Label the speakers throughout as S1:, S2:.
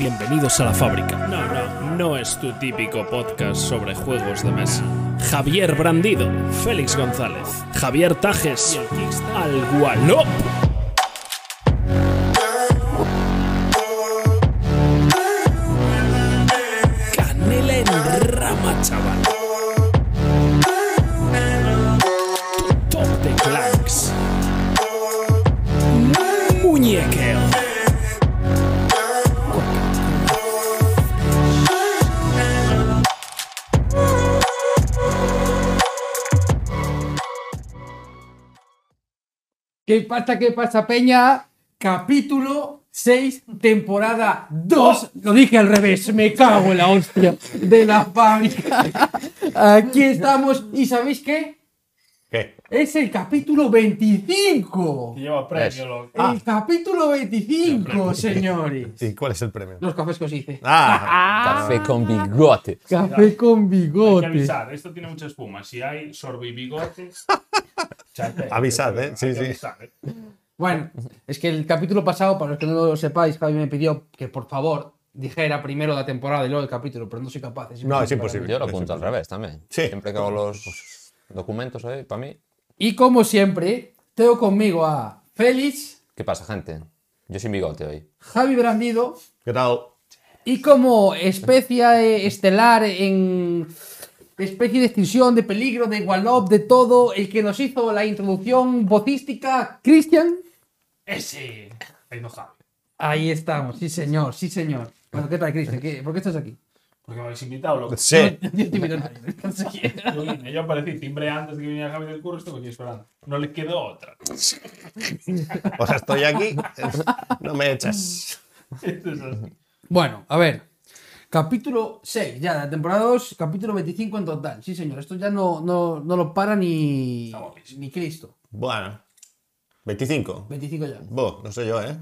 S1: Bienvenidos a la fábrica. No, no, no es tu típico podcast sobre juegos de mesa. Javier Brandido, Félix González, Javier Tajes, Al Gualop. Canela en rama, chaval. Top de Clanks. Muñequeo.
S2: ¿Qué pasa, qué pasa, Peña? Capítulo 6, temporada 2. Lo dije al revés, me cago en la hostia. De la fábrica. Aquí estamos. ¿Y sabéis qué?
S3: ¿Qué?
S2: Es el capítulo 25.
S4: Lleva premio, loco.
S2: El capítulo 25, señores.
S3: Sí, ¿cuál es el premio?
S2: Los cafés que os hice.
S3: Ah,
S5: Café con bigote.
S2: Café con
S4: Hay que
S2: bigote.
S4: avisar, esto tiene mucha espuma. Si hay sorbi bigote, chate.
S3: Avisad, ¿eh? Sí,
S4: Hay que
S3: sí.
S4: avisar, ¿eh?
S2: Bueno, es que el capítulo pasado, para los que no lo sepáis, Javi me pidió que por favor dijera primero la temporada y luego el capítulo, pero no soy capaz.
S3: no, es
S2: para mí.
S3: imposible.
S5: Yo lo
S3: Es
S5: apunto al
S3: imposible.
S5: revés también.
S3: Sí.
S5: Siempre que hago los documentos ahí, para mí.
S2: Y como siempre, tengo conmigo a Félix,
S5: ¿Qué pasa, gente? Yo sin bigote hoy.
S2: Javi Brandido
S3: ¿Qué tal?
S2: y como especia eh, estelar en especie de extinción, de peligro, de Wallop, de todo, el que nos hizo la introducción vocística, Cristian.
S4: Ese. Ahí no Javi.
S2: Ahí estamos, sí señor, sí señor. Bueno, ¿qué tal, Cristian? ¿Qué- ¿Por qué estás aquí?
S4: Porque me habéis invitado, loco.
S3: Sí.
S2: Yo estoy millonario, no sé quién.
S4: Yo vine, yo aparecí, timbre antes de que viniera Javi del curro, estoy aquí esperando. No le quedó otra.
S3: O sea, estoy aquí. No me echas.
S4: Esto es así.
S2: Bueno, a ver. Capítulo 6, ya, la temporada 2, capítulo 25 en total. Sí, señor, esto ya no, no, no lo para ni,
S4: Está guapísimo.
S2: ni Cristo.
S3: Bueno. 25.
S2: 25 ya.
S3: Bo, no sé yo, ¿eh?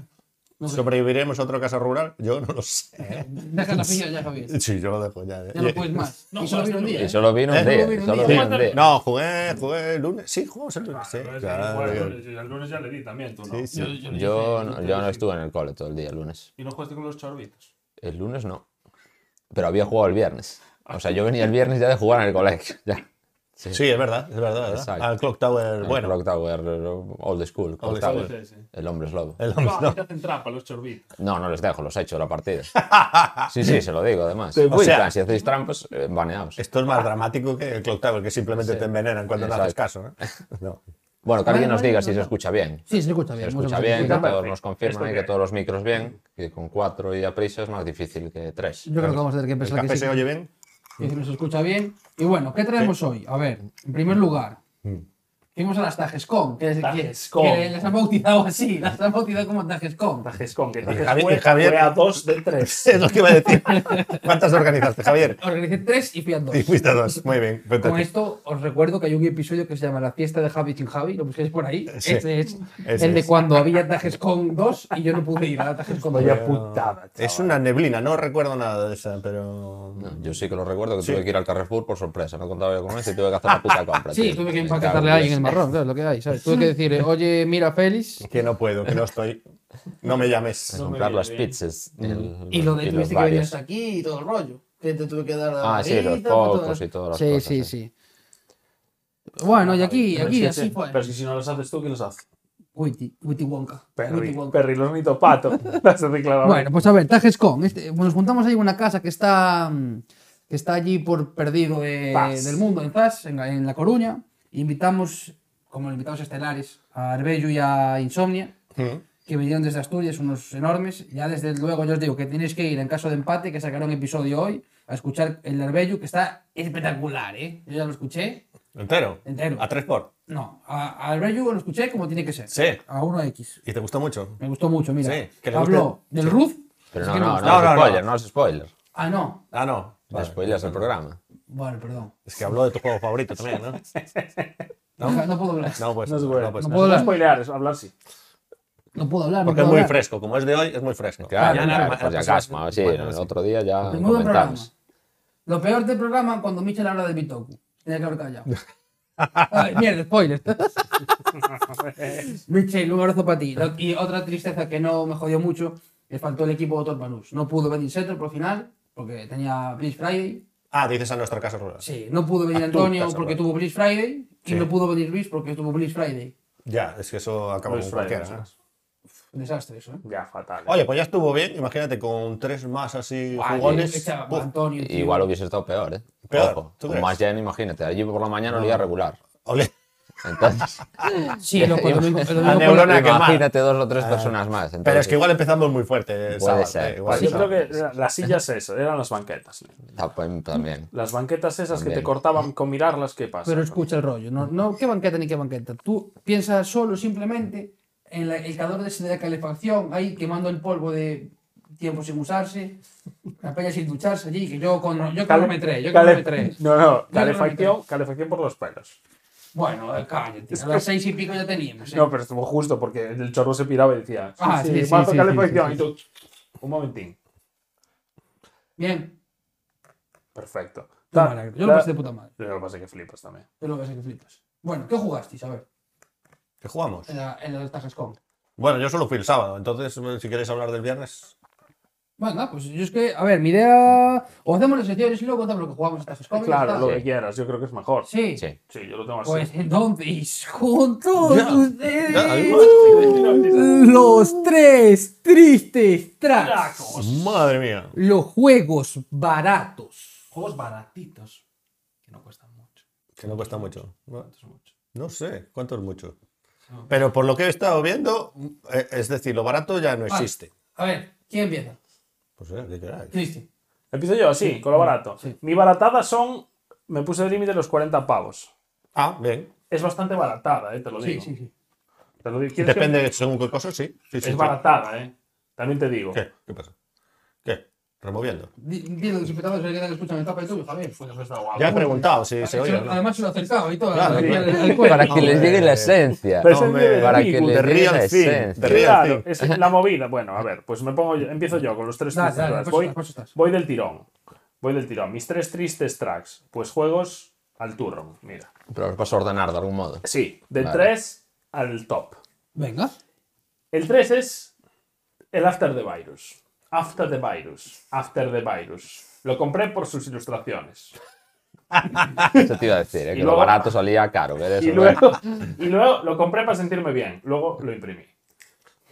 S2: No sé.
S3: ¿Sobreviviremos a otra casa rural? Yo no lo sé.
S2: Deja la fija ya, Javier.
S3: Sí, yo lo dejo ya. ¿eh?
S2: Ya no puedes más.
S4: No,
S2: y solo
S4: no,
S2: vino un
S4: no,
S2: día.
S5: Y
S2: ¿eh?
S5: solo vino un
S3: ¿Eh?
S5: día.
S2: Solo vino un
S5: Solo
S2: día.
S5: vino un día.
S3: No, jugué, jugué el lunes. Sí, jugamos el lunes. Sí,
S4: Claro, es que
S3: claro.
S4: fue el lunes, yo el lunes ya le di también, tú no.
S3: Sí, sí.
S4: le
S5: Yo,
S4: dije,
S5: no-
S4: tú te
S5: yo no
S4: dije.
S5: estuve en el cole todo el día el lunes.
S4: Y no jugaste con los chorbitos.
S5: El lunes no. Pero había jugado el viernes. O sea, yo venía el viernes ya de jugar en el colegio. Ya.
S3: Sí, es verdad, es verdad. ¿verdad?
S5: Exacto.
S3: Al Clock Tower,
S5: Bueno.
S3: bueno.
S5: Clock Tower, old school. Clock
S3: Old
S5: Tower.
S3: school.
S4: Sí, sí.
S5: El hombre es lobo.
S3: el-
S4: No, no. hacen trampa los chorbitos.
S5: No, no les dejo, los he hecho la partida. Sí, sí, se lo digo además.
S3: Te voy.
S5: O
S3: O
S5: sea,
S3: sea-
S5: si hacéis trampas, eh, baneaos.
S3: Esto es más dramático que el Clock Tower, que simplemente
S5: Sí.
S3: te envenenan cuando no haces caso. ¿eh? No.
S5: Bueno, que alguien
S2: Vale,
S5: nos
S2: vale,
S5: diga
S2: no,
S5: si se
S2: no.
S5: escucha bien.
S2: Sí, se escucha bien.
S5: Se
S2: más o
S5: escucha
S2: menos.
S5: bien, que todos
S4: perfecto.
S5: nos confirman
S4: Esto
S5: ahí
S4: que
S5: que
S4: es.
S5: todos los micros bien, que con cuatro y a prisa es más difícil que tres.
S2: Yo creo que vamos a tener que
S3: ¿El
S2: pensar que
S3: café
S2: sí.
S3: se oye bien?
S2: que nos escucha bien. Y bueno, ¿qué traemos hoy? A ver, en primer lugar, fuimos a las Tajescon, que, es- que-
S4: Tajescon.
S2: que las han bautizado así, las han bautizado como Tajescon.
S4: Tajescón, que Tajes
S3: Javi-
S4: fue-
S3: y Javier-
S4: fue a dos de tres.
S3: Es lo que iba a decir. ¿Cuántas organizaste, Javier?
S2: Organicé tres y fui a dos.
S3: Y fuiste a dos. Muy bien.
S2: Con
S3: fantástico.
S2: esto os recuerdo que hay un episodio que se llama La fiesta de Javi sin Javi, lo busquéis por ahí.
S3: Sí,
S2: Ese es
S3: ese
S2: el de
S3: es.
S2: cuando había Tajescon 2 y yo no pude ir a la Tajescon 2.
S3: Pues
S4: putada.
S3: Es una neblina, no recuerdo nada de esa, pero.
S5: No, yo sí que lo recuerdo que
S3: Sí.
S5: tuve que ir al Carrefour por sorpresa, no contaba yo con eso y tuve que hacer la puta compra.
S2: Sí,
S5: tío.
S2: tuve que
S5: Me
S2: empaquetarle
S5: cago
S2: a
S5: en
S2: alguien el
S5: Dios.
S2: marrón, ¿sabes lo que hay? ¿sabes? Tuve que decirle, oye, mira, Félix.
S3: Que no puedo, que no estoy. No me llames.
S5: A
S4: No me
S5: comprar
S4: viene
S5: las
S4: bien.
S5: pizzas. y el-
S2: Y lo de
S5: los
S2: tuviste que venir
S5: bares.
S2: hasta aquí y todo el rollo. Que te tuve que dar
S5: Ah, sí, los
S2: barrita, fue todo-
S5: focos y todas las
S2: sí,
S5: cosas,
S2: Sí,
S5: sí.
S2: sí, Bueno, y aquí,
S4: Pero
S2: aquí,
S4: es que
S2: así
S4: sí,
S2: fue.
S4: Pero si, si no los haces tú, ¿quién los hace?
S2: Witty, Witty Wonka. Witty
S4: Perry,
S2: Wonka.
S4: Perry los nito pato. Las hace claramente.
S2: Bueno, pues a ver, Tajescon. Este, nos juntamos ahí en una casa que está, mm, que está allí por perdido de-
S4: Zas.
S2: del mundo, en Zas, en, en La Coruña. e Invitamos, como invitados estelares, a Arbello y a Insomnia,
S3: Mm.
S2: que vinieron desde Asturias, unos enormes. Ya desde luego yo os digo que tenéis que ir en caso de empate, que sacaron episodio hoy, a escuchar el de Arbello, que está espectacular, ¿eh? Yo ya lo escuché.
S3: ¿Entero?
S2: Entero.
S3: ¿A tres por?
S2: No, a, a Arbello lo escuché como tiene que ser.
S3: Sí.
S2: A 1X.
S3: ¿Y te gustó mucho?
S2: Me gustó mucho, mira.
S3: Sí, que le
S2: Habló del Ruz.
S5: Pero
S2: así
S5: no,
S2: que me
S5: no, no,
S2: gustó.
S3: No, no,
S5: es
S3: no.
S5: spoiler, no es spoiler.
S2: Ah, no.
S3: Ah, no.
S5: No es spoiler del programa.
S2: Vale, perdón.
S3: Es que habló de tu juego favorito también, ¿no?
S2: No, puedo hablar.
S3: No, pues.
S4: No se puede.
S3: pues
S2: No
S3: no.
S2: puedo hablar.
S4: spoilear, es hablar sí.
S2: No puedo hablar.
S3: Porque
S2: no
S3: es
S2: puedo
S3: muy
S2: hablar.
S3: fresco. Como es de hoy, es muy fresco.
S5: Claro,
S2: Claro,
S5: claro,
S3: claro.
S5: por si acaso, sí,
S3: Bueno,
S5: el
S3: sí.
S5: otro día ya
S2: Menudo programa.
S5: comentamos.
S2: Lo peor del programa cuando Michel habla de Bitoku. Tenía que haber callado. Ay, mierda, spoiler. Michel, un abrazo para ti. Lo- Y otra tristeza que no me jodió mucho le faltó el equipo de Otor Banús. No pudo venir Setter por final, porque tenía Blitz Friday.
S3: Ah, dices a nuestra casa rural.
S2: Sí, no pudo venir
S3: A tu
S2: Antonio
S3: casa,
S2: porque
S3: vale.
S2: tuvo Blitz Friday.
S3: Sí.
S2: Y no pudo venir Luis porque tuvo Blitz Friday.
S3: Ya, es que eso acaba
S6: Luis
S3: con
S6: Friday,
S3: cualquiera. ¿eh?
S6: sí.
S2: Un desastre eso, ¿eh?
S6: Ya, fatal. ¿eh?
S3: Oye, pues ya estuvo bien, imagínate, con tres más así jugones.
S2: Echaba a
S3: puf,
S2: Antonio, tío.
S5: Igual hubiese estado peor, ¿eh?
S3: Peor,
S5: Ojo,
S3: ¿tú
S5: con
S3: crees?
S5: más lleno, imagínate. Allí por la mañana olía regular.
S3: ole.
S5: Entonces,
S2: Sí, loco, el domingo, el domingo
S3: La
S2: por la-
S3: neurona que quemar.
S5: imagínate dos o tres personas más.
S3: Pero es
S5: entonces,
S3: que igual empezamos muy fuerte. el
S5: Puede
S3: sábado,
S5: ser,
S3: eh, igual
S5: puede
S6: Yo
S3: el
S6: creo
S5: ser.
S3: sábado.
S6: que la- las sillas esas, eran las banquetas. ¿eh?
S5: también- También.
S6: Las banquetas esas que
S5: También.
S6: te cortaban con mirarlas, ¿qué pasa?
S2: Pero escucha el rollo. No, no, ¿Qué banqueta ni qué banqueta? Tú piensas solo, simplemente, en la- el calor de, de la calefacción, ahí quemando el polvo de tiempo sin usarse, la peña sin ducharse allí, que yo con, yo con
S6: Cale-
S2: no me tres, yo con
S6: cale-
S2: no me tres.
S6: No, no,
S2: cronometré.
S6: calefacción, calefacción por los pelos.
S2: Bueno, eh, cállate. A las seis y pico ya teníamos. ¿eh?
S6: No, pero estuvo justo porque el chorro se piraba y decía, sí,
S2: Ah, sí,
S6: sí,
S2: sí,
S6: mazo
S2: sí,
S6: calefacción.
S2: sí,
S6: Y tú, un momentín.
S2: Bien,
S6: Perfecto.
S2: tú,
S6: Ta-
S2: Málaga, yo
S6: ta-
S2: lo pasé de puta madre.
S6: Lo que pasa es que flipas también.
S2: Yo lo pasé que flipas. Bueno, ¿qué jugasteis? A ver,
S3: ¿Qué jugamos?
S2: en, la, en las tajas con.
S3: Bueno, yo solo fui el sábado, entonces eh, si queréis hablar del viernes.
S2: Bueno, pues yo es que, a ver, mi idea. O hacemos las secciones y luego contamos lo que jugamos en tajas con. y ya
S6: Claro,
S2: está.
S6: lo que quieras, yo creo que es mejor.
S2: Sí.
S5: Sí.
S6: Sí, yo lo tengo así.
S2: Pues entonces, juntos
S3: Ya,
S2: ustedes,
S3: ya, ahí
S2: Pues, los tres tristes tracks,
S3: pues, Madre mía.
S2: los juegos baratos.
S4: Juegos baratitos que no cuestan mucho.
S3: Que no cuesta mucho. No,
S4: ¿Cuántos mucho?
S3: no sé, ¿cuánto es mucho? Pero por lo que he estado viendo, eh, es decir, lo barato ya no
S6: Ah.
S2: Vale.
S3: existe.
S2: A ver, ¿quién empieza?
S3: Pues eh, ¿qué queráis?
S2: Triste.
S6: Empiezo yo, sí, con lo barato.
S2: sí.
S6: Mi baratada son. Me puse de límite los 40 pavos.
S3: Ah, bien.
S6: Es bastante baratada, eh, te lo
S2: Sí,
S6: digo.
S2: sí, sí.
S6: Te lo digo. ¿Quieres que-
S3: Depende según qué cosa, sí. Sí, sí,
S6: Es
S3: sí.
S6: baratada, eh. También te digo.
S3: ¿Qué? ¿Qué pasa? ¿Qué? ¿Removiendo?
S2: Di- Dile a los espectadores que tal que escuchan el tapa de tuyo, Javier.
S6: Pues eso está guapo.
S3: Ya he preguntado si se
S2: Se-
S3: oye. o
S6: Ah,
S3: no.
S2: Además se lo acercaba y todo.
S3: Claro,
S2: al-
S3: claro.
S2: al- al cuello.
S5: Para que les
S3: Eh,
S5: llegue la esencia.
S6: Pero-
S5: Para que
S6: The
S5: les llegue
S3: real
S5: la
S3: thing, the
S5: esencia.
S3: real
S6: Claro,
S3: thing.
S6: es la movida. Bueno, a ver, pues me pongo yo- empiezo yo con los tres
S2: Dale,
S6: tristes
S2: dale,
S6: tracks.
S2: pues
S6: Voy,
S2: estás, pues estás.
S6: voy del tirón. Voy del tirón. Mis tres tristes tracks. Pues juegos al turrón, mira.
S5: Pero los vas a ordenar de algún modo.
S6: Sí, del
S5: Vale.
S6: 3 al top.
S2: Venga.
S6: El 3 es el After the Virus. After the Virus. After the Virus. Lo compré por sus ilustraciones.
S5: Eso te iba a decir, ¿eh?
S6: Y
S5: que
S6: luego-
S5: lo barato salía caro. ver eso,
S6: Y
S5: ¿no?
S6: luego, y luego lo compré para sentirme bien. Luego lo imprimí.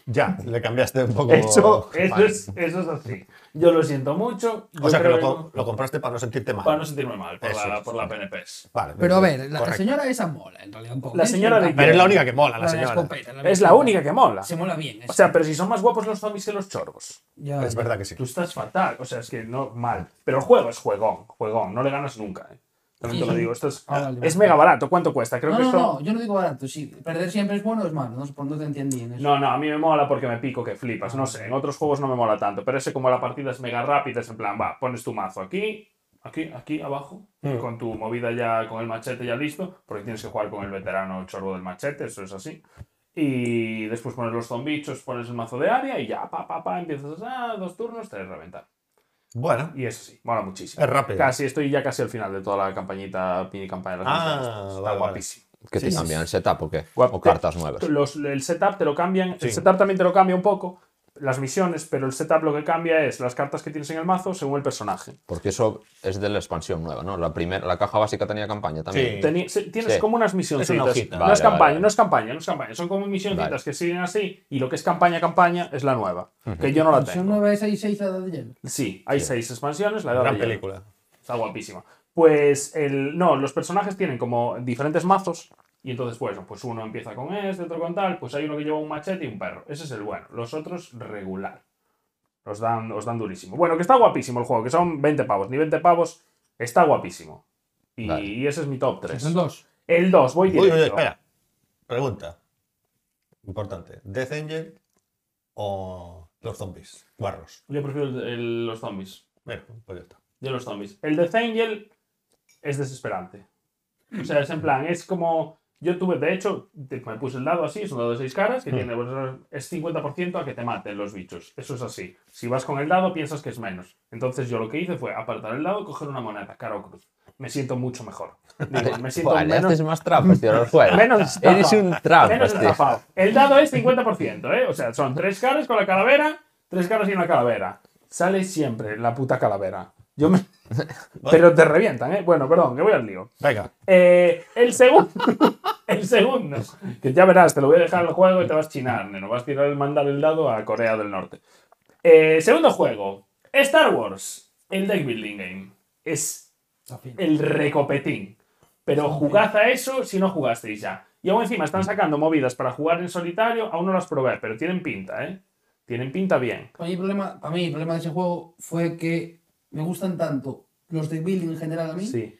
S3: Ya, le cambiaste un poco.
S6: Eso, eso,
S3: Oh, Vale.
S6: es, eso es así. Yo lo siento mucho.
S3: O
S6: yo
S3: sea que
S6: creo
S3: lo, co- lo compraste para no sentirte mal.
S6: Para no sentirme mal por,
S3: Eso
S6: la,
S3: es.
S6: por la PNPS.
S3: Vale,
S2: Pero a ver, la- la,
S3: correcto.
S2: señora esa mola, en realidad. un poco.
S6: La
S2: Es
S6: señora de-
S2: verdad.
S3: Pero es la única que mola,
S2: La
S3: la
S2: de
S3: señora.
S2: escopeta,
S6: Es la única que mola.
S2: Se mola bien.
S6: O
S2: esa.
S6: sea, pero si son más guapos los zombies que los chorros.
S2: Ya,
S3: Es verdad que sí.
S6: Tú estás fatal. O sea, es que no, mal. Pero el juego es juegón, juegón. No le ganas nunca. ¿eh? También te lo
S2: Sí.
S6: digo. Esto es,
S2: Ah, vale,
S6: es
S2: vale.
S6: mega barato. ¿Cuánto cuesta? Creo
S2: No,
S6: que
S2: no,
S6: esto.
S2: no, yo no digo barato, sí. Perder siempre es bueno o es malo, no, no te entendí en eso.
S6: No, no, a mí me mola porque me pico que flipas. No sé, en otros juegos no me mola tanto, pero ese como la partida es mega rápida, es en plan, va, pones tu mazo aquí, aquí, aquí, abajo,
S3: Mm.
S6: con tu movida ya, con el machete ya listo, porque tienes que jugar con el veterano chorro del machete, eso es así. Y después pones los zombichos, pones el mazo de área y ya, pa, pa, pa, empiezas, ah, dos turnos, te reventar.
S3: Bueno,
S6: Y eso sí, mola muchísimo.
S3: es rápido.
S6: Casi, estoy ya casi al final de toda la campañita, mini campaña de las
S3: Ah,
S6: campañas. Está
S3: vale, vale.
S6: guapísimo.
S5: Que te
S3: Sí, sí,
S5: cambian el setup o qué.
S6: Guap-
S5: O
S6: te-
S5: cartas nuevas.
S6: los- el setup te lo cambian.
S3: Sí.
S6: El setup también te lo cambia un poco. Las misiones, pero el setup lo que cambia es las cartas que tienes en el mazo según el personaje.
S5: Porque eso es de la expansión nueva, ¿no? La, primera, la caja básica tenía campaña
S3: Sí.
S5: también.
S6: Teni- se- tienes
S5: Sí.
S6: como unas misiones.
S3: Es una
S6: no es
S3: hojita.
S6: campaña,
S5: Vale, vale, vale.
S6: no es campaña, no es campaña. Son como misioncitas
S5: Vale.
S6: que siguen así y lo que es campaña campaña es la nueva, que yo no la
S2: Son
S6: tengo.
S2: 9 de 6, 6 de hielo.
S6: Sí, hay seis expansiones, la de ahora
S3: gran
S6: ya no.
S3: película.
S6: Está guapísima. Pues el, no, los personajes tienen como diferentes mazos. Y entonces, bueno, pues uno empieza con este, otro con tal. Pues hay uno que lleva un machete y un perro. Ese es el bueno. Los otros, regular. Os dan, os dan durísimo. Bueno, que está guapísimo el juego, que son 20 pavos. Ni 20 pavos, está guapísimo. Y,
S5: Vale.
S6: y ese es mi top 3.
S2: Son 2.
S6: El 2, Pues voy
S3: Uy, uy,
S6: directo.
S3: uy, espera. Pregunta. Importante. ¿Death Angel o los zombies? Guarros.
S6: Yo prefiero el- el- los zombies.
S3: Bueno, pues ya está.
S6: Yo los zombies. El Death Angel es desesperante. O sea, es en plan, es como. Yo tuve, de hecho, te- me puse el dado así, es un dado de seis caras, que tiene, pues, es 50% a que te maten los bichos. Eso es así. Si vas con el dado, piensas que es menos. Entonces yo lo que hice fue apartar el dado, coger una moneda, cara o cruz. Me siento mucho mejor. Digo, me siento
S5: Vale,
S6: menos,
S5: haces este más trampas, tío, en los juegos.
S6: Menos estafado.
S5: Eres un trampas,
S6: menos
S5: tío.
S6: estafado. El dado es 50%, ¿eh? O sea, son tres caras con la calavera Tres caras y una calavera. Sale siempre la puta calavera. Yo me... Pero te revientan, ¿eh? Bueno, perdón, que voy al lío.
S3: Venga.
S6: Eh, el segundo. el segundo. Que ya verás, te lo voy a dejar el juego y te vas a chinar, neno. Vas a tirar el mandar el dado a Corea del Norte. Eh, segundo juego. Star Wars. El deck building game. Es el recopetín. Pero jugad a eso si no jugasteis ya. Y aún encima están sacando movidas para jugar en solitario. Aún no las probé, pero tienen pinta, ¿eh? Tienen pinta bien.
S2: Para mí, el problema, para mí el problema de ese juego fue que me gustan tanto los de building en general a mí
S6: Sí.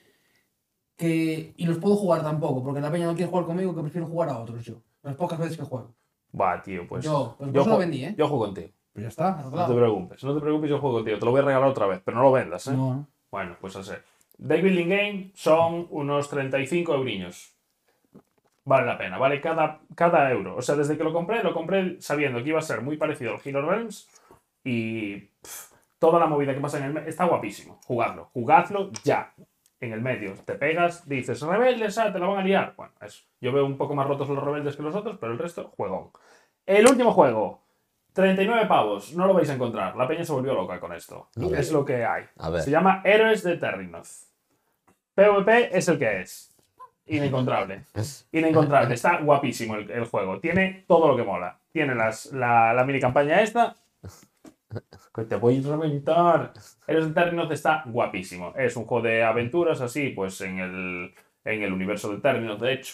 S2: que, y los puedo jugar tampoco, porque la peña no quiere jugar conmigo que prefiero jugar a otros yo. Las pocas veces que juego.
S6: Va, tío, pues.
S2: Yo, pues por eso
S6: ju-
S2: lo vendí, ¿eh?
S6: Yo juego contigo.
S2: Pero ya está,
S6: No te
S2: arreglado.
S6: preocupes, no te preocupes, yo juego contigo. Te lo voy a regalar otra vez, pero no lo vendas, ¿eh?
S2: No, no.
S6: Bueno, pues así. Deck Building Game son unos 35 euriños. Vale la pena, vale cada, cada euro. O sea, desde que lo compré, lo compré sabiendo que iba a ser muy parecido al Hero Realms y pff, toda la movida que pasa en el medio. Está guapísimo. Jugadlo, jugadlo ya. En el medio, te pegas, dices, rebeldes, ah, te la van a liar. Bueno, eso. Yo veo un poco más rotos los rebeldes que los otros, pero el resto, juegón. El último juego, 39 pavos, no lo vais a encontrar. La peña se volvió loca con esto. Es lo que hay.
S5: A ver.
S6: Se llama Héroes de Terrinoth. PvP es el que es. Inencontrable. Inencontrable. Está guapísimo el, el juego. Tiene todo lo que mola. Tiene las, la, la mini campaña esta. Que te voy a reventar. Héroes de Terrinoth está guapísimo. Es un juego de aventuras así, pues en el, en el universo de Terrinoth, de hecho.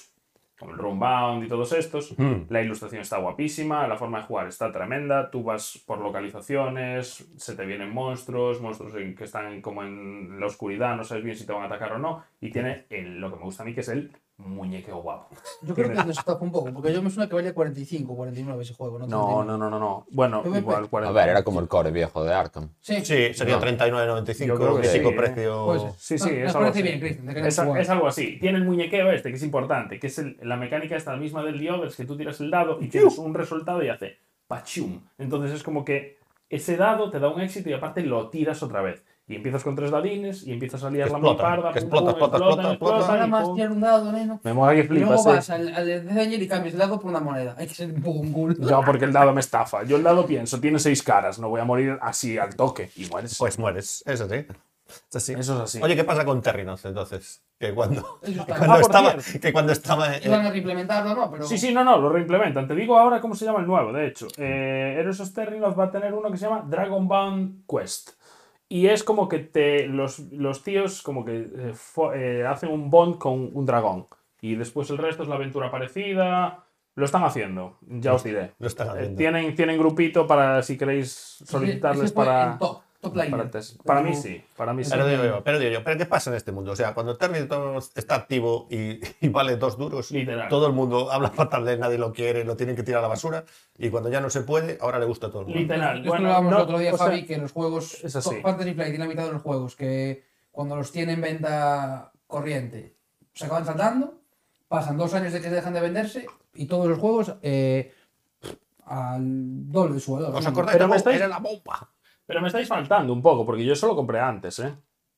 S6: Con el Runbound y todos estos. La ilustración está guapísima, la forma de jugar está tremenda. Tú vas por localizaciones, se te vienen monstruos, monstruos en- que están como en la oscuridad, no sabes bien si te van a atacar o no. Y tiene el- lo que me gusta a mí, que es el muñequeo guapo.
S2: Yo creo que nos tapa un poco, porque yo me suena que valía 45 49 ese juego. No,
S6: No, no,
S2: 39.
S6: no, no. no. Bueno,
S2: PvP.
S6: igual 40.
S5: A ver, era como el core viejo de Arkham.
S2: Sí,
S3: Sí, sería
S5: No.
S3: 39,95.
S6: Yo creo que
S3: mítico
S6: sí, ¿eh?
S3: precio.
S2: Pues,
S6: Sí, sí,
S2: No,
S6: es
S2: nos
S6: algo
S2: parece
S6: así.
S2: bien, Cristian, te queremos
S6: es,
S2: jugar.
S6: es algo así. Tiene el muñequeo este, que es importante, que es el- la mecánica esta misma del Diobers, que tú tiras el dado y tienes un resultado y hace pachum. Entonces es como que ese dado te da un éxito y aparte lo tiras otra vez. Y empiezas con tres dadines y empiezas a liar
S3: Que
S6: la
S3: explotan,
S6: parda,
S3: que
S6: pum,
S3: explota,
S6: pum,
S3: explota, explota,
S6: explotan,
S3: explota.
S2: Ahora
S6: y
S2: más
S6: pum.
S2: tirar un dado, neno.
S6: Me mola que
S2: Y luego
S6: flipas, eh.
S2: vas al, al de Danger y cambias el dado por una moneda. Hay que ser un poco un culo.
S6: No, porque el dado me estafa. Yo el dado pienso, tiene seis caras, no voy a morir así al toque. Y mueres.
S3: Pues mueres, eso sí. Eso sí.
S6: Eso es así.
S3: Oye, ¿qué pasa con Terrinos entonces? Que cuando,
S2: Eso está
S3: que
S2: bien.
S3: cuando
S6: Ah, por
S3: estaba,
S6: cierto.
S3: que cuando estaba eh,
S2: Iban a reimplementarlo, ¿no? Pero
S6: Sí, sí, no, no, lo reimplementan. Te digo ahora cómo se llama el nuevo, de hecho. Eh, Heroes of Terrinoth va a tener uno que se llama Dragon Bound Quest. Y es como que te, los, los tíos como que eh, fo- eh, hacen un bond con un dragón. Y después el resto es la aventura parecida. Lo están haciendo, ya os diré.
S3: lo están
S6: Eh,
S3: haciendo.
S6: tienen, tienen grupito para si queréis
S2: ese-
S6: solicitarles
S2: ese fue
S6: para...
S2: el top, top liner.
S6: Para, test. Para mí
S2: Pero-
S6: sí, para mí sí.
S3: Pero digo yo, pero digo yo, ¿pero qué pasa en este mundo? O sea, cuando Terrinos está activo y, y vale dos duros,
S6: Literal.
S3: todo el mundo habla fatal de él, nadie lo quiere, lo tienen que tirar a la basura. Y cuando ya no se puede, ahora le gusta a todo el mundo.
S6: Literal.
S2: Esto
S6: Bueno,
S2: lo hablábamos
S6: no,
S2: el otro día,
S6: o sea,
S2: Fabi, que los juegos.
S6: es así.
S2: Fantasy Flight tiene la mitad de los juegos que cuando los tienen en venta corriente se acaban saltando, pasan dos años de que dejan de venderse y todos los juegos eh, al doble de su valor.
S3: ¿Os
S2: ¿no?
S3: acordáis?
S6: Pero me
S3: cómo
S6: estáis-
S3: Era la bomba.
S6: pero me estáis faltando un poco, porque yo eso lo compré antes, ¿eh.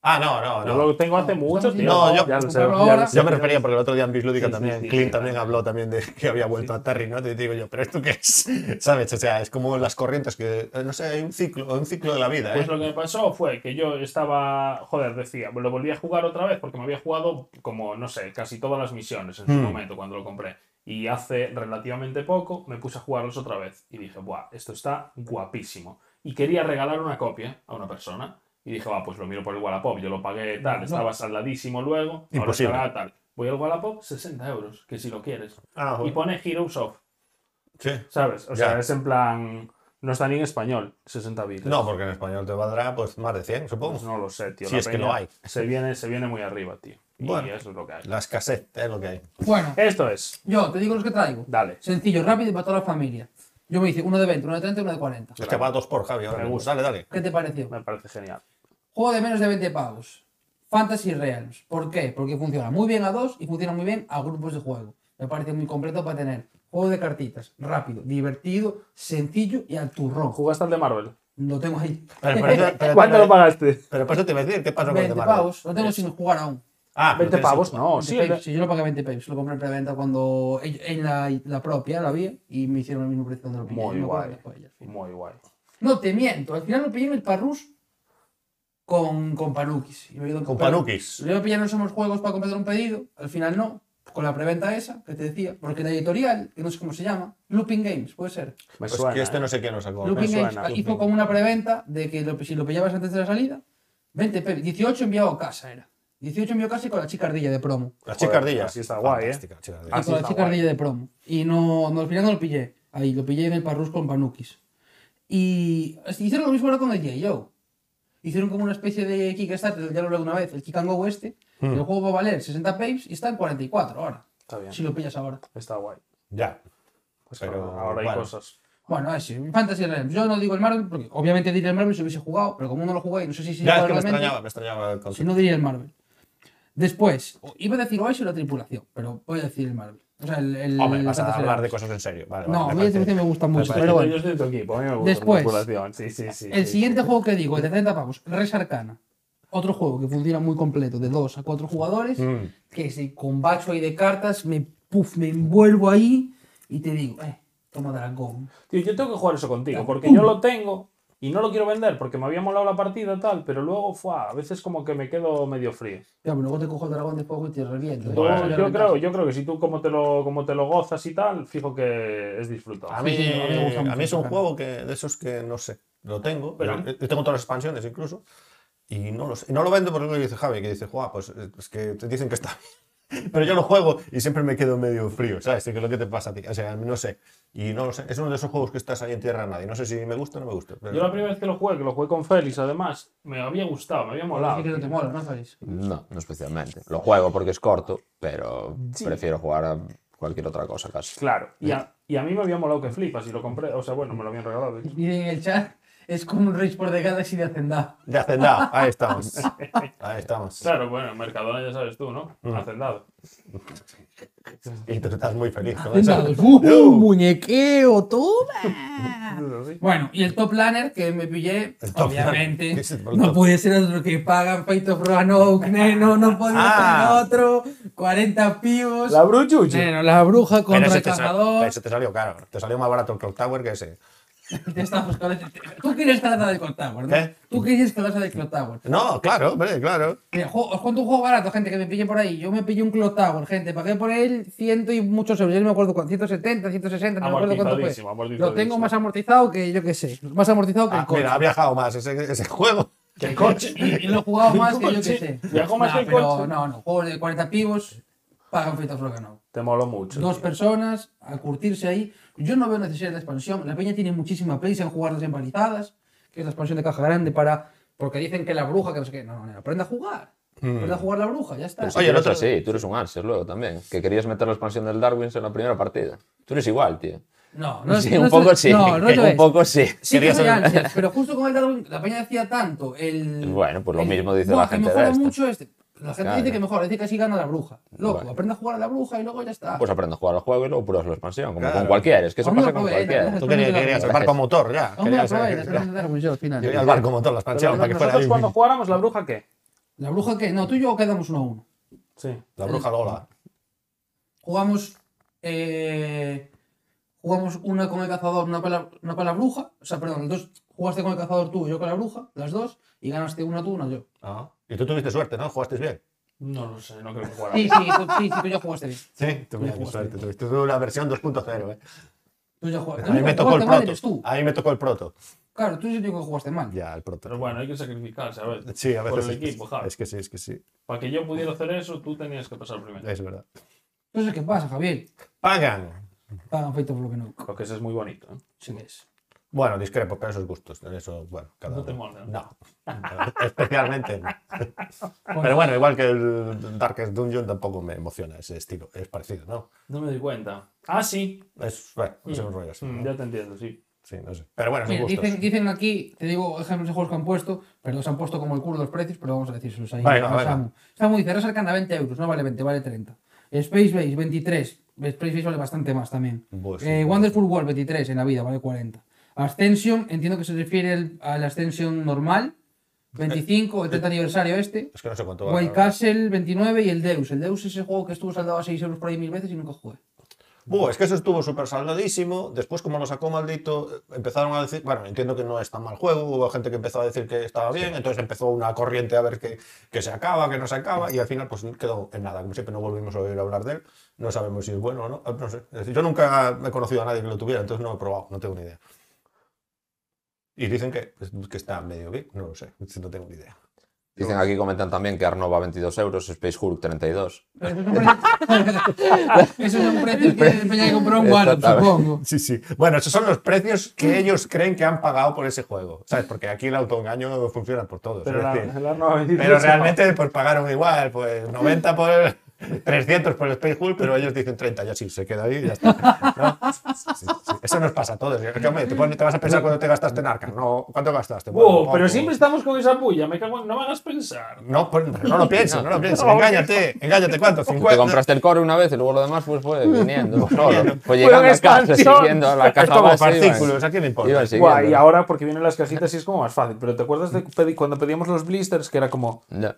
S3: Ah, no, no,
S6: Yo
S3: no.
S6: lo tengo hace
S2: No,
S6: mucho,
S2: estamos
S6: tío.
S3: No, yo-
S6: ya lo sé,
S2: Pero
S6: ya
S2: ahora-
S6: pues lo sé.
S3: Yo me refería porque el otro día en Bislúdica
S6: Sí,
S3: también,
S6: sí, sí,
S3: Clint
S6: sí,
S3: también
S6: claro.
S3: habló también de que había vuelto a Terry, ¿no? Te digo yo, pero ¿esto qué es? ¿Sabes? O sea, es como las corrientes que, eh, no sé, hay un ciclo, un ciclo de la vida,
S6: Pues
S3: ¿eh?
S6: lo que me pasó fue que yo estaba, joder, decía, lo volví a jugar otra vez porque me había jugado como, no sé, casi todas las misiones en su
S2: Hmm.
S6: momento cuando lo compré. Y hace relativamente poco me puse a jugarlos otra vez y dije, buah, esto está guapísimo. Y quería regalar una copia a una persona. Y dije, va, pues lo miro por el Wallapop, yo lo pagué tal, estaba saldadísimo luego, ahora
S3: Imposible.
S6: estará tal. Voy al Wallapop, 60 euros, que si lo quieres.
S3: Ah,
S6: Y
S3: joder.
S6: pone Heroes of,
S3: Sí.
S6: ¿sabes? O
S3: Ya.
S6: sea, es en plan, no está ni en español, 60 bits.
S3: No, porque en español te valdrá pues más de 100, supongo.
S6: Pues no lo sé, tío.
S3: Si
S6: La
S3: es que
S6: peña
S3: lo hay.
S6: Se viene, se viene muy arriba, tío.
S3: Bueno.
S6: Y eso es lo que hay.
S3: La escasez es lo que hay.
S2: Bueno,
S6: Esto es.
S2: yo te digo los que traigo.
S6: Dale.
S2: Sencillo, rápido y para toda la familia. Yo me hice uno de 20, uno de 30 y uno de 40.
S3: Hostia, va a dos por Javi ahora.
S6: Me
S3: mismo.
S6: gusta.
S3: Dale, dale.
S2: ¿Qué te pareció?
S6: Me parece genial.
S2: Juego de menos de 20 pavos. Fantasy Realms. ¿Por qué? Porque funciona muy bien a dos y funciona muy bien a grupos de juego. Me parece muy completo para tener juego de cartitas, rápido, divertido, sencillo y al turrón.
S6: ¿Jugaste al de Marvel?
S2: Lo tengo ahí.
S3: Pero, pero, pero, pero-
S6: ¿Cuánto lo pagaste?
S3: pero por eso te iba a decir, ¿qué pasó con el
S2: 20
S3: de Marvel?
S2: pavos. Lo tengo sin jugar aún.
S3: Ah, pero
S6: 20
S3: tienes-
S6: pavos, no.
S2: 20
S6: Sí, el de-
S2: papes. Sí, yo lo pagué 20 pesos. Lo compré en preventa cuando en la, la propia la vi y me hicieron el mismo precio donde lo pillé.
S6: Muy
S2: Me acuerdo
S6: guay.
S2: después, ya.
S6: Muy guay.
S2: No, te miento. Al final lo pillé en el Parrus con, con Panukis. Y me ayudó
S3: Con
S2: comprar-
S3: Panukis.
S2: Luego pillaron somos juegos para comprar un pedido. Al final no. Con la preventa esa que te decía. Porque la editorial, que no sé cómo se llama, Looping Games, puede ser.
S6: Me
S3: Pues
S6: suena.
S3: que este
S6: ¿eh?
S3: no sé qué nos sacó.
S2: Looping
S6: suena,
S2: Games hizo como una preventa de que lo- si lo pillabas antes de la salida, 20 pesos. 18 enviado a casa era. 18 enviado a casa y con la chica ardilla de promo.
S3: La chica ardilla.
S6: así está guay, ¿eh?
S3: Fantástica, chica ardilla.
S6: Ah,
S2: y
S6: sí,
S2: con la
S6: está
S2: chica
S6: guay.
S2: ardilla de promo. Y no, no, al final no lo pillé. Ahí, lo pillé en el Parrus con Panukis. Y es- hicieron lo mismo ahora con el J.O. Hicieron como una especie de Kickstarter, ya lo hablé una vez, el Kick and Go este.
S3: Hmm.
S2: El juego va a valer 60 papes y está en 44 ahora.
S6: Está bien.
S2: Si lo pillas ahora.
S6: Está guay.
S3: Ya.
S6: Pues
S3: Pero,
S6: ahora- ahora hay
S3: bueno.
S6: cosas.
S2: Bueno, ese, Fantasy Realms. Yo no digo el Marvel, porque obviamente diría el Marvel si hubiese jugado, pero como no lo jugué y no sé si se juega
S3: Ya, es que me
S2: realmente,
S3: extrañaba, me extrañaba el
S2: Si
S3: concepto.
S2: no diría el Marvel. Después, o- iba a decir Oasis o la tripulación, pero voy a decir el Marvel. O sea, el. el
S3: Hombre,
S2: el
S3: vas a
S2: Fantasy
S3: hablar de
S2: Realms.
S3: cosas en serio. Vale,
S2: No, a mí
S3: vale, me
S2: la
S3: parece.
S2: tripulación me gusta mucho,
S3: parece
S2: pero bueno.
S6: Yo soy de tu equipo, a mí me gusta
S2: Después,
S6: la musculación. Sí, sí, sí.
S2: El
S6: sí.
S2: siguiente juego que digo, el de 30 pavos, Res Arcana. Otro juego que funciona muy completo, de 2 a 4 jugadores,
S6: Mm.
S2: que si combacho ahí de cartas, me, puf, me envuelvo ahí y te digo, eh, toma dragón.
S6: Tío, yo tengo que jugar eso contigo, porque
S2: pum.
S6: yo lo tengo y no lo quiero vender porque me había molado la partida tal, pero luego fue a veces como que me quedo medio frío.
S2: Ya, pero luego te cojo el dragón de fuego y te reviento. ¿eh?
S6: Yo-
S2: Eso
S6: yo,
S2: ya lo
S6: creo,
S2: encajo.
S6: yo creo que si tú como te lo, como te lo gozas y tal, fijo que es disfrutado.
S3: A mí,
S2: Sí, sí, a mí me gusta
S3: eh, a
S2: mucho
S3: mí es un
S2: esa cara.
S3: juego que, de esos que no sé. Lo tengo, pero
S6: Pero-
S3: tengo todas las expansiones incluso. Y no lo sé. Y no lo vendo porque lo dice Javi, que dice, Juan, pues eh, es que te dicen que está bien. Pero yo lo juego y siempre me quedo medio frío, ¿sabes? Que es lo que te pasa a ti. O sea, no sé. Y no lo sé. Es uno de esos juegos que estás ahí en tierra a nadie. No sé si me gusta o no me gusta. pero-
S6: Yo la primera vez que lo jugué, que lo jugué con Félix además, me había gustado, me había molado.
S2: Así que no te mola, ¿no, Félix?
S5: No, no especialmente. Lo juego porque es corto, pero prefiero jugar a cualquier otra cosa casi.
S6: Claro, y a, y a mí me había molado que flipas y lo compré, o sea, bueno, me lo habían regalado. de hecho.
S2: Miren en el chat, es como un Rage por the Galaxy de Hacendado.
S3: De Hacendado, ahí estamos. Ahí estamos.
S6: Claro, bueno, Mercadona ya sabes tú, ¿no? Hacendado.
S3: Y tú estás muy feliz con eso.
S2: Hacendado. ¡Uh,
S3: Yo-
S2: muñequeo! ¡Toma!
S6: Eso sí.
S2: Bueno, y el top planner que me pillé,
S3: El top
S2: obviamente,
S3: planner. ¿Qué es el top
S2: no
S3: planner?
S2: puede ser otro que pagan Fate of Roanoke, neno, no podía
S3: Ah.
S2: ser otro, 40 pibos,
S6: La bruchuchi.
S2: neno, la bruja
S3: Pero
S2: contra
S3: ese
S2: el
S3: te, sa-
S2: cazador,
S3: ese te salió caro. Te salió más barato el Clock Tower que ese.
S2: te estás buscando- tú querías que la de Clock Tower, ¿no?
S3: ¿Qué?
S2: Tú querías que la de Clock Tower.
S3: No, claro, hombre, claro.
S2: Mira, ju- os cuento un juego barato, gente, que me pillé por ahí, yo me pillé un Clock Tower, gente, pagué por él ciento y muchos euros, yo no me acuerdo cuánto, 170, 160, no me acuerdo cuánto
S6: Amortizadísimo,
S2: fue. Lo
S6: amortizadísimo.
S2: tengo más amortizado que, yo qué sé, más amortizado que el
S3: Ah,
S2: coche.
S3: mira, ha viajado más ese, ese juego.
S6: Que el coche.
S2: Y lo he jugado más que yo que sé.
S6: Viajó más
S2: Nah,
S6: que el
S2: pero
S6: coche.
S2: No, no, juegos de 40 pibos, pagan fritos lo ganado.
S6: Te moló mucho.
S2: Dos
S6: tío.
S2: personas a curtirse ahí. Yo no veo necesidad de expansión. La peña tiene muchísima prisa en jugar las empalizadas, que es la expansión de caja grande para. Porque dicen que la bruja, que no sé qué. No, no, no, aprende a jugar. Aprende a jugar la bruja, ya está.
S5: Pero si
S3: Oye,
S5: Oye,
S3: el
S5: el
S3: otro-
S5: Mm. Pues Sí, tú eres un ansias luego también. Que querías meter la expansión del Darwins en la primera partida. Tú eres igual, tío.
S2: No, no es-
S5: sí,
S2: no
S5: un
S2: es-
S5: poco sí.
S2: No, no lo
S5: un
S2: es.
S5: poco sí.
S2: Sí, que
S3: Querías-
S2: soy ansias, pero justo con el Darwin, la peña decía tanto. El,
S5: Bueno, pues lo
S2: el-
S5: mismo dice
S2: "Buah,
S5: la
S2: que
S5: gente de
S2: mejora
S5: esta".
S2: mucho este. La gente
S5: Claro.
S2: dice que mejora, dice que así gana la bruja. Loco,
S5: Bueno.
S2: aprende a jugar a la bruja y luego ya está.
S5: Pues aprende a jugar al juego y luego pruebas la expansión, como
S3: Claro.
S5: con cualquiera. Es que eso
S2: Hombre,
S5: pasa con
S2: joder,
S5: cualquiera.
S2: no,
S3: Tú querías, querías el barco motor, ya.
S2: Hombre,
S3: Querías,
S2: aproveis,
S3: eh,
S2: aproveis de Darwin yo al final.
S3: querías el barco motor, la expansión,
S6: Pero
S3: para que fuera
S6: nosotros
S3: ahí.
S6: cuando jugáramos la bruja, ¿qué?
S2: ¿La bruja qué? No, tú y yo quedamos uno a uno.
S6: Sí.
S3: La bruja Lola.
S2: Jugamos. eh, jugamos una con el cazador, una con, la, una con la bruja. O sea, perdón, dos, jugaste con el cazador tú y yo con la bruja, las dos, y ganaste una tú, una yo.
S3: Ah. Y tú tuviste suerte, ¿no? Jugasteis bien.
S6: No lo sé, no creo que
S2: Sí,
S6: jugáramos.
S2: sí, tú, sí, sí, tú y yo jugaste bien.
S3: Sí, tuviste suerte. Tuviste tuve una versión 2.0, ¿eh?
S2: Tú y yo jugaste
S3: A mí me
S2: único que
S3: tocó el
S2: jugaste mal eres
S3: proto.
S2: tú.
S3: A mí me tocó el proto.
S2: Claro, tú eres el único que jugaste mal.
S3: Ya, el proto.
S6: Pero bueno, hay que sacrificarse, a ver.
S3: Sí, a veces.
S6: Por el
S3: es-
S6: equipo, Javi.
S3: Es que sí, es que sí.
S6: Para que yo pudiera hacer eso, tú tenías que pasar primero.
S3: Es verdad.
S2: Entonces, ¿qué pasa, Javier?
S3: Pagan.
S2: Pagan feito por lo que no.
S6: Lo que eso es muy bonito. ¿eh?
S2: Sí que es.
S3: Bueno, discrepo, pero esos gustos. En eso, bueno, cada
S6: No te
S3: uno.
S6: mola.
S3: No. Especialmente. no.
S6: Pues
S3: Pero bueno, igual que el Darkest Dungeon tampoco me emociona ese estilo. Es parecido, ¿no?
S6: No me doy cuenta. Ah, sí.
S3: Es, bueno, es un rollo así.
S6: Mm,
S3: ¿no?
S6: ya te entiendo, sí.
S3: Sí, no sé. Pero bueno, son
S2: Mira,
S3: gustos.
S2: dicen, dicen aquí, te digo ejemplos de juegos que han pusto, pero se han puesto como el culo los precios, pero vamos a decirlos ahí.
S3: Venga,
S2: a
S3: venga.
S2: Samu. Samu dice, Res Arcana 20 euros, no vale 20, vale 30. Space Base 23, Space Base vale bastante más también.
S3: Buah, sí,
S2: Eh,
S3: claro.
S2: Wonderful World 23 en la vida, vale 40. Ascension, entiendo que se refiere al- al Ascension normal, 25, el 30 aniversario este.
S3: Es que no sé cuánto va a
S2: White Castle 29 y el Deus. El Deus es el juego que estuvo saldado a 6 euros por ahí mil veces y nunca jugué.
S3: "Buah, es que eso estuvo súper saldadísimo. Después, como lo sacó maldito, empezaron a decir, bueno, entiendo que no es tan mal juego. Hubo gente que empezó a decir que estaba bien, entonces empezó una corriente a ver que, que se acaba, que no se acaba, y al final, pues quedó en nada. Como siempre, no volvimos a oír hablar de él. No sabemos si es bueno o no. No sé. Es decir, Yo nunca he conocido a nadie que lo tuviera, entonces no lo he probado, no tengo ni idea. Y dicen que, pues, que está medio bien, no lo sé, no tengo ni idea.
S5: Dicen aquí, comentan también que Arnova 22 euros, Space Hulk 32.
S2: Eso es un precio que Peña que compró un Wallop,
S5: Exactamente.
S2: supongo.
S3: Sí, sí. Bueno, esos son los precios que ellos creen que han pagado por ese juego. ¿Sabes? Porque aquí el autoengaño funciona por todos.
S6: Pero,
S3: es
S6: la,
S3: decir,
S6: la nueva bendición
S3: pero
S6: se
S3: realmente pues pagaron igual, pues 90 por el- 300 por el Space Hulk, pero ellos dicen 30, ya sí, se queda ahí y ya está. ¿no? Sí, sí. Eso nos pasa a todos. Es que, hombre, te, pones- te vas a pensar cuando te gastaste en Arkham. No, ¿Cuánto gastaste? Bueno,
S4: Wow,
S3: poco.
S4: pero siempre estamos con esa pulla, me cago en... No me hagas pensar.
S3: No, pues, no lo pienses, no lo pienses. Engáñate, engáñate, ¿cuánto?
S5: Tú Te
S3: 50.
S5: compraste el core una vez y luego lo demás pues fue viniendo solo. Fue
S6: Fue
S5: llegando
S6: una
S5: a casa,
S6: expansión.
S5: siguiendo a la
S3: Es
S5: caja
S3: como
S5: base, iban-
S3: partículos, ¿a quién le importa?
S5: iban
S6: va. Buah, y
S5: siguiendo.
S6: ahora porque vienen las cajitas y es como más fácil. Pero ¿te acuerdas de pedi- cuando pedíamos los blisters que era como...
S5: Ya.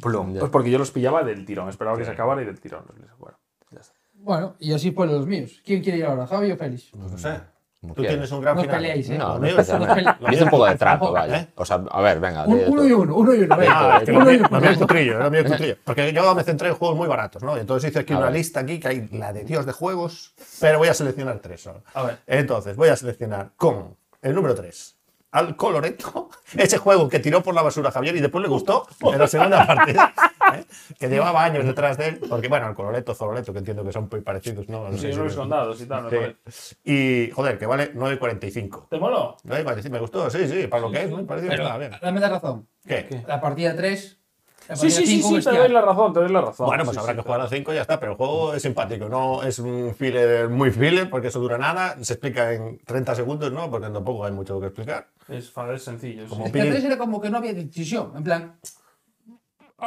S6: Plum.
S5: Ya.
S6: Pues porque yo los pillaba del tirón. Esperaba que se acabara y del tirón. los blisters. Bueno, ya está.
S2: Bueno, y así fueron los míos. ¿Quién quiere ir ahora, Javi o Félix?
S3: No sé.
S5: Como
S3: Tú
S5: quieras.
S3: tienes un gran
S2: No
S3: final.
S2: peleéis, ¿eh?
S5: No,
S3: Lo
S5: no
S3: mío es-
S5: especialmente.
S3: lo mío
S5: Hice un
S3: es-
S5: poco de trato,
S3: ¿Eh?
S5: vaya. O sea, a ver, venga.
S2: Un-
S5: di tú.
S2: uno y uno, uno y uno.
S3: Ah,
S2: venga.
S3: es que lo
S2: Uno y
S3: mío
S2: uno.
S3: lo mío es cutrillo, lo mío es cutrillo. Porque yo me centré en juegos muy baratos, ¿no? Y entonces hice aquí
S5: A
S3: una
S5: ver.
S3: lista aquí que hay la de Dios de juegos, pero voy a seleccionar tres solo.
S4: A ver.
S3: Entonces, voy a seleccionar con el número tres. Al Coloreto, ese juego que tiró por la basura Javier y después le gustó en la segunda partida, ¿eh? que llevaba años detrás de él, porque bueno, el Coloreto, Zoloreto, que entiendo que son muy parecidos, ¿no? No
S6: Sí,
S3: sé si-
S6: unos condados y tal, me
S3: Sí.
S6: parece.
S3: Y joder, que vale 9.45.
S4: ¿Te moló?
S3: 9.45, me gustó, sí, sí, para lo que es, me pareció que estaba bien.
S2: Dame la razón.
S3: ¿Qué?
S2: La partida 3. La
S6: Sí,
S2: partida
S6: sí, sí,
S2: 5
S6: sí, te doy la razón, te doy la razón.
S3: Bueno, pues
S6: Sí,
S3: habrá
S6: sí.
S3: que jugar a 5 y ya está, pero el juego es simpático, no es un filler muy filler, porque eso dura nada, se explica en 30 segundos, ¿no? Porque tampoco hay mucho que explicar.
S6: Es, fa- es sencillo. sí.
S3: Como
S2: Es que el 3 era como que no había decisión. En plan.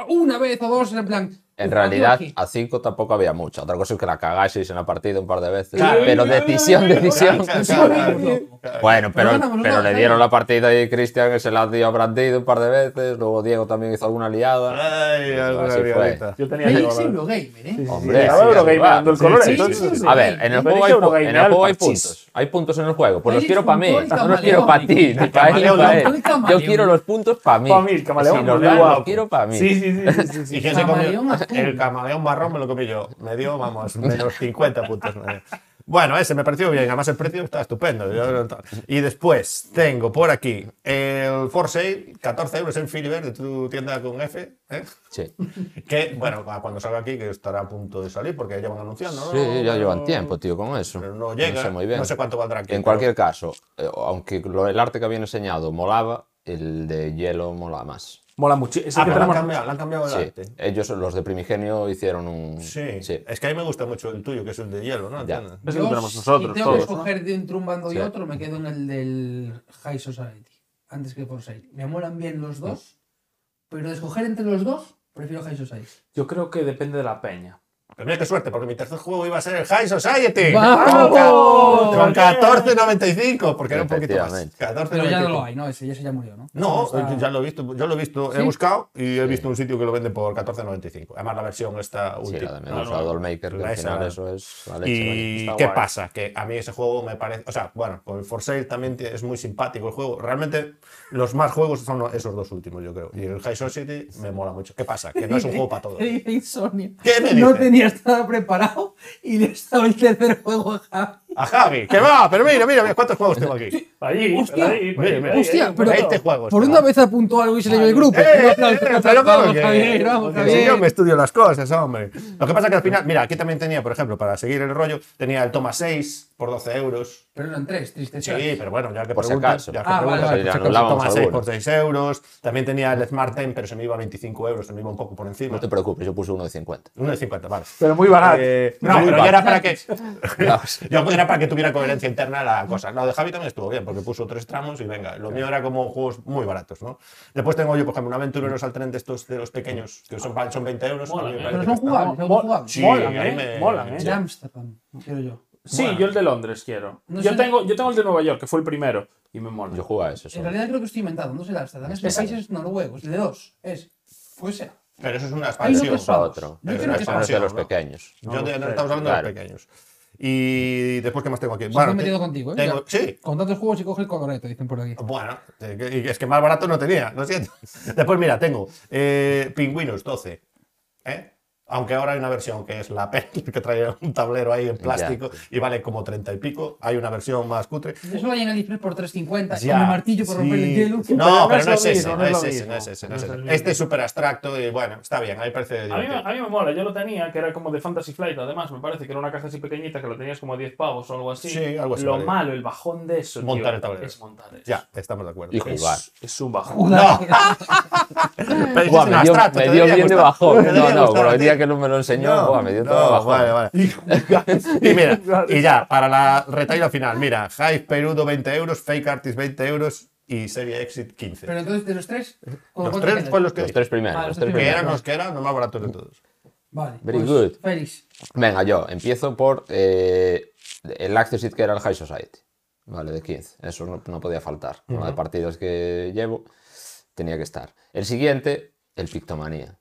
S2: Una vez o dos, en plan.
S5: En realidad,
S2: aquí.
S5: a 5 tampoco había mucha. Otra cosa es que la cagaseis en la partida un par de veces.
S3: Claro.
S5: Pero decisión, decisión.
S3: Claro, claro, claro, claro.
S5: Bueno, pero,
S2: Pero ganamos los
S5: pero
S2: dos,
S5: le
S2: ¿eh?
S5: dieron la partida y Cristian se la dio a Brandido un par de veces. Luego Diego también hizo alguna liada.
S3: Ay, alguna
S5: Así fue.
S3: violeta.
S6: Yo tenía
S2: Félix
S6: que
S2: es
S6: volver.
S2: Eurogamer, ¿eh?
S5: Hombre,
S6: Estaba
S5: sí,
S6: Eurogamer
S5: va.
S6: dando el color,
S5: Sí, sí,
S6: entonces,
S5: sí, sí.
S6: sí.
S5: A ver, en el
S6: Me
S5: juego,
S6: dice
S5: hay, pu- en
S6: Eurogamer
S5: el juego hay
S6: al parchís.
S5: puntos. Hay puntos en el juego. Pues los
S2: Félix
S5: quiero para mí.
S2: juntó el
S5: No los quiero para ti, ni para él, ni
S3: camaleón.
S2: Juntó
S5: pa'
S2: el
S5: él. Yo
S2: camaleón.
S5: quiero los puntos para mí.
S6: Pa' mí, el camaleón,
S5: Si los
S6: muy
S5: dan,
S6: guapo.
S5: los quiero para mí.
S6: Sí, sí, sí, sí, sí, sí.
S3: ¿Y quién se comió?
S2: Camaleón azul.
S3: El camaleón marrón me lo comí yo. Me dio, vamos, menos 50 puntos. me dio. Bueno, ese me pareció bien. Además, el precio está estupendo. Yo- Y después tengo por aquí el For Sale, 14 euros en Filiber de tu tienda con F. ¿eh?
S5: Sí.
S3: Que, bueno, a cuando salga aquí, que estará a punto de salir, porque llevan anunciando, ¿no?
S5: Sí, ya llevan tiempo, tío, con eso.
S3: Pero no llega.
S5: No sé muy bien.
S3: No sé cuánto valdrá aquí,
S5: En
S3: pero-
S5: cualquier caso, eh, aunque lo- el arte que había enseñado molaba, el de hielo mola más.
S6: Mola mucho. Es el
S3: Ah,
S6: que
S3: pero la han
S6: tenemos-
S3: cambiado, la han cambiado el
S5: Sí.
S3: arte.
S5: Ellos, los de Primigenio, hicieron un.
S3: Sí. Es que a mí me gusta mucho el tuyo, que es el de hielo, ¿no?
S5: Ya.
S3: ¿Entiendes?
S6: Es el
S2: Yo,
S6: que tenemos
S2: si
S6: nosotros,
S2: tengo
S6: todos.
S2: que escoger de entre un bando y
S5: Sí.
S2: otro, me quedo en el del High Society, antes que Forsyth. Me molan bien los dos, pero de escoger entre los dos, prefiero High Society.
S6: Yo creo que depende de la peña.
S3: Pero mira qué suerte, porque mi tercer juego iba a ser el High Society.
S2: ¡Vamos!
S3: Con ca- con 14.95, porque era un poquito más.
S5: Efectivamente.
S3: 14.95.
S2: Pero ya no lo hay, ¿no? Ese ya, se ya murió, ¿no?
S3: No,
S2: Está-
S3: yo ya lo he visto, yo lo he visto, he
S2: ¿Sí?
S3: buscado y he visto un sitio que lo vende por 14.95. Además la versión está
S5: Sí,
S3: última.
S5: la de menos
S3: No, no,
S5: Adolmaker, que
S3: la
S5: al
S3: esa,
S5: final
S3: la-
S5: eso es la leche. vaya.
S3: ¿Y
S6: está
S3: qué
S6: guay.
S3: pasa? Que a mí ese juego me parece. O sea, bueno, con el For Sale también tie- es muy simpático el juego. Realmente, los más juegos son lo- esos dos últimos, yo creo. Y el High Society me mola mucho. ¿Qué pasa? Que no es un juego para todos.
S2: ¿Qué dice Insomnia?
S3: ¿Qué me
S2: No
S3: dice?
S2: tenías nada preparado y le estaba el tercer juego a Javi.
S3: A Javi, que va, pero mira, mira, mira, ¿cuántos juegos tengo aquí?
S4: Allí,
S2: Hostia.
S4: allí,
S3: Mira, mira.
S4: allí,
S2: Hostia,
S4: allí,
S2: pero
S3: 20
S5: este
S3: juegos.
S2: por
S3: te
S2: una
S3: va.
S2: vez apuntó algo y se le dio el grupo.
S3: Eh,
S2: Un
S3: eh,
S2: aplauso,
S3: eh,
S2: un aplauso.
S3: pero
S2: Vamos,
S3: que-
S2: Javier, vamos,
S3: que si yo
S2: Javier.
S3: me estudio las cosas, hombre. Lo que pasa que al final, mira, aquí también tenía, por ejemplo, para seguir el rollo, tenía el Toma 6 por 12 euros.
S2: Pero eran tres,
S3: Sí,
S2: tristeza.
S3: pero bueno, ya que
S5: Por si
S3: preguntas,
S5: acaso.
S3: ya que
S2: Ah,
S3: preguntas,
S2: vale,
S3: por si
S5: vale.
S3: acaso,
S5: Anulábamos
S3: toma 6
S2: eh,
S5: alguno.
S3: por 6 euros. También tenía el Smart 10, pero se me iba a 25 euros, se me iba un poco por encima.
S5: No te preocupes, yo puse uno de 50.
S3: Uno de 50, vale.
S6: Pero muy barato.
S3: Eh, no,
S5: muy
S3: pero
S5: barato.
S3: yo era para que
S5: Claro.
S3: yo pues, era para que tuviera coherencia interna la cosa. No, de Javi también estuvo bien, porque puso tres tramos y venga. Lo mío era como juegos muy baratos, ¿no? Después tengo yo, por ejemplo, un aventureros al tren de estos de los pequeños, que son, son 20 euros. a mí me
S5: ¿eh?
S4: Mola,
S3: parece
S2: Pero
S3: que
S2: son
S3: está-
S2: jugables, son
S6: Mo-
S2: jugables.
S3: Sí,
S6: molan,
S3: ahí
S6: eh,
S3: me-
S6: molan, eh.
S2: De Amsterdam, quiero yo.
S6: Sí, yo el de Londres quiero.
S2: No
S6: yo,
S2: sé-
S6: tengo, yo tengo el de Nueva York, que fue el primero, y me mola.
S5: Yo jugué a ese.
S2: En
S5: solo.
S2: realidad creo que estoy inventando, no es el Amsterdam, es los países noruegos, el de dos. Es, pues sea.
S3: Pero eso es una
S2: Hay
S3: expansión.
S2: uno que es
S5: para
S2: famoso.
S5: otro.
S2: Yo
S3: Es
S2: creo
S3: una
S2: que es
S5: Para
S2: famoso.
S5: hacer los
S3: ¿no?
S5: pequeños.
S3: Yo te- estamos hablando
S5: claro.
S3: de los pequeños. Y después, ¿qué más tengo aquí?
S2: Se han
S3: te-
S2: metido contigo, ¿eh?
S3: tengo-
S2: Ya.
S3: sí.
S2: Con tantos juegos y coge el correcto, dicen por aquí.
S3: Bueno, eh, que- y es que más barato no tenía, lo siento. Después, mira, tengo eh, pingüinos 12. ¿eh? Aunque ahora hay una versión que es la P, E que trae un tablero ahí en plástico y vale como 30 y pico. Hay una versión más cutre.
S2: Eso lo hay en el display por 3.50,
S3: Ya,
S2: con el martillo por
S3: sí.
S2: romper el hielo.
S3: No, pero
S6: es
S3: no
S6: lo
S3: es ese,
S6: mismo,
S3: no es ese, no es ese, no es ese.
S6: el mismo.
S3: Este es súper abstracto y bueno, está bien, a mí me parece
S6: A mí, me-
S3: divertido.
S6: a mí me mola, yo lo tenía, que era como de Fantasy Flight, además, me parece que era una caja así pequeñita que lo tenías como a 10 pavos o algo así.
S3: Sí, algo así,
S6: Lo
S3: vale.
S6: malo, el bajón de eso. tío,
S3: Montar el tablero.
S6: Es montar eso.
S3: Ya, estamos de acuerdo.
S5: Y jugar.
S6: Es, es un bajón.
S2: Joder.
S3: Pero
S5: Buah,
S3: es
S5: me
S3: un
S5: dio,
S3: abstracto,
S5: me
S3: te
S5: dio
S3: debería
S5: bien de
S3: gustar.
S5: bajón.
S3: Te
S5: No,
S3: debería
S5: no,
S3: gustar,
S5: por el
S3: tío.
S5: día que no me lo enseñó, buah, me dio
S3: no,
S5: todo bajón.
S3: Vale, vale. y mira, y ya, para la retaila final, mira, Hype Perudo 20 euros, Fake Artist 20 euros y Serie Exit 15.
S2: Pero entonces, de los tres, ¿con
S3: los
S2: cuánto
S3: tres
S2: quedas?
S3: fueron los que,
S5: Los tres primeros.
S2: Vale,
S5: los
S2: los
S5: tres
S2: tres
S3: que
S5: primeros.
S3: eran los que eran los más baratos de todos.
S2: Vale.
S5: Very
S2: pues,
S5: good.
S2: Félix,
S5: Venga, yo empiezo por eh, el Access It que era el High Society, ¿vale? De 15. Eso no, no podía faltar. Una de partidas que llevo tenía que estar. El siguiente, el Pictomanía.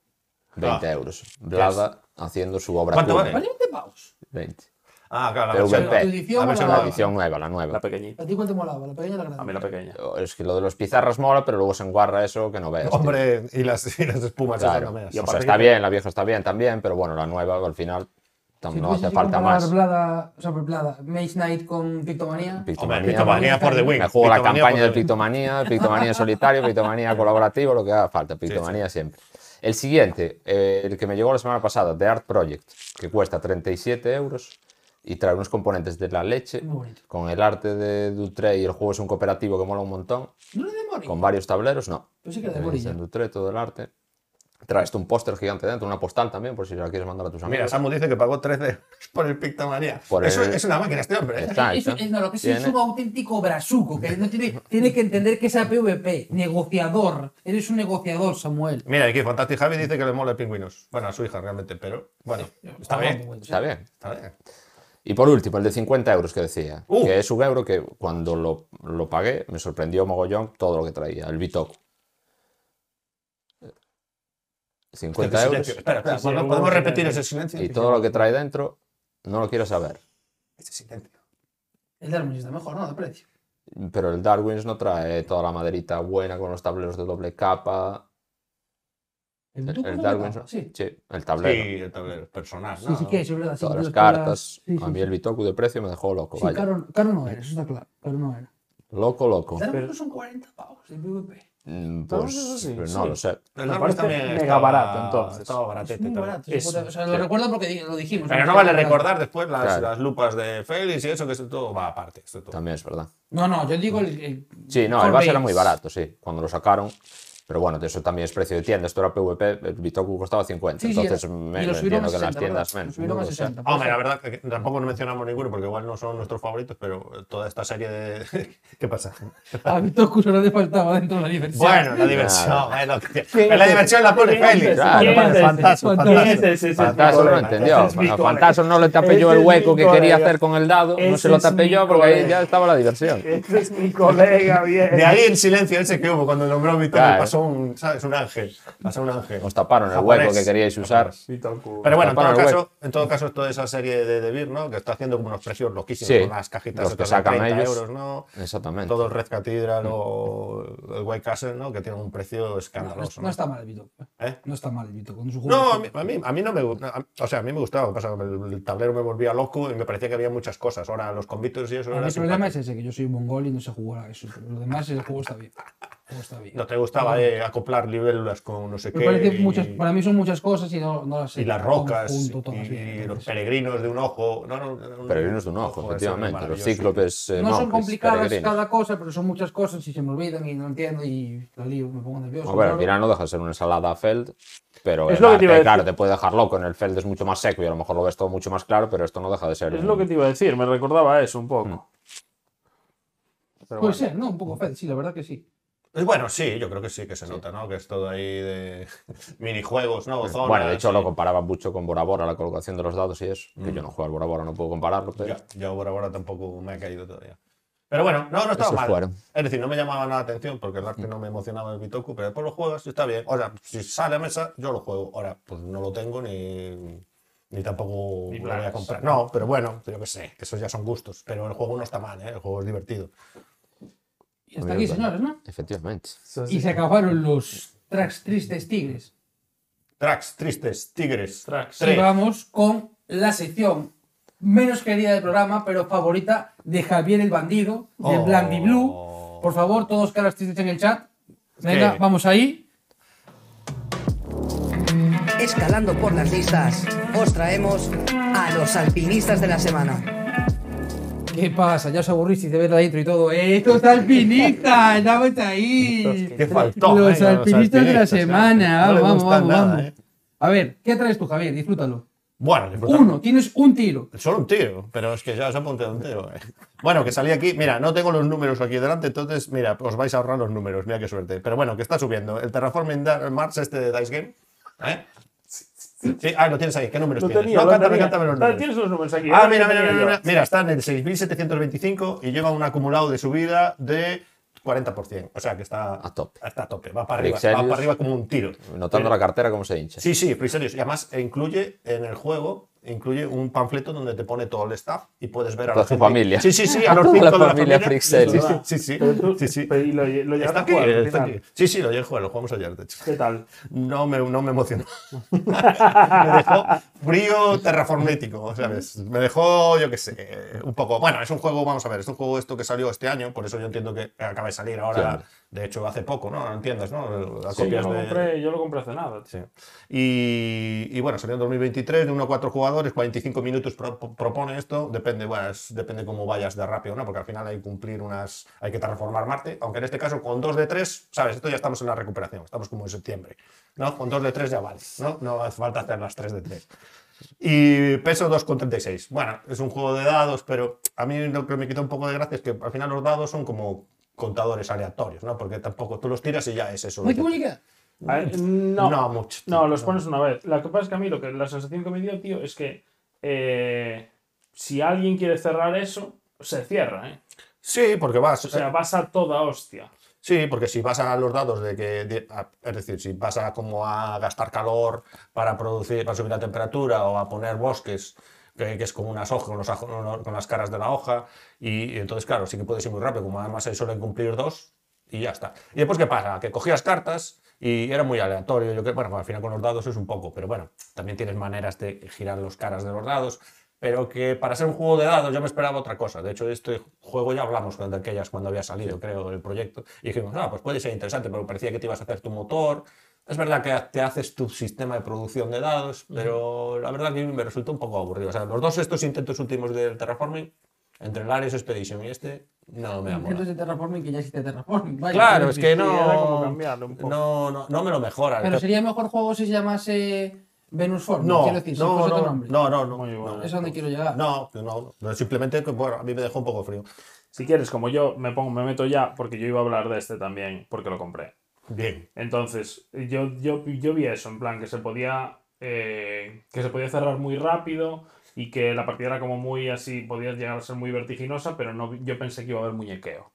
S5: 20
S3: Ah,
S5: euros. Blada haciendo su obra
S3: ¿Cuánto
S5: cumbre.
S3: vale?
S2: ¿vale? ¿Te paus?
S5: 20.
S3: Ah, claro, la
S5: Pero
S3: versión-
S5: VP.
S2: ¿Tu edición
S3: la
S2: o
S3: versión
S2: la-
S5: La
S3: nueva.
S5: edición nueva, la nueva.
S6: La pequeñita.
S2: ¿A ti cuál te molaba? ¿La pequeña o la grande?
S6: A mí la pequeña.
S5: Es que lo de los pizarras mola, pero luego se enguarra eso que no veas. tío.
S3: Hombre, y las, y las espumas. esas
S5: Claro.
S3: no me das.
S5: O sea, está bien, la vieja está bien también, pero bueno, la nueva al final tam-
S2: Si tuvieses
S5: no hace
S2: pues que
S5: falta
S2: comparar
S5: más.
S2: Blada, o sea, por Blada, Mage Knight con Pictomanía.
S3: Hombre,
S5: Pictomanía,
S3: Pictomanía por The Wing.
S5: Me juego la
S3: Pictomanía por
S5: campaña
S3: The
S5: del
S3: Wing.
S5: Pictomanía, Pictomanía en solitario, Pictomanía colaborativo, lo que haga falta, Pictomanía siempre. El siguiente, eh, el que me llegó la semana pasada, The Art Project, que cuesta 37 euros y trae unos componentes de la leche,
S2: Muy bonito.
S5: con el arte de Dutré y el juego es un cooperativo que mola un montón,
S2: ¿No era de Mori?
S5: con varios tableros, no.
S2: Yo sí que era de
S5: Eh,
S2: Mori
S5: es
S2: ya.
S5: en Dutré, todo el arte. Traes tú un póster gigante dentro, una postal también, por si la quieres mandar a tus amigos.
S3: Mira, Samu dice que pagó 13 euros por el Pictomanía.
S5: Por
S3: Eso
S5: el-
S3: es una máquina este hombre. ¿eh?
S5: Está
S2: Eso
S5: hecho.
S2: es no, lo que es, es
S5: Tiene-
S2: un auténtico brazuco, que no tiene, tiene que entender que es APVP, negociador. Eres un negociador, Samuel.
S3: Mira, aquí Fantastic Javi dice que le mola el pingüinos. Bueno, a su hija realmente, pero bueno, está bien.
S2: pues,
S5: Está bien.
S3: Está bien.
S5: Y por último, el de 50 euros que decía,
S3: Uh.
S5: que es un euro que cuando lo, lo pagué me sorprendió mogollón todo lo que traía, el Bitoku. 50
S3: Este Silencio.
S5: euros
S3: Espera, espera,
S6: Sí, sí,
S3: ¿podemos-
S6: hubo
S3: ¿podemos
S6: un
S3: repetir
S6: silencio.
S3: ese silencio?
S5: y todo lo que trae dentro, no lo quiero saber.
S3: Ese "Este silencio.
S2: El Darwin está mejor, ¿no? De precio.
S5: Pero el Darwins no trae toda la maderita buena con los tableros de doble capa.
S2: El,
S5: El,
S2: Duke
S5: el
S2: no
S5: Darwins,
S2: me
S5: no-
S2: tocaba, Sí.
S5: sí, el
S3: Sí,
S5: tablero.
S3: el tablero, personal.
S2: Sí,
S3: ¿no?
S2: sí que es, es verdad. sí,
S5: Todas las
S2: que las-
S5: cartas.
S2: Sí, sí,
S5: A mí el Bitoku de precio me dejó loco.
S2: sí,
S5: vaya.
S2: caro, caro no era, eso está claro. Caro no era.
S5: Loco, loco.
S2: Darwin son 40 pavos el PvP.
S5: Mm,
S6: Tal
S5: Pues
S6: vez eso sí,
S5: no
S6: sí.
S5: lo sé.
S3: El
S6: Me
S3: Darwin
S6: parece
S3: también
S6: mega
S3: estaba-
S6: barato, entonces.
S3: Estaba baratete
S2: Es muy
S3: también.
S2: barato.
S6: Eso,
S2: o sea, lo
S5: sí.
S2: recuerdo porque di- lo dijimos.
S3: Pero no
S2: sé
S3: vale
S2: si era barato.
S3: recordar después las,
S5: Claro.
S3: las lupas de Félix y eso, que eso todo va aparte. Esto todo.
S5: También es verdad.
S2: No, no, yo digo el. el
S5: Sí, no,
S2: Core
S5: el base era
S2: Base.
S5: muy barato, sí, cuando lo sacaron. Pero bueno, eso también es precio de tienda. Esto era PvP, el Bitoku costaba 50.
S2: Sí, sí,
S5: entonces,
S2: era.
S5: me,
S2: Y lo subieron a
S5: entiendo que en
S2: 60,
S5: las
S2: ¿verdad?
S5: tiendas
S2: Lo
S5: menos.
S2: subieron a
S5: no lo sé.
S2: 60. por
S3: Hombre, la
S2: eso.
S3: verdad que tampoco no mencionamos ninguno porque igual no son nuestros favoritos, pero toda esta serie de. ¿Qué pasa?
S2: A Bitoku solo le faltaba dentro de la diversión.
S3: Bueno, la diversión. es lo que- Pero la diversión la pone Félix.
S5: Claro.
S6: ¿Quién es ese?
S3: Fantasma,
S6: ¿Quién es
S3: fantasma.
S6: ese? Ese es
S5: Fantaso lo
S6: Nicolai.
S5: entendió.
S6: Ese es
S5: A
S6: Nicolai.
S5: Fantaso no le tapé yo
S6: Ese
S5: el
S6: es
S5: hueco que
S6: Nicolai.
S5: quería hacer con el dado. No
S6: Ese
S5: se lo
S6: es
S5: tapé yo
S6: mi
S5: porque ahí
S6: colega.
S5: ya estaba la diversión.
S6: Ese es mi colega, bien.
S3: De ahí el silencio ese que hubo cuando nombró a Víctor.
S5: Claro.
S3: Pasó un, ¿sabes? un ángel. Pasó un ángel.
S5: Os taparon el
S3: Japonés.
S5: hueco que queríais usar.
S6: Bitoku.
S3: Pero bueno, en
S5: Taparon
S3: todo,
S5: Pues el
S3: caso, en todo caso, toda esa serie de, de Beer, ¿no? Que está haciendo como unos precios loquísimos
S5: Sí,
S3: con las cajitas
S5: los
S3: estas
S5: que
S3: de
S5: sacan
S3: 30
S5: ellos.
S3: euros, ¿no?
S5: Exactamente. Mm.
S3: Todo el Red Cathedral o el White Castle, ¿no? Que tienen un precio
S2: No, no,
S3: escandaloso.
S2: no
S3: ¿no?
S2: está mal el Bitoku.
S3: ¿Eh?
S2: No está mal el Bitoku. cuando es un juego
S3: No,
S2: de-
S3: a mí, a mí- a mí no me gustaba. O sea, a mí me gustaba. lo que pasa es que el, el tablero me volvía loco y me parecía que había muchas cosas. Ahora, los convitos y eso.
S2: Para
S3: era
S2: mí el problema es
S3: simpático.
S2: ese, que yo soy mongol y no sé jugar a eso. Pero lo demás, el juego está bien. El juego está bien.
S3: No te gustaba eh, acoplar libélulas con no sé
S2: Me
S3: qué.
S2: parece
S3: y-
S2: muchas- para mí son muchas cosas y no, no las sé.
S3: y las rocas
S2: conjunto
S3: y,
S2: todas bien,
S3: y los
S2: entonces.
S3: peregrinos de un ojo. No, no, no, no.
S5: Peregrinos de un ojo,
S3: eso era
S5: efectivamente. Los
S3: maravilloso.
S5: cíclopes. eh,
S2: No son
S5: monjes,
S2: complicadas
S5: peregrinos.
S2: cada cosa, pero son muchas cosas y se me olvidan y no entiendo y la lío, me pongo nervioso.
S5: A ver, al
S2: claro.
S5: final no deja de ser una ensalada a Feld, pero
S6: Pues Es
S5: el
S6: lo que te iba a decir.
S5: arte, claro, te puede dejar loco. En el Feld es mucho más seco y a lo mejor lo ves todo mucho más claro, pero esto no deja de ser.
S6: Es
S5: un-
S6: lo que te iba a decir, me recordaba a eso un
S3: Mm.
S6: poco. Pero
S2: Puede
S6: bueno.
S2: ser, ¿no? Un poco fed, Pues sí, la verdad que sí.
S3: Pues bueno, sí, yo creo que sí que se nota, ¿no? Que es todo ahí de minijuegos, ¿no? Zonas,
S5: Bueno, de hecho
S3: y-
S5: lo comparaba mucho con Bora Bora, la colocación de
S3: Mm.
S5: los dados y eso. Que yo no juego al Bora Bora, no puedo compararlo, pero
S3: Ya, ya ahora, ahora tampoco me ha caído todavía. Pero bueno, no, no estaba
S5: Esos
S3: mal.
S5: fueron.
S3: Es decir, no me llamaba nada la atención porque el
S5: Mm.
S3: arte no me emocionaba el Bitoku, pero después lo juegas y está bien. O sea, si sale a mesa, yo lo juego. Ahora, pues no lo tengo ni, ni tampoco
S4: Ni
S3: lo voy a
S4: planes.
S3: comprar. No, pero bueno, yo qué sé, esos ya son gustos. Pero el juego no está mal, ¿eh? el juego es divertido.
S2: Y hasta aquí, señores, ¿no?
S5: Efectivamente.
S2: Y se acabaron los tracks tristes tigres.
S3: Tracks, tristes, tigres.
S4: Tracks.
S2: Y
S3: Tres.
S2: vamos con la sección menos querida del programa, pero favorita de Javier el Bandido, de
S3: Oh.
S2: Blandy Blue. Por favor, todos caras tristes en el chat. Venga,
S3: Sí.
S2: vamos ahí.
S7: Escalando por las listas, os traemos a los alpinistas de la semana.
S2: ¿Qué pasa? Ya os aburristeis de ver la intro y todo. ¡Eh, ¡Estos alpinistas! ¡Estamos ahí!
S3: ¿Qué faltó?
S2: los
S3: eh?
S2: alpinistas de la
S3: alpinistas,
S2: semana.
S3: No le
S2: vamos,
S3: gustan
S2: vamos,
S3: nada,
S2: vamos.
S3: ¿eh? Pues
S2: A ver, ¿qué traes tú, Javier? Disfrútalo.
S3: Bueno, disfrutar.
S2: Uno, tienes un tiro.
S3: Solo un tiro, pero es que ya os apunté un tiro. eh. Bueno, que salí aquí. Mira, no tengo los números aquí delante, entonces, mira, os vais a ahorrar los números. Mira qué suerte. Pero bueno, que está subiendo. El Terraforming Dar- Mars este de Dice Game. ¿Eh? Sí, ah, lo tienes ahí. ¿Qué números tienes? no, cántame, cántame los números.
S6: Tienes los números aquí.
S3: Ah,
S6: Ahora
S3: mira,
S6: que
S3: mira,
S6: tenía
S3: mira,
S6: yo.
S3: mira. Mira, está en el 6.725 y lleva un acumulado de subida de 40%. O sea que está
S5: A tope.
S3: Está a tope. Va para arriba. Va
S5: Frixelius.
S3: para arriba como un tiro.
S5: Notando la cartera cómo se hincha.
S3: Sí, sí, Free Serious. Y además eh, incluye en el juego incluye un panfleto donde te pone todo el staff y puedes ver a
S5: Toda
S3: la
S5: su
S3: gente.
S5: familia.
S3: Sí, sí, sí, a los
S5: Toda
S3: cinco
S5: la
S3: de la
S5: familia
S3: familia.
S5: Freak
S3: Sí, sí,
S5: Serious.
S3: sí, sí,
S6: Pero tú-
S3: sí, sí.
S6: pero ¿y lo, lo llegaste
S3: Está
S6: a
S3: aquí,
S6: jugar, al
S3: está
S6: final?
S3: aquí. Sí, sí, lo llegué a jugar, lo jugamos ayer, de hecho.
S6: ¿Qué tal?
S3: No me, no me emocionó. me dejó frío terraformético, ¿sabes? Me dejó, yo qué sé, un poco. Bueno, es un juego, vamos a ver, es un juego esto que salió este año, por eso yo entiendo que acaba de salir ahora,
S5: Claro.
S3: de hecho, hace poco, ¿no? Lo entiendes, ¿no? Las
S6: Sí, yo,
S3: copias
S6: lo
S3: de-
S6: compré, yo lo compré hace nada.
S3: Sí. Y, y bueno, salió en 2023, de 1 a 4 jugadores, 45 minutos pro- propone esto, depende, bueno, es- depende cómo vayas de rápido, ¿no? Porque al final hay que cumplir unas, hay que transformar Marte, aunque en este caso con 2 de 3, sabes, esto ya estamos en la recuperación, estamos como en septiembre, ¿no? Con 2 de 3 ya vale, ¿no? No hace falta hacer las 3 de 3. Y peso 2,36. Bueno, es un juego de dados, pero a mí lo que me quita un poco de gracia es que al final los dados son como contadores aleatorios, ¿no? Porque tampoco tú los tiras y ya es eso.
S2: ¡Ay, qué bonita!
S6: A ver, no,
S3: No, mucho.
S6: No, los pones una vez. Lo que pasa es que a mí lo que, la sensación que me dio, tío, es que eh, si alguien quiere cerrar eso, se cierra, ¿eh?
S3: Sí, porque vas. eh,
S6: O sea, vas a toda hostia.
S3: Sí, porque si vas a los dados de que, de- a- es decir, si vas a como a gastar calor para producir, para subir la temperatura o a poner bosques, que, que es como unas hojas, unos ajo- uno- con las caras de la hoja, y, y entonces claro, sí que puedes ir muy rápido, como además se suelen cumplir dos, y ya está. Y después, ¿qué pasa? Que cogías cartas y era muy aleatorio, yo que, bueno, al final con los dados es un poco, pero bueno, también tienes maneras de girar los caras de los dados, pero que para ser un juego de dados yo me esperaba otra cosa. De hecho, de este juego ya hablamos de aquellas cuando había salido, creo, el proyecto. Y dijimos, ah, pues puede ser interesante, pero parecía que te ibas a hacer tu motor. Es verdad que te haces tu sistema de producción de dados, pero la verdad que a mí me resultó un poco aburrido. O sea, los dos estos intentos últimos del terraforming, entre el Ares Expedition y este, no me ha molado.
S2: Entonces de Terraforming que ya existe Terraforming. Vaya,
S3: Claro, es que
S6: era como
S3: no,
S6: cambiarlo un poco.
S3: no, no, no me lo mejora.
S2: Pero sería mejor juego si se llamase Venus Form.
S3: no,
S2: quiero decir, si
S3: no,
S2: fuese
S3: no,
S2: otro nombre.
S3: no, no, no,
S6: Muy bueno.
S3: no.
S2: Es a donde quiero llegar.
S3: No, no, no, simplemente que, bueno, a mí me dejó un poco frío.
S6: Si quieres, como yo, me pongo, me meto ya, porque yo iba a hablar de este también, porque lo compré.
S3: Bien.
S6: Entonces, yo, yo, yo vi eso, en plan, que se podía. eh, que se podía cerrar muy rápido y que la partida era como muy así, podía llegar a ser muy vertiginosa, pero no, yo pensé que iba a haber muñequeo.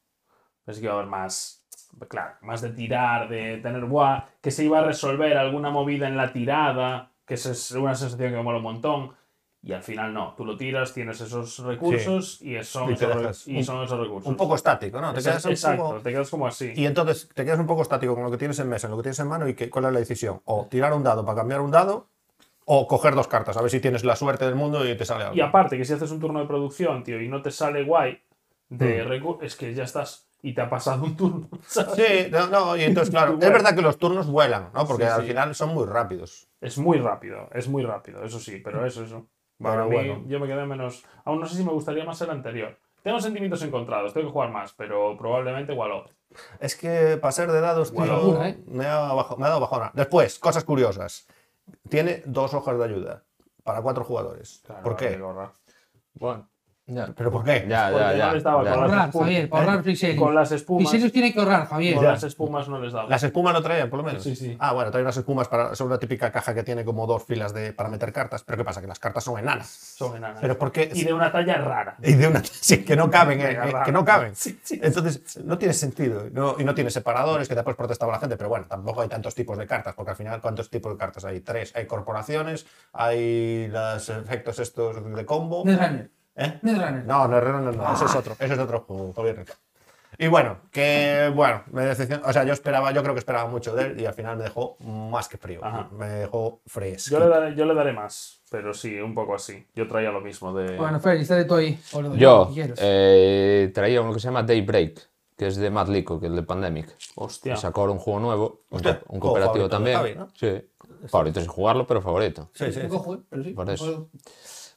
S6: Pensé que iba a haber más. Claro, más de tirar, de tener guau, que se iba a resolver alguna movida en la tirada, que esa es una sensación que me mola un montón. Y al final no, tú lo tiras, tienes esos recursos y, son
S3: Y te
S6: esos, re-
S3: dejas
S6: y
S3: un-
S6: son esos recursos.
S3: un poco estático, ¿no? Te
S6: Esa-
S3: quedas un
S6: pues exacto,
S3: poco-
S6: te quedas como así.
S3: Y entonces te quedas un poco estático con lo que tienes en mesa, lo que tienes en mano y que, cuál es la decisión. O tirar un dado para cambiar un dado o coger dos cartas, a ver si tienes la suerte del mundo y te sale algo.
S6: Y aparte, que si haces un turno de producción, tío, y no te sale guay de recu- es que ya estás y te ha pasado un turno. ¿sabes?
S3: Hmm. Sí, no, no, y entonces claro, es
S6: Bueno.
S3: verdad que los turnos vuelan, ¿no? Porque
S6: Sí,
S3: al
S6: sí.
S3: final son muy rápidos.
S6: Es muy rápido, es muy rápido, eso sí, pero eso, eso. Para
S3: Pero
S6: mí,
S3: bueno.
S6: yo me quedé menos. Aún no sé si me gustaría más el anterior. Tengo sentimientos encontrados, tengo que jugar más, pero probablemente igual otro.
S3: Es que para ser de dados, tío,
S2: Guau, locura, ¿eh?
S3: me, ha bajo- me ha dado bajona. Después, cosas curiosas. Tiene dos hojas de ayuda para cuatro jugadores.
S6: Claro,
S3: ¿Por qué?
S6: digo, ra-
S5: Bueno. Ya,
S3: ¿Pero por qué?
S5: ya,
S6: Porque
S5: ya.
S6: no
S5: ya,
S6: les daba
S5: ya.
S6: con las
S2: Ahorrar,
S6: espumas.
S2: Javier, para ahorrar Fliseris.
S6: Con las espumas.
S2: Fliseris tiene que ahorrar,
S6: Con
S2: Javier.
S6: las espumas no les daba.
S3: Las espumas no traían, por lo menos.
S6: Sí, sí.
S3: Ah, bueno, trae unas espumas para, son una típica caja que tiene como dos filas de, para meter cartas. Pero ¿qué pasa? Que las cartas son enanas.
S6: Son enanas.
S3: Pero ¿por qué?
S6: Y de una talla rara.
S3: Y de una. Sí, que no caben, eh,
S6: Venga,
S3: eh,
S6: va.
S3: que no caben.
S6: Sí, sí.
S3: Entonces, no tiene sentido. No, y no tiene separadores, que después protestaba la gente, pero bueno, tampoco hay tantos tipos de cartas, porque al final, ¿cuántos tipos de cartas hay? Tres. Hay corporaciones, hay los efectos estos de combo.
S2: Netrunner.
S3: ¿Eh?
S2: Netrunner.
S3: No, no, no, no, no, ese es otro, ese es otro juego, Javier. Y bueno, que bueno, me decepcionó, o sea, yo esperaba, yo creo que esperaba mucho de él y al final me dejó más que frío,
S6: Ajá.
S3: me dejó fresco.
S6: Yo le, daré, yo le daré más, pero sí, un poco así. Yo traía lo mismo de...
S2: Bueno, Félix, dale tú ahí. O lo doy,
S5: Yo
S2: si quieres.
S5: eh, traía uno que se llama Daybreak, que es de Matt Lico, que es el de Pandemic.
S6: Hostia.
S5: Sacó ahora un juego nuevo, un,
S3: Hostia,
S5: co- un
S3: juego favorito
S5: cooperativo
S3: de
S5: también.
S3: Javi, ¿no?
S5: Sí, favorito sin jugarlo, pero favorito.
S3: Sí, sí.
S2: Poco juego, pero sí,
S5: Por eso.
S2: juego.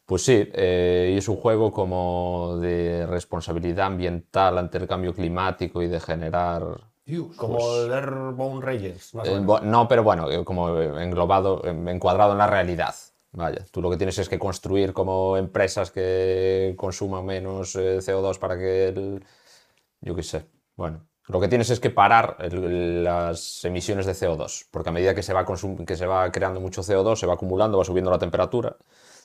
S5: Pues sí, eh, y es un juego como de responsabilidad ambiental ante el cambio climático y de generar
S2: Dios.
S3: Como el Airborne Rangers, más o
S5: Pues- Eh,
S3: menos.
S5: bo- no, pero bueno, eh, como englobado, em, encuadrado en la realidad. Vaya, tú lo que tienes es que construir como empresas que consuman menos eh, CO2 para que el... Yo qué sé. Bueno, lo que tienes es que parar el- el- las emisiones de CO2, porque a medida que se, va consum- que se va creando mucho CO2, se va acumulando, va subiendo la temperatura,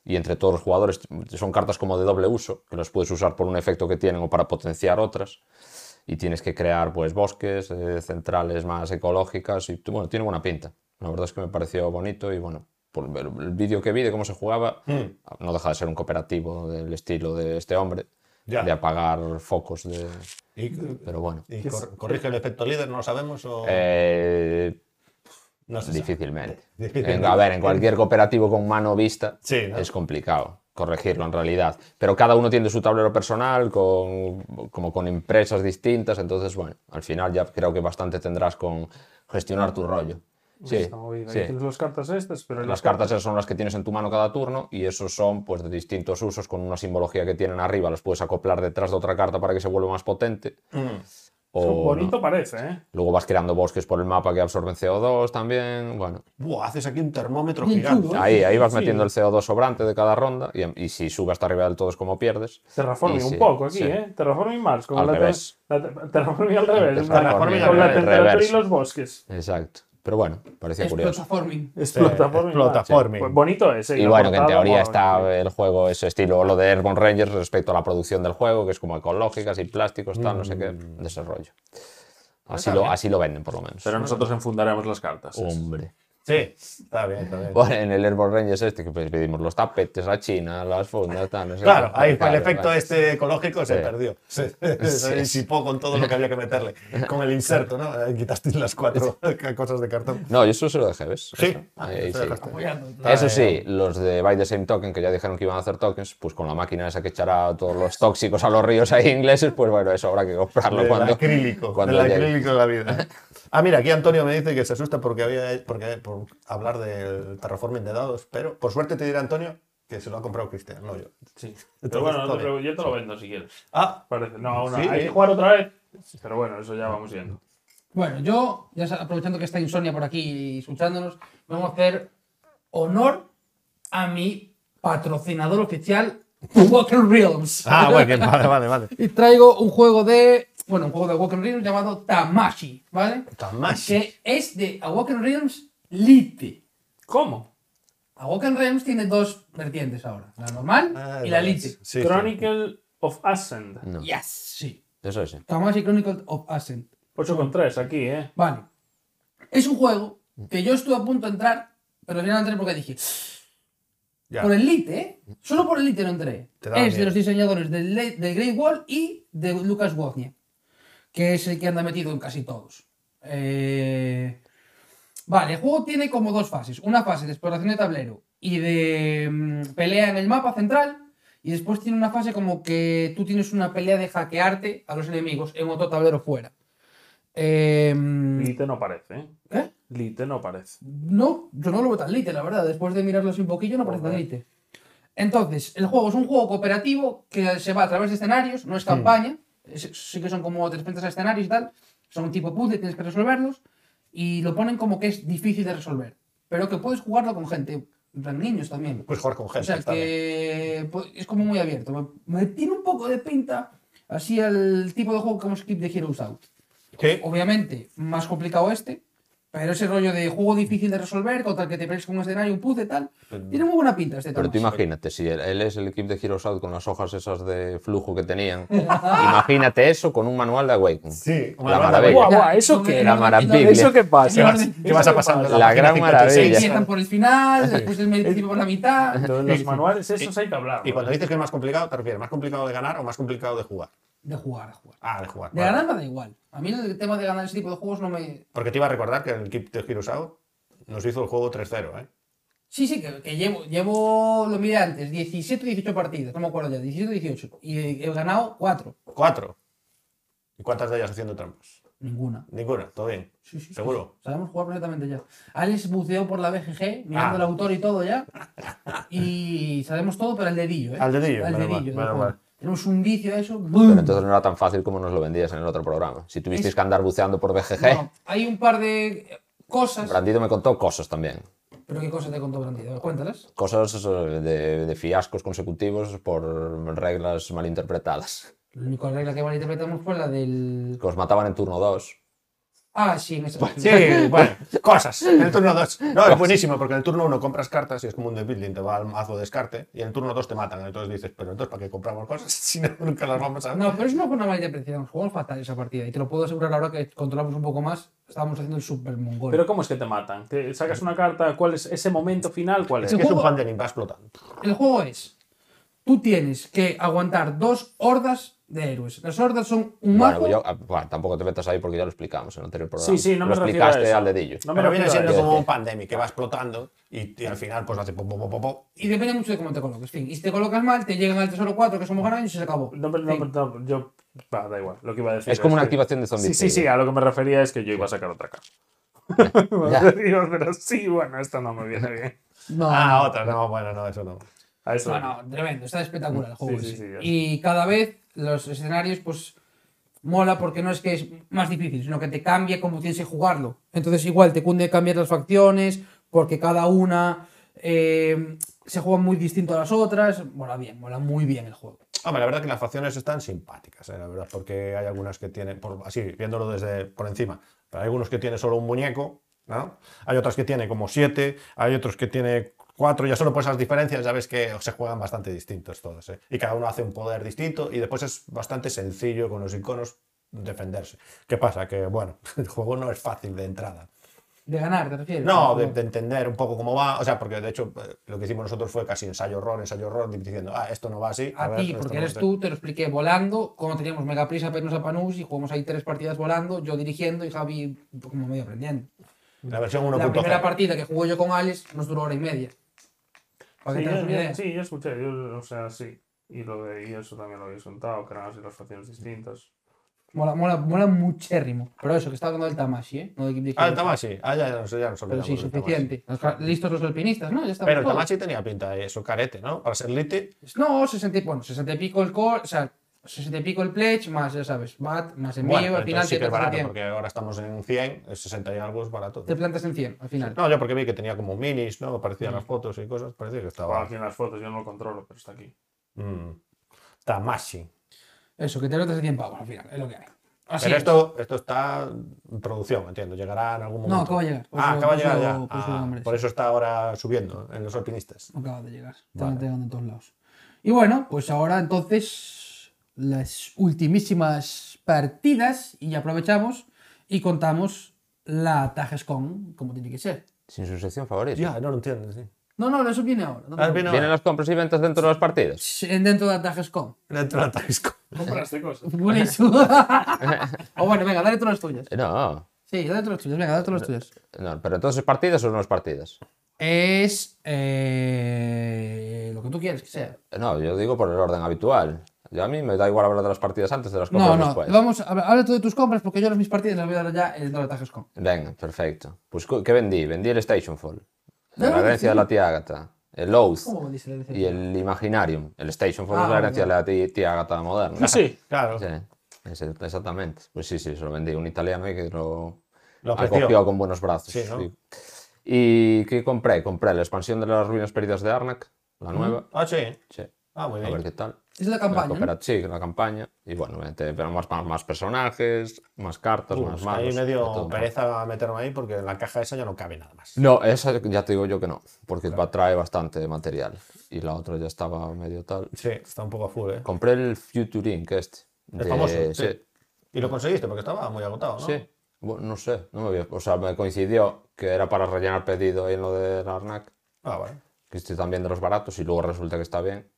S5: y entre todos los jugadores son cartas como de doble uso, que las puedes usar por un efecto que tienen o para potenciar otras y tienes que crear pues bosques, eh, centrales más ecológicas y t- bueno, tiene buena pinta. La verdad es que me pareció bonito y bueno, por el, el vídeo que vi de cómo se jugaba,
S3: Hmm.
S5: no deja de ser un cooperativo del estilo de este hombre,
S3: Ya.
S5: de apagar focos, de...
S3: Y,
S5: pero bueno,
S3: y cor- corrige el efecto líder, no lo sabemos o
S5: eh,
S3: no se sabe.
S5: difícilmente.
S3: Difícilmente.
S5: En- a ver, en cualquier cooperativo con mano vista
S3: Sí, ¿no?
S5: es complicado corregirlo en realidad, pero cada uno tiene su tablero personal, con, como con empresas distintas, entonces bueno, al final ya creo que bastante tendrás con gestionar tu rollo. Sí,
S6: Esta movida.
S5: sí.
S6: Y Tienes las cartas estas, pero en
S5: Las cartas esas son las que tienes en tu mano cada turno y esos son pues de distintos usos con una simbología que tienen arriba, los puedes acoplar detrás de otra carta para que se vuelva más potente.
S3: Mm.
S5: O oh, no.
S6: Bonito parece, ¿eh?
S5: Luego vas creando bosques por el mapa que absorben CO2 también, bueno.
S3: Buah, haces aquí un termómetro
S2: Bien
S3: gigante.
S2: chulo, ¿eh?
S5: Ahí, ahí vas metiendo el CO2 sobrante de cada ronda y, y si sube hasta arriba del todo es como pierdes.
S6: Terraforming
S5: Y
S6: un
S5: sí,
S6: poco aquí,
S5: sí.
S6: ¿eh? Terraforming Mars. Con
S5: Al
S6: la te-
S5: revés.
S6: la te- terraforming al revés.
S5: Terraforming
S6: Terraforming
S5: al
S6: con la
S5: revés,
S6: temperatura y
S5: reverse.
S6: los bosques.
S5: Exacto. Pero bueno, parecía
S2: Es
S5: curioso.
S2: plataforming.
S6: Es
S3: plataforming. plataforming.
S6: Pues bonito es, ¿eh?
S5: Y
S6: la
S5: bueno, que en
S6: portada,
S5: teoría
S6: guau,
S5: está
S6: sí.
S5: el juego ese estilo, lo de Airborne Rangers respecto a la producción del juego, que es como ecológicas y plásticos, tal, no sé qué, desarrollo. Así lo, así lo venden, por lo menos.
S6: Ah, Pero nosotros enfundaremos las cartas.
S5: Hombre.
S3: Sí, está bien, está bien.
S5: Bueno, en el Airborne Rangers este que pues, pedimos los tapetes, la china, las fundas, tal, no sé
S3: Claro, ahí
S5: qué.
S3: fue el
S5: Claro,
S3: efecto
S5: vale.
S3: este ecológico se
S5: Sí.
S3: perdió. Se, se disipó con todo lo que había que meterle. Con el inserto, ¿no? Eh, Quitaste las cuatro cosas de cartón.
S5: No, yo eso se lo dejé, ¿ves?
S3: Sí.
S5: Eso, ahí
S3: Se
S5: sí.
S3: dejaste.
S5: Eso sí, los de By the Same Token, que ya dijeron que iban a hacer tokens, pues con la máquina esa que echará todos los tóxicos a los ríos ahí ingleses, pues bueno, eso habrá que comprarlo
S3: Del
S5: cuando.
S3: acrílico,
S5: cuando
S3: del
S5: llegue.
S3: acrílico de la vida. Ah, mira, aquí Antonio me dice que se asusta porque había porque por hablar del terraforming de dados, pero por suerte te dirá Antonio que se lo ha comprado Cristian, no yo.
S6: Sí.
S3: Entonces,
S6: Pero bueno, no
S3: está
S6: te
S3: bien.
S6: preocupes, yo te lo vendo si quieres.
S3: Ah,
S6: Parece. No, una,
S3: Sí.
S6: hay que jugar otra vez. Pero bueno, eso ya vamos viendo.
S2: Bueno, yo, ya sa- aprovechando que está Insomnia por aquí y escuchándonos, vamos a hacer honor a mi patrocinador oficial, Walker Realms.
S3: ah bueno, que- vale, vale, vale.
S2: Y traigo un juego de. Bueno, un juego de Awaken Realms llamado Tamashi, ¿vale?
S3: Tamashi.
S2: Que es de Awaken Realms Lite.
S6: ¿Cómo?
S2: Awaken Realms tiene dos vertientes ahora: la normal
S3: Ah,
S2: y la
S3: vale.
S2: Lite.
S3: Sí, sí.
S6: Chronicle of Ascend.
S5: No,
S2: Yes, sí.
S5: eso sí.
S2: Tamashi Chronicle of Ascent.
S6: 8,3 aquí, ¿eh?
S2: Vale. Es un juego que yo estuve a punto de entrar, pero al final no entré porque dije.
S3: Ya.
S2: Por el Lite, ¿eh? Solo por el Lite no entré.
S3: Te daba
S2: Es de
S3: miedo.
S2: los diseñadores del, Le- del Great Wall y de Lucas Wozniak, que es el que anda metido en casi todos. Eh, Vale, el juego tiene como dos fases. Una fase de exploración de tablero y de mm, pelea en el mapa central. Y después tiene una fase como que tú tienes una pelea de hackearte a los enemigos en otro tablero fuera. Eh,
S6: Lite no parece, ¿eh?
S2: ¿Eh?
S6: Lite no parece.
S2: No, yo no lo veo tan lite, la verdad. Después de mirarlo así un poquillo, no parece tan lite. Entonces, el juego es un juego cooperativo que se va a través de escenarios, no es
S3: Hmm.
S2: campaña. Es- sí que son como te enfrentas a escenarios y tal. Son tipo puzzle, tienes que resolverlos. Y lo ponen como que es difícil de resolver. Pero que puedes jugarlo con gente en plan niños también.
S3: Puedes jugar Pues con gente.
S2: O sea
S3: está bien.
S2: que pues, es como muy abierto. Me, me tiene un poco de pinta así el tipo de juego como Skip de Heroes Out.
S3: Sí.
S2: Obviamente, más complicado este, pero ese rollo de juego difícil de resolver, contra el que te pelees con un escenario, un puzzle tal, tiene muy buena pinta este
S5: Pues Pero tú
S2: tema.
S5: imagínate, si él- él es el equipo de Heroes Out con las hojas esas de flujo que tenían, imagínate eso con un manual de Awakening.
S3: Sí, un
S5: la
S3: manual de
S5: maravilla.
S8: Guau, guau, ¿eso qué?
S5: La maravilla.
S8: ¿Eso qué
S3: ¿Qué
S8: pasa?
S3: vas, qué vas a pasar? de
S5: La
S3: página
S5: gran maravilla.
S2: Empiezan por el final, después el medio por la mitad.
S6: Lo de los manuales, esos hay que ¿eh? hablar.
S3: Y cuando dices que es más complicado, ¿te refieres más complicado de ganar o más complicado de jugar?
S2: De jugar, de jugar.
S3: Ah, de jugar.
S2: De
S3: vale.
S2: ganar me da igual. A mí el tema de ganar ese tipo de juegos no me.
S3: Porque te iba a recordar que el equipo de Heroes Out nos hizo el juego 3-0, ¿eh?
S2: Sí, sí, que, que llevo, llevo, lo miré antes, 17 o 18 partidas, no me acuerdo ya, 17 o 18. Y he, he ganado 4.
S3: Cuatro. ¿Y cuántas de ellas haciendo trampas?
S2: Ninguna.
S3: Ninguna, todo bien.
S2: Sí, sí, sí.
S3: ¿Seguro?
S2: Sabemos jugar perfectamente ya. Alex buceó por la BGG, mirando
S3: Ah.
S2: el autor y todo ya. Y sabemos todo, pero el dedillo, ¿eh?
S3: Al dedillo,
S2: Al
S3: menos mal,
S2: dedillo. del
S3: menos
S2: juego.
S3: mal.
S2: Tenemos un vicio a eso.
S5: Pero
S2: ¡boom!
S5: entonces no era tan fácil como nos lo vendías en el otro programa. Si tuvisteis
S2: Es-
S5: que andar buceando por BGG,
S2: No, hay un par de cosas.
S5: Brandido me contó cosas también.
S2: ¿Pero qué cosas te contó Brandido? Cuéntalas.
S5: Cosas eso, de, de fiascos consecutivos por reglas malinterpretadas.
S2: La única regla que malinterpretamos fue la del.
S5: Que os mataban en turno 2.
S2: Ah, sí, en esa.
S3: Pues, Sí, bueno, cosas. En el turno 2. No, es buenísimo, porque en el turno 1 compras cartas y es como un building, te va al mazo descarte, y en el turno 2 te matan. Entonces dices, pero entonces, ¿para qué compramos cosas si no, nunca las vamos a ver?
S2: No, pero eso no fue una mala interpretación. Jugamos fatal esa partida. Y te lo puedo asegurar ahora que controlamos un poco más. Estábamos haciendo el super mongol.
S6: Pero ¿cómo es que te matan? ¿Te sacas una carta? ¿Cuál es ese momento final? ¿Cuál es?
S3: Es que es un
S2: juego-
S3: pan de limpa explotando.
S2: El juego es: tú tienes que aguantar dos hordas de héroes. Las hordas son un mago.
S5: Bueno, yo, ah, bueno, tampoco te metas ahí porque ya lo explicamos en el anterior programa.
S6: Sí, sí, no
S5: lo
S6: me refiero a
S5: explicaste
S6: eso.
S5: al dedillo.
S6: No me
S3: Pero viene
S6: refiero a
S3: siendo
S6: eso.
S3: como un pandemic que va explotando y, y al final pues hace pop, pop, pop, pop, pop.
S2: Y depende mucho de cómo te coloques. Fin. Y si te colocas mal, te llegan al tesoro 4, que somos ganados y se acabó.
S6: No, pero- no,
S2: Fin.
S6: pero- no, yo. va, da igual, lo que iba a decir.
S5: Es como una
S6: que-
S5: activación de zombie
S6: Sí, sí,
S5: Taylor.
S6: sí, a lo que me refería es que yo iba a sacar otra carta.
S5: Ya.
S6: Digo, pero sí, bueno, esta no me viene bien.
S2: No,
S3: Ah, otra, no, bueno, no, eso no.
S6: A eso.
S2: no, no, tremendo. Está espectacular el juego.
S6: Mm, Sí, sí,
S2: ese.
S6: sí, ya.
S2: y cada vez los escenarios, pues. Mola porque no es que es más difícil, sino que te cambia cómo tienes que jugarlo. Entonces, igual te cunde cambiar las facciones, porque cada una eh, se juega muy distinto a las otras. Mola bien, mola muy bien el juego.
S3: Hombre, la verdad que las facciones están simpáticas, eh, la verdad, porque hay algunas que tienen, por, así, viéndolo desde por encima, pero hay algunos que tienen solo un muñeco, ¿no? Hay otras que tienen como siete, hay otros que tienen cuatro, ya solo por esas diferencias ya ves que se juegan bastante distintos todos, ¿eh? Y cada uno hace un poder distinto y después es bastante sencillo con los iconos defenderse. ¿Qué pasa? Que, bueno, el juego no es fácil de entrada.
S2: De ganar, te refieres.
S3: No, de, de entender un poco cómo va, o sea, porque de hecho eh, lo que hicimos nosotros fue casi ensayo-error, ensayo-error, diciendo, ah, esto no va así.
S2: a
S3: ver,
S2: ti,
S3: esto
S2: porque
S3: no va
S2: eres
S3: así".
S2: tú, te lo expliqué volando, cuando teníamos mega prisa para irnos a Panús y jugamos ahí tres partidas volando, yo dirigiendo y Javi como medio aprendiendo.
S3: La versión
S2: La
S3: 1.0.
S2: primera partida que jugué yo con Alex nos duró hora y media. Para
S6: Sí,
S2: que
S6: yo,
S2: tengas una
S6: yo-
S2: idea.
S6: sí, yo escuché, yo, o sea, sí. Y lo de y eso también lo habéis contado, que eran así las facciones distintas.
S2: Mola, mola, mola muchérrimo. Pero eso, que estaba hablando del Tamashi, ¿eh? No de Kim Dick
S3: Ah, el
S2: Hill.
S3: Tamashi. Ah, ya, ya nos, ya nos
S2: Pero
S3: olvidamos
S2: sí,
S3: del
S2: suficiente. Los ca- listos los alpinistas, ¿no? Ya
S3: Tamashi.
S2: estamos
S3: Pero el
S2: todos.
S3: Tamashi tenía pinta de eso, carete, ¿no? Para ser lite.
S2: No, 60 y, bueno, 60 y pico el core, o sea, 60 y pico el pledge, más, ya sabes, bat, más envío,
S3: Bueno,
S2: al
S3: entonces
S2: final
S3: sí
S2: te
S3: que es
S2: plantas
S3: barato,
S2: en 100.
S3: porque ahora estamos en 100, el 60 y algo es barato.
S2: Te plantas en 100, al final.
S3: No, yo porque vi que tenía como minis, ¿no? Parecían
S2: Mm.
S3: las fotos y cosas, parecía que
S5: Ah,
S6: Bueno,
S3: estaba.
S6: aquí en las fotos yo no lo controlo, pero está aquí.
S3: Mm. Tamashi.
S2: Eso, que te notas en 100 pavos, al final, es lo que hay. Así es.
S3: Pero este esto, esto está en producción, entiendo. Llegará en
S2: No,
S3: algún momento.
S2: acaba de llegar. Por
S3: ah,
S2: eso-
S3: acaba de
S2: por
S3: llegar
S2: eso-
S3: ya.
S2: por eso
S3: Ah,
S2: hombre,
S3: por
S2: sí.
S3: eso está ahora subiendo en los alpinistas.
S2: Acaba de llegar. Están entregando en todos lados. Y bueno, pues ahora entonces las ultimísimas partidas y aprovechamos y contamos la Tajes con como tiene que ser.
S5: Sin su sección favorita.
S3: Ya, no lo entiendo, sí.
S2: No, no, eso viene ahora. no te
S3: Ah, viene
S5: ¿Vienen
S3: ahora.
S5: las compras y ventas dentro de las partidas?
S2: preocupes. Dentro de la Tajes con.
S3: Dentro de la Taisco.
S5: este
S6: Compraste cosas.
S2: Huele eso. o bueno, venga, dale todas las tuyas.
S5: Eh, No,
S2: Sí, dale todas las tuyas, venga, dale todas las tuyas.
S5: no, pero entonces partidas o no es partidas.
S2: Es eh, lo que tú quieres que sea.
S5: Eh, No, yo digo por el orden habitual. Yo a mí me da igual hablar de las partidas antes de las compras
S2: No, no,
S5: después.
S2: vamos, habla habla tú de tus compras porque yo las mis partidas las voy a dar ya en la Tajes con.
S5: Venga, perfecto. Pues cu- ¿qué vendí? Vendí el Stationfall, la
S2: Ah,
S5: herencia de la tía Agatha, el Oath
S2: ¿Cómo me dice la
S5: y el Imaginarium. El Stationfall
S2: Ah,
S5: es la herencia de la ti- tía Agatha moderna.
S6: Sí.
S3: Claro.
S5: Sí, ese- exactamente. Pues sí, sí, se lo vendí a un italiano y que lo,
S3: Lo apreció.
S5: acogió con buenos brazos.
S3: Sí, ¿no?
S5: Y, ¿Y qué compré? Compré la expansión de las ruinas perdidas de Arnak, la nueva.
S3: Ah, sí.
S5: Sí.
S3: Ah, muy
S5: A ver
S3: bien.
S5: qué tal.
S2: Es la
S5: La
S2: campaña. ¿no?
S5: cooperativa, sí, la campaña. Y bueno, obviamente, pero más, más, más personajes, más cartas, más
S3: Pues ahí
S5: manos.
S3: me
S5: de todo
S3: dio
S5: un poco.
S3: pereza meterme ahí porque la caja esa ya no cabe nada más.
S5: No, esa ya te digo yo que no, porque va trae bastante material. Y la otra ya estaba medio tal.
S3: Sí, está un poco a full, ¿eh?
S5: Compré el Future Inc. este.
S3: El famoso, sí.
S5: Sí,
S3: Y lo conseguiste porque estaba muy agotado, ¿no?
S5: sí. Bueno, no sé, no me había- O sea, me coincidió que era para rellenar pedido ahí en lo del Arnak,
S3: Ah, vale.
S5: que estoy también de los baratos, y luego resulta que está bien.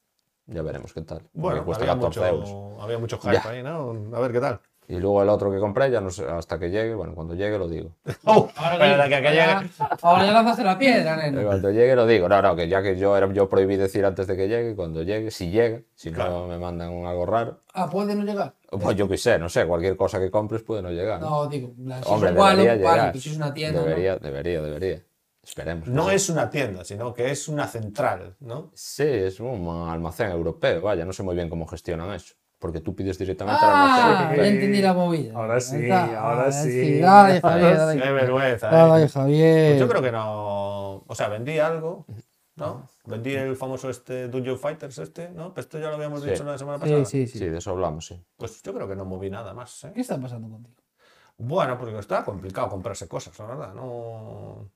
S5: Ya veremos qué tal.
S3: Bueno,
S5: porque cuesta
S3: había,
S5: 14 euros.
S3: mucho, había mucho hype
S5: Ya.
S3: ahí, ¿no? A ver qué tal.
S5: Y luego el otro que compré, ya no sé, hasta que llegue, bueno, cuando llegue lo digo.
S3: ¡Oh! Para que que
S2: Ahora,
S3: llegue.
S2: ahora ya lanzaste la piedra,
S5: Eh,
S2: nene.
S5: Cuando llegue lo digo. No, no, que ya que yo era yo prohibí decir antes de que llegue, cuando llegue, si llega, si no me mandan un algo raro.
S2: Ah, puede no llegar.
S5: Pues yo qué sé, no sé, cualquier cosa que compres puede no llegar.
S2: No, digo, en plan, si
S5: Hombre,
S2: es un Wallop,
S5: debería
S2: vale,
S5: llegar.
S2: pero si es una tienda. ¿no?
S5: debería, debería, debería. Esperemos.
S3: No es una tienda, sino que es una central, ¿no?
S5: Sí, es un almacén europeo, vaya, no sé muy bien cómo gestionan eso. Porque tú pides directamente al
S2: Ah,
S5: almacén
S2: ya
S5: europeo.
S2: entendí la movida.
S6: Ahora sí,
S2: Ahí está.
S6: ahora
S2: Ah,
S6: sí.
S2: Dale, Javier,
S3: ¡Qué
S2: dale.
S3: vergüenza! ¿eh?
S2: Dale,
S3: Pues yo
S2: Javier.
S3: creo que no. O sea, vendí algo, ¿no? Vendí el famoso este Dungeon Fighters, este, ¿no? Pero esto ya lo habíamos
S5: Sí.
S3: dicho la semana pasada.
S2: Sí, sí,
S5: Sí,
S2: sí.
S5: de eso hablamos, sí.
S3: Pues yo creo que no moví nada más, ¿eh?
S2: ¿Qué está pasando contigo?
S3: Bueno, porque está complicado comprarse cosas, la verdad. No,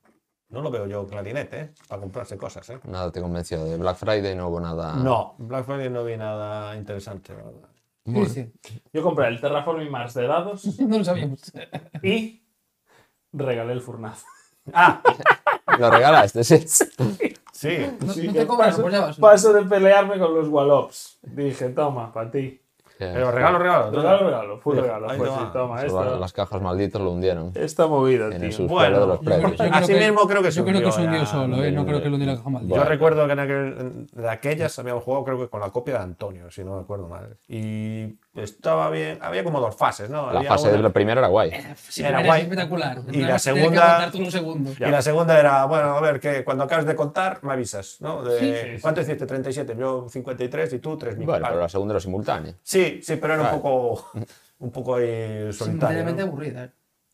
S3: no lo veo yo clarinete, ¿eh? Para comprarse cosas, ¿eh?
S5: Nada te convenció. De Black Friday no hubo
S2: Ah.
S5: nada.
S3: No, Black Friday no vi nada interesante, la verdad.
S2: Sí, sí.
S6: Yo compré el Terraforming Mars de dados
S2: No lo sabíamos.
S6: y regalé el Furnazo.
S5: Lo regalaste, sí.
S3: Sí,
S2: No,
S6: Sí,
S2: no
S6: que
S2: te cobran,
S6: paso-
S2: pues ya vas.
S6: Paso de pelearme con los Wallops. Dije, toma, para ti.
S3: pero regalo, regalo. ¿no?
S6: Regalo, regalo. Full regalo.
S3: ahí
S6: Pues
S3: te
S6: sí,
S3: va.
S6: toma,
S5: Se van-
S6: esta,
S5: Las cajas malditas lo hundieron.
S6: esta movida,
S5: En el
S6: tío.
S5: suspiro de los
S2: Yo creo-
S5: precios.
S2: yo creo
S3: Así mismo creo que se
S2: Yo creo que es
S3: hundió
S2: un
S3: ya,
S2: dios solo, ¿eh? No creo que lo diga jamás.
S3: Yo recuerdo que en aquel- de aquellas habíamos jugado, creo que con la copia de Antonio, si no me acuerdo mal. Y estaba bien, había como dos fases, ¿no?
S5: La
S3: Había
S5: fase de
S3: una-
S5: la primera era guay.
S2: Sí,
S3: Era
S2: era
S3: guay.
S2: espectacular.
S3: Y la
S2: Tenías que
S3: segunda-
S2: aguantar tú un segundo.
S3: Y la segunda era, bueno, a ver, que cuando acabes de contar, me avisas, ¿no? De,
S6: sí.
S3: ¿Cuánto hiciste? 37, yo 53 y tú 3.000.
S5: Bueno,
S3: Vale.
S5: pero la segunda era simultánea.
S3: Sí, sí, pero era
S5: Vale.
S3: un poco, un poco ahí solitario.
S2: Simplemente
S3: ¿no?
S2: aburrida. ¿eh?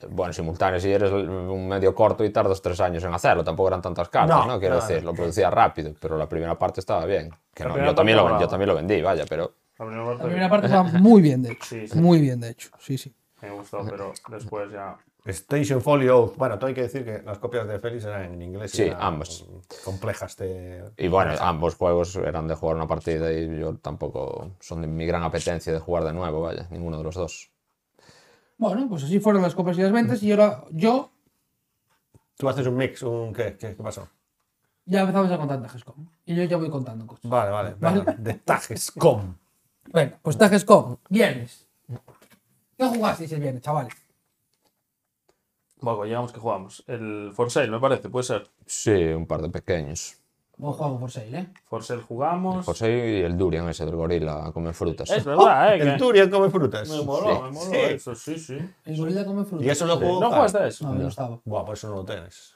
S5: Bueno, simultánea, si eres un medio corto y tardas tres años en hacerlo, tampoco eran tantas cartas,
S3: No,
S5: ¿no? Quiero
S3: no, no.
S5: decir, lo producía rápido, pero la primera parte estaba bien. Que
S6: La
S5: no,
S6: primera
S5: yo,
S6: parte
S5: también lo, ven- yo
S6: molaba.
S5: también lo vendí, vaya, pero
S6: La primera parte
S2: La primera parte va muy bien, de hecho.
S6: Sí, sí.
S2: Muy bien, de hecho. Sí, sí.
S6: me gustó, pero después ya.
S3: Station Folio. Bueno, todo hay que decir que las copias de Félix eran en inglés. y
S5: Sí,
S3: eran
S5: ambas.
S3: Complejas. de-
S5: Y bueno, ambos juegos eran de jugar una partida y yo tampoco son de mi gran apetencia de jugar de nuevo, vaya, ninguno de los dos.
S2: Bueno, pues así fueron las compras y las ventas. Y ahora yo
S3: Tú haces un mix, un qué, qué, qué pasó.
S2: ya empezamos a contar Tagescom. Y yo ya voy contando cosas.
S3: Vale, vale. venga, De Tajes com.
S2: Bueno, pues Tagescom, viernes. ¿Qué jugasteis el viernes, chavales?
S6: Bueno, llegamos que jugamos. El For Sale, me parece, puede ser.
S5: Sí, un par de pequeños.
S2: Buen juego por sale, ¿eh?
S6: For Sale jugamos.
S5: José y el Durian, ese del gorila, comen frutas.
S6: Es verdad, eh.
S3: El
S6: que
S3: Turian come frutas.
S6: Me moló, me moló
S3: Sí.
S6: eso, sí, sí.
S2: El gorila come fruta.
S3: Y eso lo jugó.
S6: ¿No
S3: ah,
S6: jugaste a eso?
S2: No, yo no estaba.
S3: Buah, pues eso no lo tienes.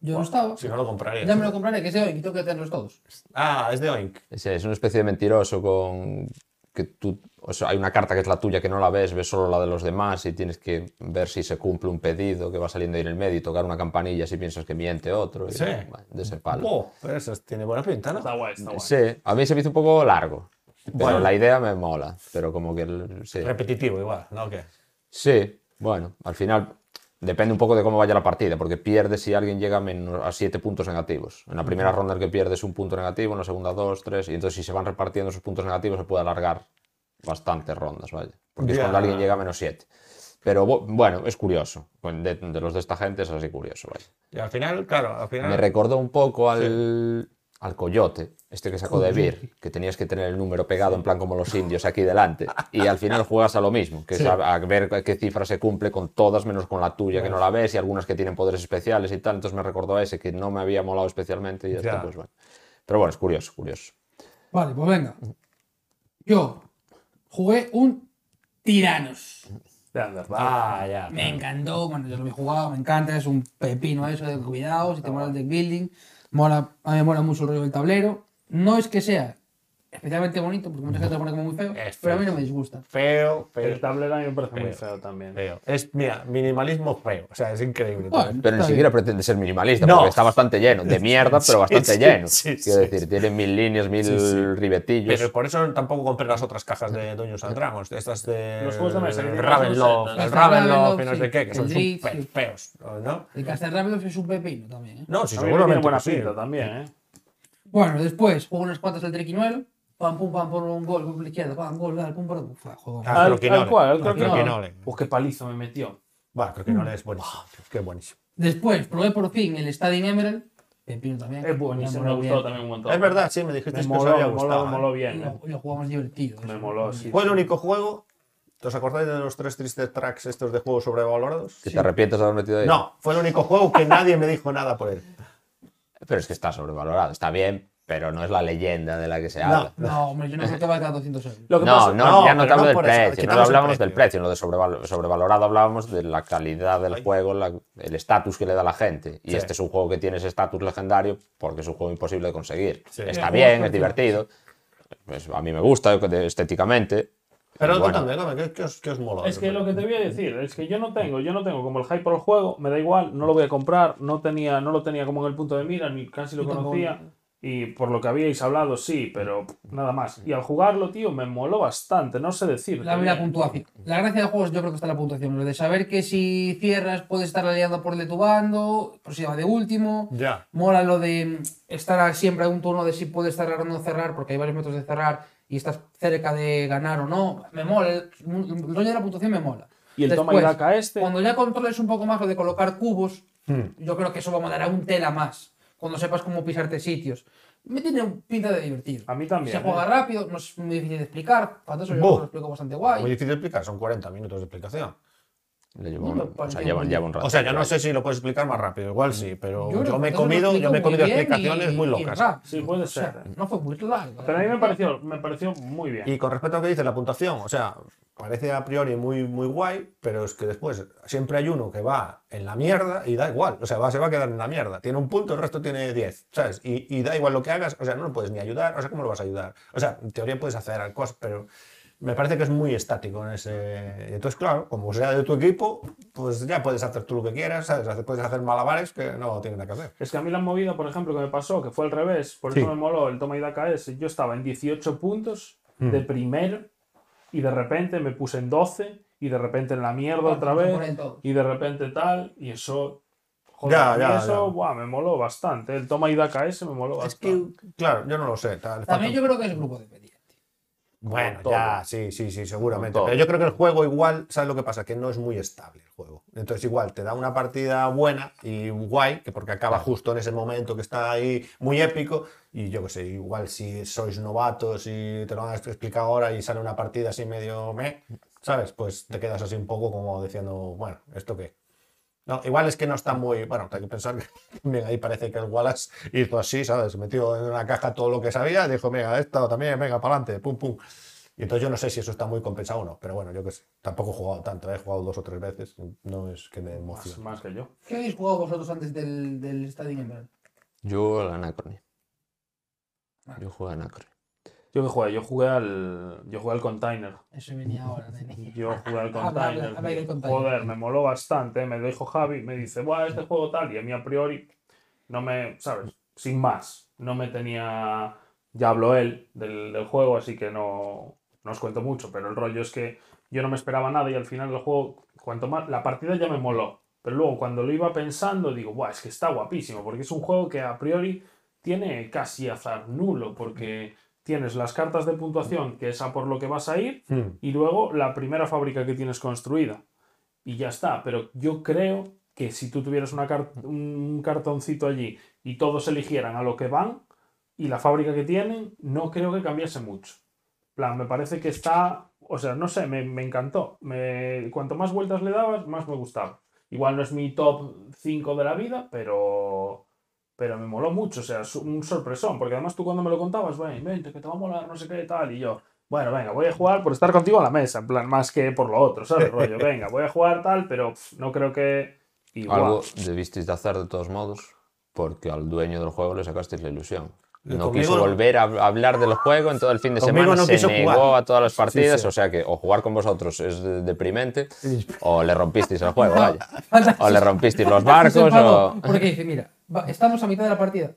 S2: Yo no estaba.
S3: Si no lo comprarías.
S2: Ya me lo compraré, que es de hoy, que tengo que tenerlos todos.
S3: Ah, es de Oink.
S5: Ese es una especie de mentiroso con que tú, o sea, hay una carta que es la tuya que no la ves, ves solo la de los demás y tienes que ver si se cumple un pedido que va saliendo ahí en el medio y tocar una campanilla si piensas que miente otro. y,
S3: Sí.
S5: bueno, de ese palo.
S3: Oh, pero eso tiene buena pinta,
S6: Está
S3: ¿no?
S6: guay, está guay.
S5: Sí, a mí se me hizo un poco largo, pero
S3: Bueno.
S5: la idea me mola, pero como que el- sí.
S3: Repetitivo igual, ¿no? ¿Qué?
S5: Sí, bueno, al final depende un poco de cómo vaya la partida, porque pierdes si alguien llega a, menos- a siete puntos negativos. En la primera ronda el que pierde es un punto negativo, en la segunda dos, tres, y entonces si se van repartiendo esos puntos negativos se puede alargar bastantes rondas, vaya. Porque es
S3: Ya.
S5: cuando alguien llega a menos siete. Pero bu- bueno, es curioso. Con- De, de los de esta gente es así curioso, vaya.
S3: Y al final, claro, al final.
S5: Me recordó un poco al, al coyote, este que sacó de Beer, que tenías que tener el número pegado en plan como los indios aquí delante. Y al final juegas a lo mismo, que es a, a ver qué cifra se cumple con todas menos con la tuya, que no la ves, y algunas que tienen poderes especiales y tal. Entonces me recordó a ese que no me había molado especialmente. Y este,
S3: Ya.
S5: pues, bueno. Pero bueno, es curioso, curioso.
S2: Vale, pues venga. Yo jugué un Tiranos.
S6: De Underdark.
S3: Ah, ya.
S2: Me encantó, bueno, yo lo he jugado, me encanta, es un pepino eso de cuidado, si te mola el deck building, mola, a mí me mola mucho el rollo del tablero. No es que sea especialmente bonito, porque mucha gente lo pone como muy feo, pero a mí no me disgusta.
S3: Feo, feo.
S6: El tablero a mí me parece muy
S3: Pero-
S6: feo también.
S3: feo. Es, mira, minimalismo feo. O sea, es increíble.
S2: Bueno,
S5: Pero ni
S2: está
S5: siquiera pretende ser minimalista,
S3: No.
S5: porque está bastante lleno. De mierda,
S3: Sí,
S5: pero bastante
S3: sí,
S5: lleno.
S3: sí,
S5: Quiero
S3: sí.
S5: decir, tiene mil líneas, mil ribetillos.
S3: Pero por eso tampoco compré las otras cajas de Dungeons and Dragons, de estas de
S6: Los juegos de mesa, que
S3: el
S6: tienen las
S3: Ravenloft,
S2: dos
S3: el
S2: setas. Ravenloft,
S3: Ravenloft y no
S2: sí.
S3: sé qué, que son
S2: El Leeds,
S3: súper
S2: sí.
S3: feos, ¿no?
S2: bien. El Castlevania es un pepino también. ¿eh?
S3: No, sí,
S6: A mí me tiene
S3: seguramente
S6: buena
S3: que sí.
S6: pinta también, ¿eh?
S2: Bueno, después juego unas cuantas del triquiñuelo, pam, pum, pam, por un gol, gol por la izquierda, pam, gol, dale, pum, pum, pum, juego.
S3: Ah, croquinole.
S6: cual, al
S3: No,
S6: croquinole.
S3: croquinole.
S6: Uf, qué palizo me metió.
S3: Bueno, croquinole es
S6: Ah.
S3: buenísimo. Qué buenísimo.
S2: Después probé por fin el Stadium Emerald, pepino también.
S6: Es buenísimo,
S2: Me
S6: me
S2: moló
S6: gustó
S2: bien.
S6: también un montón.
S3: Es verdad, sí, me dijiste
S6: Me
S3: que os
S6: moló,
S3: había
S6: me
S3: gustado.
S6: moló, me
S3: ¿eh?
S6: moló bien. ¿eh?
S2: Lo, lo jugamos divertido.
S6: Me
S2: eso.
S6: moló, sí.
S3: Fue el único juego. ¿Os acordáis de los tres tristes tracks estos de juegos sobrevalorados?
S5: ¿Que te arrepientes de haber metido ahí?
S3: No, fue el único juego que nadie me dijo nada por él.
S5: Pero es que está sobrevalorado. Está bien, pero no es la leyenda de la que se habla.
S2: No, hombre, yo no creo que valga 200 euros.
S6: Lo que
S5: No,
S6: pasa-
S5: no,
S3: No,
S5: ya no te
S3: pero
S5: hablo
S3: no
S5: del
S3: por eso,
S5: precio, no
S3: quitamos el
S5: hablábamos del
S3: precio.
S5: precio, en lo de sobreval- sobrevalorado hablábamos de la calidad del juego, la- el estatus que le da la gente. Y
S3: Sí.
S5: este es un juego que tiene ese estatus legendario porque es un juego imposible de conseguir.
S3: Sí.
S5: Está
S2: Sí,
S5: bien,
S2: juegos
S5: es divertido, pues a mí me gusta estéticamente.
S3: Pero
S5: Y bueno,
S3: contadme, contadme, ¿qué, qué os, qué os mola?
S6: Es que lo que te voy a decir es que yo no tengo, yo no tengo como el hype por el juego, me da igual, no lo voy a comprar, no tenía, no lo tenía como en el punto de mira, ni casi lo
S2: Yo tampoco.
S6: conocía. Y por lo que habíais hablado, sí, pero pff, nada más. Y al jugarlo, tío, me moló bastante, no sé ¿eh? decir.
S2: La, la puntuación. La gracia del juego es- yo creo que está en la puntuación. Lo de saber que si cierras puedes estar aliando por el de tu bando, por si va de último.
S3: Ya.
S2: Mola lo de mm, estar a- siempre a un turno de si puedes cerrar o no cerrar, porque hay varios metros de cerrar y estás cerca de ganar o no. Me mola, el, el rollo de la puntuación me mola.
S6: Y el toma y daca este.
S2: Cuando ya controles un poco más lo de colocar cubos, yo creo que eso va a mandar a un tela más. Cuando sepas cómo pisarte sitios. Me tiene pinta de divertido.
S6: A mí también,
S2: Se juega
S6: eh.
S2: rápido, no es muy difícil de explicar. Para eso yo
S3: Buh.
S2: lo explico bastante guay.
S3: Muy difícil de explicar, son 40 minutos de explicación.
S5: le llevo
S2: No me
S5: un- o sea,
S2: pareció
S5: lleva,
S2: muy-
S5: lleva un rato.
S3: O sea, yo no sé si lo puedes explicar más rápido, igual sí, pero
S2: creo
S3: yo,
S2: que
S3: me he
S2: eso lo
S3: comido, yo
S2: explico
S3: me he
S2: muy
S3: comido
S2: bien
S3: explicaciones
S2: y-
S3: muy
S2: y
S3: locas.
S2: rápido.
S6: Sí, puede
S2: O sea,
S6: ser.
S2: no fue muy largo.
S6: Pero a mí me pareció, me pareció muy bien.
S3: Y con respecto a lo que dice la puntuación, o sea, parece a priori muy, muy guay, pero es que después siempre hay uno que va en la mierda y da igual, o sea, va, se va a quedar en la mierda. Tiene un punto, el resto tiene 10, ¿sabes? Y, y da igual lo que hagas, o sea, no lo puedes ni ayudar, o sea, ¿cómo lo vas a ayudar? O sea, en teoría puedes hacer cosas, pero me parece que es muy estático en ese... Y entonces, claro, como sea de tu equipo, pues ya puedes hacer tú lo que quieras, ¿sabes? Hace- Puedes hacer malabares que no tienen nada que hacer.
S6: Es que a mí la movida, por ejemplo, que me pasó, que fue al revés, por
S3: Sí.
S6: eso me moló el toma y daca ese. Yo estaba en 18 puntos
S3: Mm.
S6: de primero y de repente me puse en 12 y de repente en la mierda
S2: Ah,
S6: otra
S2: se ponen
S6: vez
S2: todos.
S6: y de repente tal y eso... Joder,
S3: Ya,
S6: a mí
S3: ya,
S6: eso
S3: ya.
S6: buah, me moló bastante. El toma y daca ese me moló
S3: Es
S6: bastante.
S3: que, claro, yo no lo sé. tal,
S2: También
S3: falta-
S2: yo creo que es grupo dependiente.
S3: Bueno,
S6: Con
S3: ya,
S6: todo.
S3: sí, sí, sí, seguramente.
S6: Con todo.
S3: Pero yo creo que el juego igual, ¿sabes lo que pasa? Que no es muy estable el juego. Entonces igual te da una partida buena y guay, que porque acaba justo en ese momento que está ahí muy épico. Y yo qué sé, igual si sois novatos y te lo han explicado ahora y sale una partida así medio meh, ¿sabes? Pues te quedas así un poco como diciendo, bueno, ¿esto qué? No, igual es que no está muy. Bueno, hay que pensar que también ahí parece que el Wallace hizo así, ¿sabes? Metió en una caja todo lo que sabía y dijo, venga, esto también, venga, para adelante, pum, pum. Y entonces yo no sé si eso está muy compensado o no, pero bueno, yo qué sé. Tampoco he jugado tanto, he jugado dos o tres veces, no es que me
S6: Más,
S3: emocione.
S6: más que yo.
S2: ¿Qué habéis jugado vosotros antes del, del Stadium Emerald?
S5: Yo al Anacrony. Yo juego a Anacrony.
S6: Yo que jugué, yo jugué al. Yo jugué al container.
S2: Eso venía ahora, nene.
S6: Yo jugué al
S2: Habla,
S6: container.
S2: habla, habla del container.
S6: Joder, me moló bastante. Me lo dijo Javi, me dice, bueno, este juego tal. Y a mí a priori, no me, ¿sabes? Sin más, no me tenía. Ya habló él del, del juego, así que no, no os cuento mucho. Pero el rollo es que yo no me esperaba nada y al final del juego, cuanto más. La partida ya me moló. Pero luego cuando lo iba pensando, digo, guau, es que está guapísimo, porque es un juego que a priori tiene casi azar nulo, porque tienes las cartas de puntuación, que es a por lo que vas a ir,
S3: Hmm.
S6: y luego la primera fábrica que tienes construida. Y ya está, pero yo creo que si tú tuvieras una car- un cartoncito allí y todos eligieran a lo que van y la fábrica que tienen, no creo que cambiase mucho. En plan, me parece que está, o sea, no sé, me, me encantó. Me, cuanto más vueltas le dabas, más me gustaba. Igual no es mi top 5 de la vida, pero pero me moló mucho, o sea, es un sorpresón, porque además tú cuando me lo contabas, ven, vente, que te va a molar, no sé qué y tal, y yo, bueno, venga, voy a jugar por estar contigo a la mesa, en plan, más que por lo otro, ¿sabes? Rollo, venga, voy a jugar tal, pero pff, no creo que... Y, guau,
S5: Algo debisteis de hacer de todos modos porque al dueño del juego le sacasteis la ilusión. No
S3: Conmigo
S5: quiso
S3: no.
S5: volver a hablar del juego en todo el fin de
S3: Conmigo
S5: semana.
S3: no
S5: se
S3: quiso
S5: negó
S3: jugar.
S5: a todas las partidas.
S3: sí.
S5: O sea que o jugar con vosotros es eh, deprimente o le rompisteis el juego, vaya. O le rompisteis los
S2: Se
S5: barcos
S2: enfadó,
S5: o...
S2: Porque dice, mira, va- estamos a mitad de la partida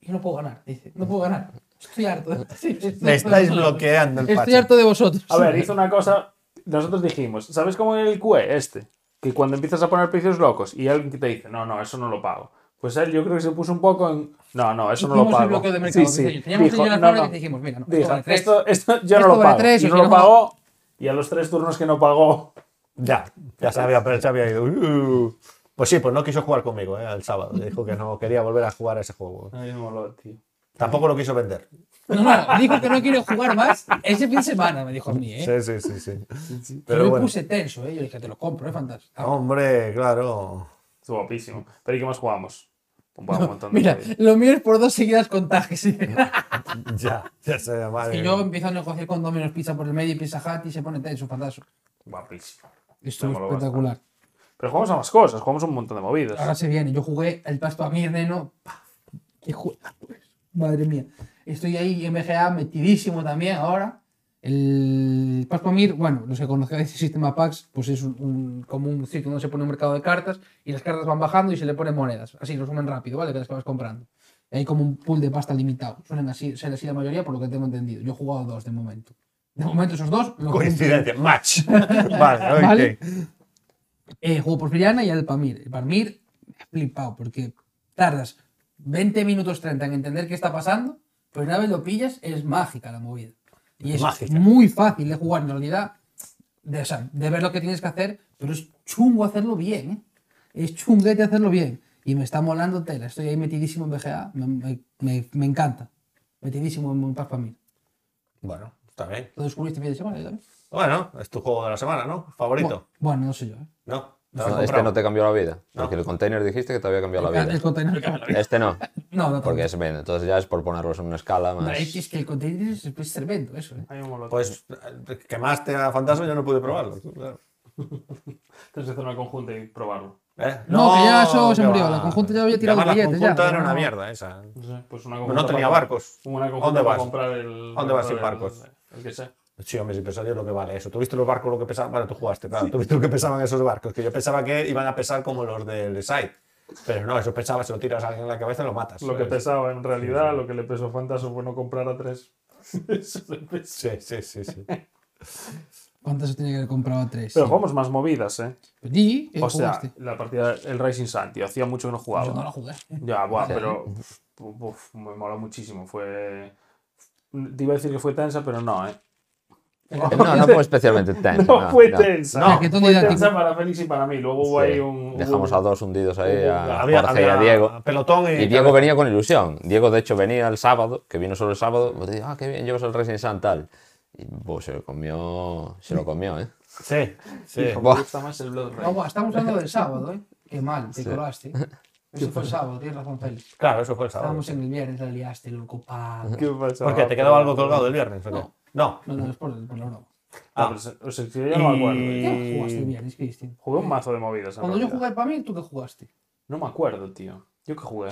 S2: y no puedo ganar. Dice, no puedo ganar. Estoy harto. Sí, estoy
S3: Me estáis
S2: harto.
S3: bloqueando el
S2: Estoy
S3: patio.
S2: harto de vosotros.
S6: A ver, hizo una cosa. Nosotros dijimos, ¿sabes cómo en el QE este? Que cuando empiezas a poner precios locos y alguien que te dice, no, no, eso no lo pago. Pues él yo creo que se puso un poco en, no, no, eso no lo
S2: Hicimos el
S6: pago.
S2: bloqueo de mercado.
S6: Sí, sí.
S2: Teníamos
S6: Dijo,
S2: que llegar a
S6: "No,
S2: la hora
S6: no".
S2: y dijimos, mira, no.
S6: Dijo,
S2: esto vale tres.
S6: esto, esto yo no
S2: Esto
S6: lo
S2: vale
S6: pago.
S2: tres,
S6: y
S2: o
S6: no
S2: si
S6: lo
S2: no-
S6: pagó. Y a los tres turnos que no pagó,
S3: Ya, ya se había, pero se había ido. "Uh". Pues sí, pues no quiso jugar conmigo eh, el sábado. Dijo que no quería volver a jugar a ese juego.
S6: Ay, me moló, tío.
S3: Tampoco lo quiso vender.
S2: No, no, dijo que no quiere jugar más ese fin de semana, me dijo a mí, ¿eh?
S3: Sí, sí, sí, sí.
S2: yo
S3: Pero
S2: me
S3: bueno.
S2: puse tenso, ¿eh? Yo dije, te lo compro, ¿eh?
S6: Ah,
S2: Fantástico.
S3: Hombre, claro.
S6: Estuvo guapísimo. Pero ¿y qué más jugamos? Jugamos un montón de
S2: Ah, Mira,
S6: cosas.
S2: lo mío es por dos seguidas contagios. y
S3: Ya, ya se ve madre.
S2: yo empiezo a negociar con Domino's Pizza por el medio y Pizza Hut y se pone tenso, fantástico.
S6: Guapísimo.
S2: Esto es
S6: Me moló
S2: espectacular.
S6: Pero jugamos a más cosas, jugamos un montón de movidas.
S2: Ahora se viene. Yo jugué el pasto a Mirne, ¿no? ¡Pah! ¡Qué juegazo es! Madre mía. Estoy ahí MGA metidísimo también ahora. El Pasto Mir, bueno, los que conocéis el sistema PAX, pues es un, un- como un sitio donde se pone un mercado de cartas y las cartas van bajando y se le ponen monedas. Así, lo suman rápido, ¿vale? Que las que vas comprando. Y hay como un pool de pasta limitado. Suelen así, ser así la mayoría, por lo que tengo entendido. Yo he jugado dos de momento. De momento esos dos. los
S3: Coincidencia, match. vale, ok.
S2: Vale. eh, juego por Frillana y el Pamir. El Pamir me ha flipado porque tardas 20 minutos 30 en entender qué está pasando, pero una vez lo pillas es mágica la movida. Y es
S3: Mágica.
S2: muy fácil de jugar en realidad, de, o sea, de ver lo que tienes que hacer, pero es chungo hacerlo bien. ¿eh? Es chunguete hacerlo bien. Y me está molando tela. Estoy ahí metidísimo en BGA. Me, me- me- me encanta. Metidísimo en Paz Pamir.
S3: Bueno, está bien.
S2: ¿Lo descubriste el fin de semana? yo también?
S3: Bueno, es tu juego de la semana, ¿no? Favorito.
S2: Bueno, no sé yo. ¿eh?
S3: No, te lo has
S5: No, este
S3: comprado.
S5: no te cambió la vida.
S3: No.
S5: Porque el container dijiste que te había cambiado la
S2: El
S5: vida.
S2: contenedor.
S5: Este no,
S2: No, no.
S5: porque es vende. Entonces ya es por ponerlos en una escala
S2: Hombre,
S5: más...
S2: Es que, es que el contenido es, es tremendo, eso. ¿eh?
S6: Ay, me moló.
S3: Pues eh, quemaste a Fantasma y yo no pude probarlo. claro.
S6: Tienes que hacer una conjunta y probarlo.
S3: ¿Eh?
S2: No, que ya eso se
S3: qué
S2: murió,
S3: va.
S2: la conjunta ya había tirado
S3: Llamar la
S2: billetes, ya,
S3: conjunta
S2: ya
S3: era una
S2: no-
S3: mierda esa.
S6: No sé, pues una
S3: Pero
S6: conjunta
S3: no
S6: para-
S3: tenía barcos.
S6: Una conjunta
S3: ¿Dónde
S6: para
S3: vas?
S6: comprar el.
S3: ¿Dónde vas sin
S6: comprar el-
S3: barcos?
S6: El que sea.
S3: Sí, hombre, si pesaría lo que vale eso. Tuviste los barcos lo que pesaban. Bueno, tú jugaste, claro. Tuviste lo que pesaban esos barcos. Que yo pensaba que iban a pesar como los del site. Pero no, eso pesaba, se lo tiras a alguien en la cabeza y lo matas.
S6: Lo que
S3: ¿sabes?
S6: pesaba en realidad, lo que le pesó Fantaso fue no comprar a tres. Eso le pesó.
S3: Sí, sí, sí. sí.
S2: ¿Cuántas se tenía que haber comprado?
S6: Pero
S2: Tres. sí. Pues
S6: jugamos más movidas, ¿eh?
S2: Di, ¿qué
S6: O sea,
S2: jugaste?
S6: la partida, el Rising Sun, tío. Hacía mucho que no jugaba.
S2: Yo no la jugué.
S6: Ya, buah, pero uf, uf, me mola muchísimo. Fue. Te iba a decir que fue tensa, pero no, ¿eh?
S5: No, no fue especialmente tenso.
S6: No,
S5: no,
S6: fue
S5: no.
S6: tensa.
S2: No, que tú
S6: fue
S2: digas que-
S6: tensa para Félix y para mí. Luego hubo
S5: Sí.
S6: ahí un.
S5: Dejamos
S6: hubo-
S5: a dos hundidos ahí, a
S3: Había,
S5: Ah, Jorge y a
S3: había
S5: Diego.
S3: pelotón y.
S5: Y Diego venía con ilusión. Diego, de hecho, venía el sábado, que vino solo el sábado. pues, dice, ah, qué bien, llevas el Racing Sun, tal. Y pues, se lo comió, se lo comió, ¿eh?
S3: Sí, sí.
S6: Hijo,
S5: Buah.
S6: Me gusta más el Blood Rain.
S2: No, guau, estamos hablando del sábado, ¿eh? Qué mal, te colaste. Eso fue el sábado, tienes razón, Félix.
S3: Claro, eso fue el sábado.
S2: Estábamos en el viernes, la liaste, loco, pa.
S6: ¿Qué pasa?
S3: ¿Por qué? ¿Te quedó algo colgado del viernes? o qué? No.
S2: No, no, es por, por la broma.
S6: Ah, pues, o sea, que yo no me acuerdo. ¿eh?
S3: Y-
S2: ¿Qué jugaste el viernes, Cristian?
S6: Jugué un mazo de movidas. en
S2: Eh, Cuando yo
S6: realidad.
S2: jugué para mí, ¿tú qué jugaste?
S6: No me acuerdo, tío. ¿Yo qué jugué?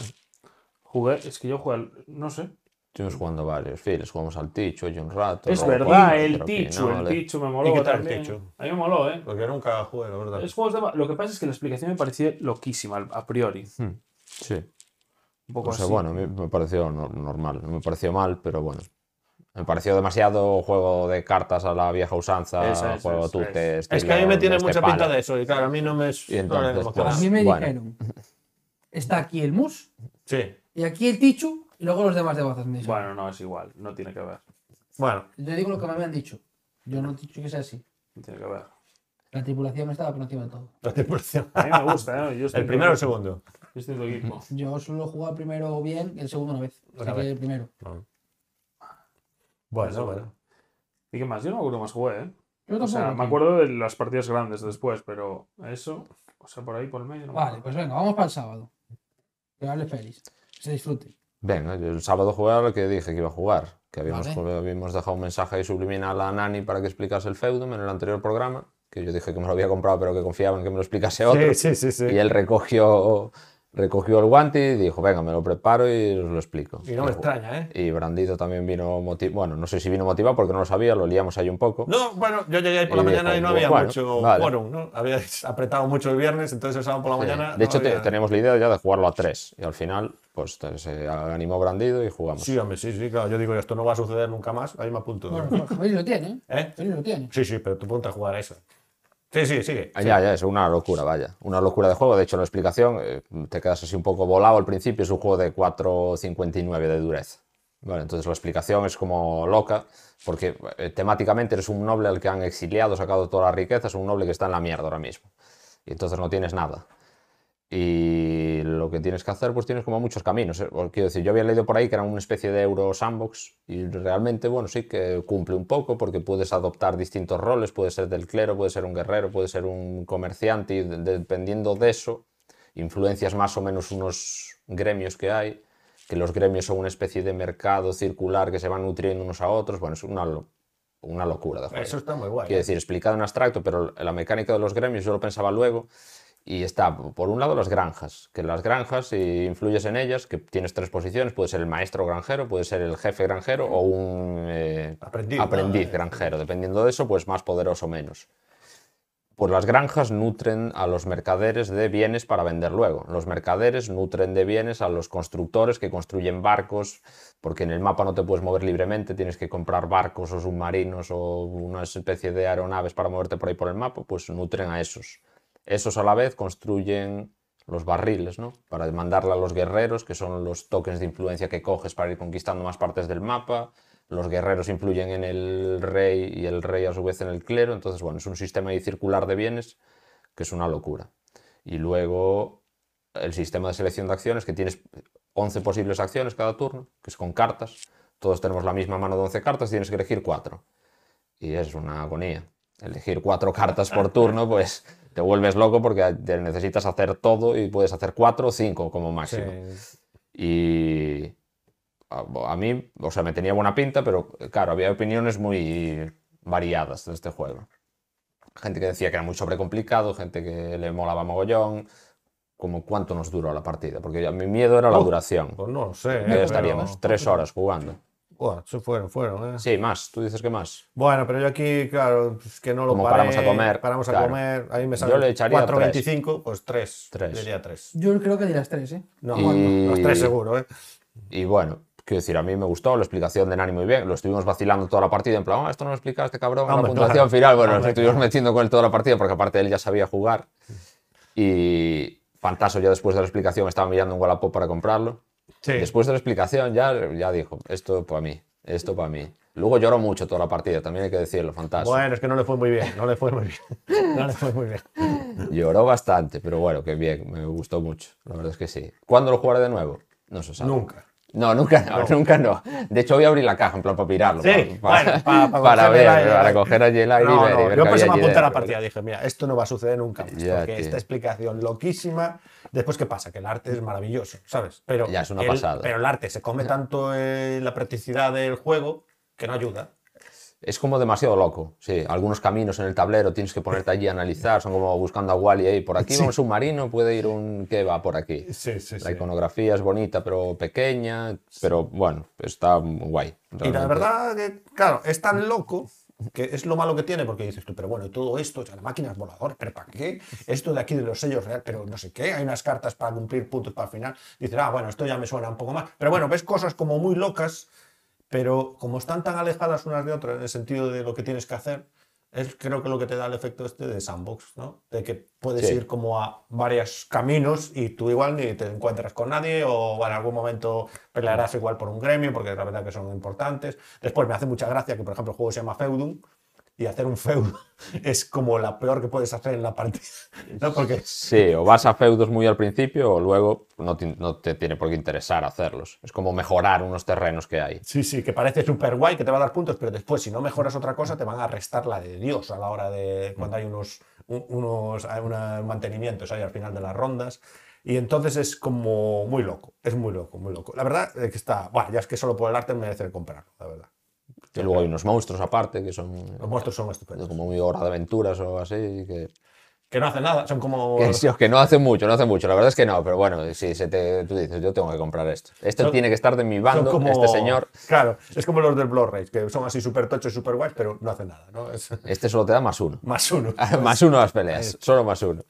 S6: Jugué, es que yo jugué, al- no sé.
S5: Estuvimos jugando varios files, jugamos al Ticho y un rato.
S6: es
S5: luego
S6: verdad,
S5: jugamos
S6: el
S5: otro
S6: Tichu, el
S5: pinole.
S6: Tichu me moló.
S3: ¿Y qué tal el
S6: también.
S3: Tichu?
S6: A mí me moló, ¿eh?
S3: Porque Pues nunca jugué, la verdad.
S6: Es juegos de ma- Lo que pasa es que la explicación me pareció loquísima al- a priori.
S5: Sí.
S6: Un poco
S5: O sea,
S6: así.
S5: bueno, a mí me pareció no- normal. No me pareció mal, pero bueno. Me pareció demasiado juego de cartas a la vieja usanza,
S6: Esa, esa,
S5: juego
S6: esa,
S5: tute, este
S3: Es que a mí me tiene mucha pinta
S5: de
S3: de eso. Y claro, a mí no me.
S5: Y
S3: no me
S5: entonces, pues,
S3: emociona.
S2: A mí me
S5: bueno.
S2: dijeron, está aquí el mus,
S3: Sí.
S2: y aquí el tichu, y luego los demás de bazas me dijeron.
S6: Bueno, no, es igual. No tiene que ver.
S3: Bueno,
S2: Yo digo lo que me habían dicho. Yo no he dicho que sea así.
S6: No tiene que ver.
S2: La tripulación estaba por encima de todo.
S3: la tripulación.
S6: A mí me gusta, ¿eh? Yo estoy
S3: El
S6: en
S3: primero o
S6: tu-
S3: el segundo.
S6: Yo estoy en tu equipo.
S2: Yo solo jugaba primero bien, el segundo una vez.
S3: Una
S2: Saqué
S3: vez.
S2: el primero.
S3: Bueno, bueno.
S6: ¿Y qué más? Yo no me acuerdo más jugué, ¿eh?
S2: Yo
S6: O sea,
S2: tampoco,
S6: me
S2: tío.
S6: acuerdo de las partidas grandes después, pero eso, o sea, por ahí, por el medio. no me
S2: Vale,
S6: acuerdo.
S2: pues venga, vamos para el sábado. Que hable feliz. Que se disfrute.
S5: Venga, yo el sábado jugué a lo que dije que iba a jugar, que habíamos,
S2: Vale.
S5: jugado- habíamos dejado un mensaje ahí subliminal a Nani para que explicase el Feudum en el anterior programa, que yo dije que me lo había comprado pero que confiaba en que me lo explicase otro,
S3: Sí, sí, sí. sí.
S5: y él recogió recogió el guante y dijo, venga, me lo preparo y os lo explico.
S3: Y no me extraña, ¿eh?
S5: Y Brandido también vino motivado, bueno, no sé si vino motivado porque no lo sabía, lo liamos ahí un poco.
S3: No, bueno, yo llegué ahí por la
S5: Y
S3: mañana y
S5: dijo,
S3: no había
S5: bueno,
S3: mucho
S5: vale.
S3: quórum, ¿no? Habíais apretado mucho el viernes, entonces el sábado por la
S5: Sí.
S3: mañana.
S5: Eh, de
S3: no
S5: hecho, te-
S3: había-
S5: teníamos la idea ya de jugarlo a tres. Y al final, pues te- se animó Brandido y jugamos.
S3: Sí, hombre, sí, sí, claro. Yo digo, esto no va a suceder nunca más, ahí me apunto.
S2: Bueno, Feliz lo tiene, ¿eh?
S3: ¿Eh?
S2: Feliz lo tiene.
S3: Sí, sí, pero tú ponte a jugar a eso. Sí, sí, sigue.
S5: Ah, Ya, ya, es una locura, vaya. Una locura de juego. De hecho, en la explicación eh, te quedas así un poco volado al principio. Es un juego de 4.59 de dureza. Vale, entonces la explicación es como loca, porque eh, temáticamente eres un noble al que han exiliado, sacado toda la riqueza, es un noble que está en la mierda ahora mismo. Y entonces no tienes nada. Y lo que tienes que hacer, pues tienes como muchos caminos. eh. O Quiero decir, yo había leído por ahí que era una especie de Euro Sandbox y realmente, bueno, sí que cumple un poco porque puedes adoptar distintos roles, puedes ser del clero, puedes ser un guerrero, puedes ser un comerciante y de- dependiendo de eso, influencias más o menos unos gremios que hay, que los gremios son una especie de mercado circular que se van nutriendo unos a otros. Bueno, es una, lo- una locura de juego.
S3: Eso está muy guay. ¿eh?
S5: Quiero decir, explicado en abstracto, pero la mecánica de los gremios yo lo pensaba luego. Y está, por un lado, las granjas, que las granjas, si influyes en ellas, que tienes tres posiciones, puede ser el maestro granjero, puede ser el jefe granjero o un eh,
S3: Aprendiz, ¿no?
S5: granjero. Dependiendo de eso, pues más poderoso o menos. Pues las granjas nutren a los mercaderes de bienes para vender luego. Los mercaderes nutren de bienes a los constructores que construyen barcos, porque en el mapa no te puedes mover libremente, tienes que comprar barcos o submarinos o una especie de aeronaves para moverte por ahí por el mapa, pues nutren a esos. Esos a la vez construyen los barriles, ¿no? Para mandarle a los guerreros, que son los tokens de influencia que coges para ir conquistando más partes del mapa. Los guerreros influyen en el rey y el rey a su vez en el clero. Entonces, bueno, es un sistema ahí circular de bienes que es una locura. Y luego el sistema de selección de acciones, que tienes 11 posibles acciones cada turno, que es con cartas. Todos tenemos la misma mano de 11 cartas, tienes que elegir 4. Y es una agonía. Elegir 4 cartas por turno, pues te vuelves loco porque te necesitas hacer todo y puedes hacer 4 o 5 como
S3: Eh, Sí.
S5: máximo. Y a, a mí, o sea, me tenía buena pinta, pero claro, había opiniones muy variadas de este juego. Gente que decía que era muy sobrecomplicado, gente que le molaba mogollón, como cuánto nos duró la partida, porque ya mi miedo era la
S3: Uf,
S5: duración.
S3: Pues no lo sé.
S5: Ya
S3: ¿eh?
S5: estaríamos
S3: Pero-
S5: tres horas jugando.
S3: Buah, se fueron, fueron, ¿eh?
S5: Sí, más, tú dices que más.
S3: Bueno, pero yo aquí, claro, es que no lo
S5: Como
S3: paré,
S5: paramos a comer,
S3: Paramos a
S5: claro.
S3: comer, ahí me sale
S5: Yo le echaría
S3: 4.25, pues 3.
S5: Tres.
S3: Diría 3.
S2: Yo creo que de las tres, ¿eh?
S3: No,
S5: Y-
S3: bueno, los 3 seguro, ¿eh?
S5: Y bueno, quiero decir, a mí me gustó la explicación de Nani muy bien. Lo estuvimos vacilando toda la partida, en plan, "Ah, esto no lo explicaste, cabrón, en la
S3: Hombre,
S5: puntuación
S3: claro.
S5: final. Bueno, nos
S3: Hombre,
S5: estuvimos metiendo con él toda la partida porque aparte él ya sabía jugar. Y Fantaso ya después de la explicación estaba mirando un Wallapop para comprarlo.
S3: Sí.
S5: Después de la explicación ya, ya dijo, esto para mí, esto para mí. Luego lloró mucho toda la partida, también hay que decirlo, Fantaso.
S3: Bueno, es que no le fue muy bien, no le fue muy bien. No le fue muy bien.
S5: Lloró bastante, pero bueno, que bien, me gustó mucho. La verdad es que sí. ¿Cuándo lo jugaré de nuevo? No se sabe.
S3: Nunca.
S5: No, nunca no, nunca no. De hecho, voy a abrir la caja en plan para pirarlo.
S3: Sí,
S5: para,
S3: bueno, pa- pa
S5: para
S3: coger
S5: ver,
S3: el aire.
S5: para coger allí el aire y
S3: No,
S5: ver. y
S3: no,
S5: ver
S3: yo
S5: qué
S3: por eso
S5: había
S3: me
S5: allí
S3: apunté a la
S5: dentro.
S3: partida. Dije, mira, esto no va a suceder nunca más.
S5: Ya,
S3: porque
S5: tío.
S3: esta explicación loquísima. Después, ¿qué pasa? Que el arte es maravilloso, ¿sabes? Pero
S5: Ya, es una
S3: el,
S5: pasada.
S3: Pero el arte se come tanto eh, la practicidad del juego que no ayuda.
S5: Es como demasiado loco. Sí, algunos caminos en el tablero tienes que ponerte allí a analizar. Son como buscando a Wally. ahí, por aquí va un submarino, puede ir un que va por aquí.
S3: Sí, sí,
S5: La iconografía es bonita, pero pequeña. Pero bueno, está guay.
S3: Y la
S5: realmente.
S3: verdad que, claro, es tan loco que es lo malo que tiene, porque dices tú, pero bueno, y todo esto, o sea, la máquina es volador, pero ¿para qué? Esto de aquí de los sellos real, pero no sé qué, hay unas cartas para cumplir puntos para el final. Dices, ah, bueno, esto ya me suena un poco más. Pero bueno, ves cosas como muy locas, pero como están tan alejadas unas de otras en el sentido de lo que tienes que hacer, es creo que lo que te da el efecto este de sandbox, ¿no? De que puedes
S5: Sí.
S3: ir como a varios caminos y tú igual ni te encuentras con nadie o en algún momento pelearás igual por un gremio porque la verdad que son importantes. Después me hace mucha gracia que, por ejemplo, el juego se llama Feudum y hacer un feudo es como la peor que puedes hacer en la partida, ¿no? Porque
S5: Sí, o vas a feudos muy al principio o luego no te, no te tiene por qué interesar hacerlos. Es como mejorar unos terrenos que hay.
S3: Sí, sí, que parece súper guay, que te va a dar puntos, pero después, si no mejoras otra cosa, te van a restar la de Dios a la hora de cuando hay unos, un- unos hay una- mantenimientos ahí al final de las rondas. Y entonces es como muy loco, es muy loco, muy loco. La verdad es que está, bueno, ya es que solo por el arte merece comprarlo, la verdad.
S5: Y luego hay unos monstruos aparte que son
S3: Los monstruos son estupendos.
S5: como muy hora de aventuras o así. Que
S3: que no hacen nada, son como...
S5: Que, sí, que no hace mucho, no hace mucho. La verdad es que no, pero bueno, si se te, tú dices, yo tengo que comprar esto. Esto
S3: Son-
S5: tiene que estar de mi
S3: son
S5: bando,
S3: como-
S5: este señor.
S3: Claro, es como los del Blood Rage, que son así súper tochos, súper guays, pero no hacen nada, ¿no? Es
S5: Este solo te da más uno.
S3: más uno.
S5: más uno a las peleas, solo más uno.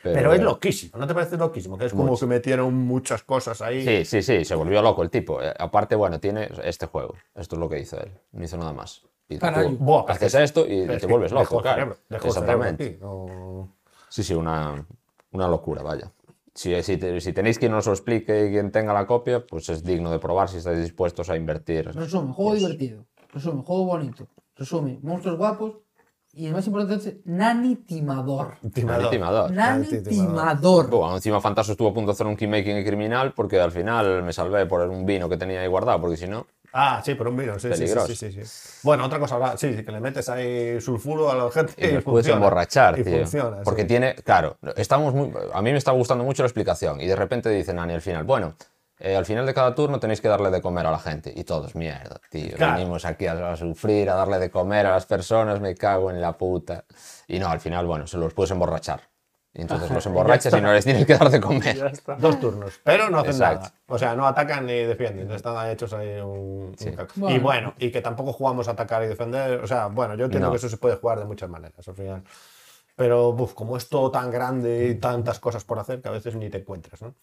S3: Pues Pero es loquísimo, ¿no te parece loquísimo? Que es como que metieron muchas cosas ahí.
S5: Sí, sí, sí, se volvió loco el tipo. Eh, Aparte, bueno, tiene este juego. Esto es lo que hizo él. No hizo nada más. Y
S2: Caray.
S5: tú
S3: Buah, pero
S5: haces
S3: es que-
S5: esto y
S3: Pero es
S5: te
S3: que
S5: vuelves
S3: dejó
S5: loco,
S3: el
S5: claro.
S3: cerebro, dejó el cerebro
S5: Exactamente.
S3: aquí, no-
S5: Sí, sí, una, una locura, vaya. Si, si, te- si tenéis quien os lo explique y quien tenga la copia, pues es digno de probar si estáis dispuestos a invertir.
S2: Resumen, juego divertido. Resumen, juego bonito. Resumen, monstruos guapos. Y el más importante es Nani Timador.
S3: Timador.
S5: Timador.
S2: Nani
S3: Nani
S2: Timador.
S5: Bueno, encima Fantaso estuvo a punto de hacer un keymaking criminal porque al final me salvé por un vino que tenía ahí guardado, porque si no,
S3: Ah, sí, pero un vino, sí, sí,
S5: Peligroso.
S3: sí, sí, sí, sí. Bueno, otra cosa ahora, sí, sí, que le metes ahí sulfuro a la gente
S5: y
S3: y,
S5: nos puedes
S3: funciona.
S5: emborrachar,
S3: Y
S5: tío.
S3: funciona,
S5: porque
S3: sí.
S5: tiene, claro, estamos muy, a mí me está gustando mucho la explicación y de repente dicen Nani al final, bueno, eh, al final de cada turno tenéis que darle de comer a la gente y todos, mierda, tío,
S3: Claro.
S5: venimos aquí a, a sufrir, a darle de comer a las personas, me cago en la puta. Y no, al final, bueno, se los puedes emborrachar. Y entonces los emborrachas y no les tienes que dar de comer.
S3: Dos turnos, pero no hacen
S5: Exacto.
S3: nada. O sea, no atacan ni defienden, están hechos ahí un... un caco. Y
S2: Bueno.
S3: bueno, y que tampoco jugamos a atacar y defender. O sea, bueno, yo entiendo
S5: No.
S3: que eso se puede jugar de muchas maneras al final. Pero, buf, como es todo tan grande y tantas cosas por hacer que a veces ni te encuentras, ¿no?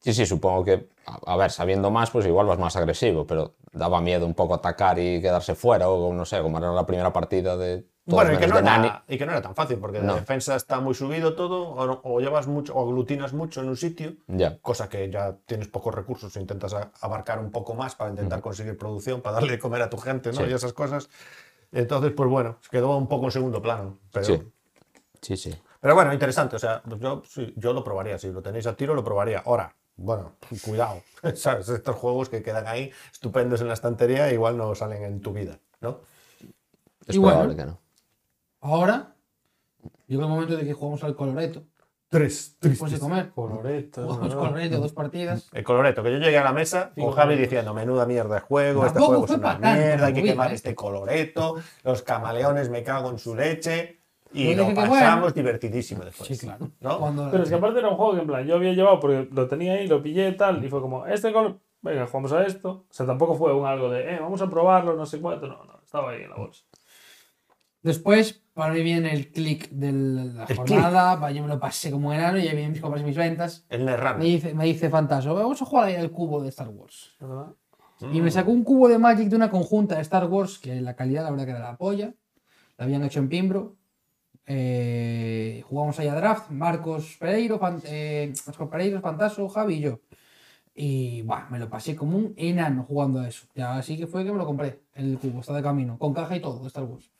S5: Sí, sí, supongo que, a, a ver, sabiendo más, pues igual vas más agresivo, pero daba miedo un poco atacar y quedarse fuera, o no sé, como era la primera partida de todos
S3: Bueno, y que,
S5: menos
S3: no
S5: de Nani.
S3: era, y que no era tan fácil, porque de
S5: No.
S3: defensa está muy subido todo, o, no- o llevas mucho, o aglutinas mucho en un sitio,
S5: Ya.
S3: cosa que ya tienes pocos recursos, intentas a- abarcar un poco más para intentar conseguir producción, para darle de comer a tu gente, ¿no?
S5: Sí.
S3: Y esas cosas. Entonces, pues bueno, quedó un poco en segundo plano. Pero,
S5: Sí. Sí, sí.
S3: pero bueno, interesante. O sea, pues yo, sí, yo lo probaría. Si lo tenéis a tiro, lo probaría. Ahora, bueno, cuidado. ¿Sabes? Estos juegos que quedan ahí estupendos en la estantería, igual no salen en tu vida, ¿no?
S5: Es
S2: Y bueno.
S5: probable que no.
S2: Ahora llega el momento de que jugamos al Coloreto.
S3: Tres,
S2: Después de comer, jugamos Coloreto dos partidas.
S3: El coloreto, que yo llegué a la mesa con Javi diciendo, menuda mierda de juego, este
S2: Tampoco
S3: juego es
S2: fue
S3: una
S2: para tanto,
S3: mierda, hay que
S2: movida,
S3: quemar
S2: ¿eh?
S3: este coloreto, los camaleones me cago en su leche, y
S2: Yo
S3: lo
S2: Pues dije que
S3: pasamos
S2: bueno.
S3: divertidísimo después.
S2: Sí, claro.
S3: ¿No?
S2: Cuando-
S4: Pero es que aparte era un juego que en plan yo había llevado porque lo tenía ahí, lo pillé y tal, y fue como, este color, venga, jugamos a esto. O sea, tampoco fue un algo de, eh, vamos a probarlo, no sé cuánto, no, no, estaba ahí en la bolsa.
S2: Después, para mí viene el click de la jornada. va, Yo me lo pasé como enano y ya vi mis compras y mis ventas.
S3: El
S2: Me
S3: Nerrano.
S2: dice, me dice Fantaso, vamos a jugar ahí al cubo de Star Wars.
S4: ¿verdad?
S2: Y
S3: Mm.
S2: me sacó un cubo de Magic de una conjunta de Star Wars, que la calidad la verdad que era la polla. La habían hecho en Pimbro. Eh, jugamos ahí a draft, Marcos Pereiro, Fan- eh, Marcos Pereiro, Fantaso, Javi y yo. Y bah, me lo pasé como un enano jugando a eso. Ya así que fue que me lo compré, el cubo, está de camino, con caja y todo, de Star Wars.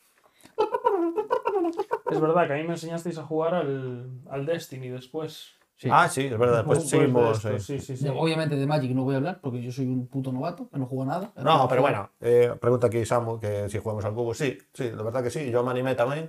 S4: Es verdad que a mí me enseñasteis a jugar al, al Destiny después.
S2: Sí.
S3: Ah, sí, es verdad,
S2: Pues,
S3: después
S4: de
S3: seguimos...
S4: esto,
S3: eh.
S4: sí, sí, sí.
S2: De- Obviamente de Magic no voy a hablar porque yo soy un puto novato, que no juego a nada.
S3: No, pero bueno, eh, pregunta aquí Samu, que si jugamos al cubo, sí, sí, la verdad que sí, yo me animé también.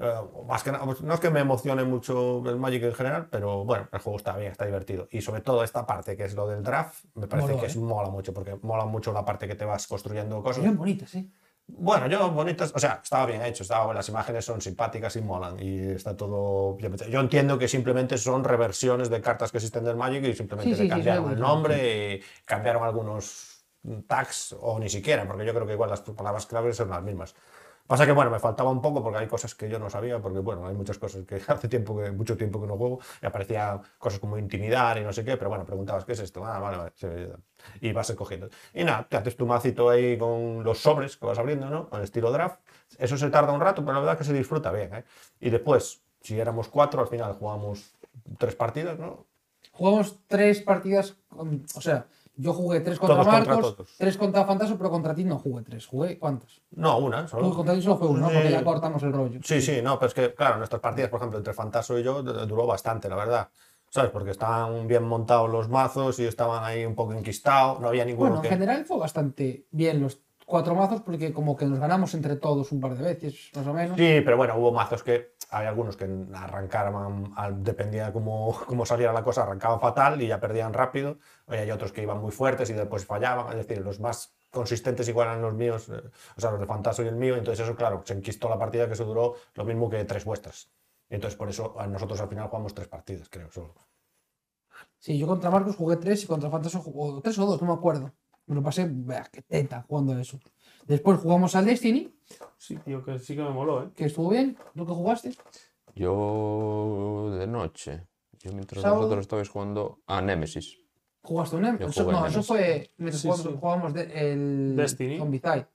S3: Eh, más que nada, pues, no es que me emocione mucho el Magic en general, pero bueno, el juego está bien, está divertido. Y sobre todo esta parte que es lo del draft, me parece
S2: Moló,
S3: que
S2: ¿eh?
S3: es, mola mucho, porque mola mucho la parte que te vas construyendo cosas.
S2: Son bonitas, sí.
S3: Bueno, yo bonitas, o sea, estaba bien hecho, estaba, las imágenes son simpáticas y molan y está todo bien metido. Yo entiendo que simplemente son reversiones de cartas que existen del Magic y simplemente
S2: Sí, sí,
S3: le
S2: sí,
S3: cambiaron
S2: sí,
S3: el
S2: sí.
S3: nombre y cambiaron algunos tags o ni siquiera, porque yo creo que igual las palabras claves son las mismas. Pasa que bueno, me faltaba un poco porque hay cosas que yo no sabía, porque bueno, hay muchas cosas que hace tiempo que, mucho tiempo que no juego, y aparecían cosas como intimidar y no sé qué, pero bueno, preguntabas qué es esto, ah, vale, vale, sí, y vas escogiendo. Y nada, te haces tu macito ahí con los sobres que vas abriendo, ¿no? Al estilo draft. Eso se tarda un rato, pero la verdad es que se disfruta bien, ¿eh? Y después, si éramos cuatro, al final jugamos tres partidas, ¿no?
S2: Jugamos tres partidas, con- o sea, yo jugué tres contra
S3: Todos contra
S2: Marcos,
S3: todos.
S2: tres contra Fantaso, pero contra ti no jugué tres, jugué ¿cuántas?
S3: No, una, solo.
S2: Tú contra ti solo jugué uno, ¿no? porque
S3: Sí.
S2: ya cortamos el rollo.
S3: Sí, sí, no, pero es que, claro, nuestras partidas, por ejemplo, entre Fantaso y yo, d- duró bastante, la verdad. ¿Sabes? Porque estaban bien montados los mazos y estaban ahí un poco enquistados, no había ninguno
S2: Bueno, en
S3: que...
S2: general fue bastante bien los cuatro mazos porque como que nos ganamos entre todos un par de veces, más o menos.
S3: Sí, pero bueno, hubo mazos que hay algunos que arrancaban, al- dependía de cómo, cómo saliera la cosa, arrancaban fatal y ya perdían rápido. Y hay otros que iban muy fuertes y después fallaban. Es decir, los más consistentes igual eran los míos, eh, o sea, los de Fantaso y el mío. Entonces, eso, claro, se enquistó la partida que eso duró lo mismo que tres vuestras. Entonces, por eso a nosotros al final jugamos tres partidas, creo, solo.
S2: Sí, yo contra Marcos jugué tres y contra Fantaso jugó tres o dos, no me acuerdo. Me lo pasé, vea, qué teta jugando a eso. Después jugamos al Destiny,
S4: Sí, tío, que sí que me moló, ¿eh?
S2: que estuvo bien. ¿Tú qué jugaste?
S5: Yo de noche. Yo mientras
S2: Sábado.
S5: vosotros estabais jugando a Nemesis.
S2: ¿Jugaste un M?
S5: Yo
S2: Eso,
S5: jugué
S2: no,
S5: menos.
S2: eso fue mientras
S4: Sí,
S2: jugamos,
S4: sí.
S2: jugamos de- el
S4: Destiny.
S2: Zombicide.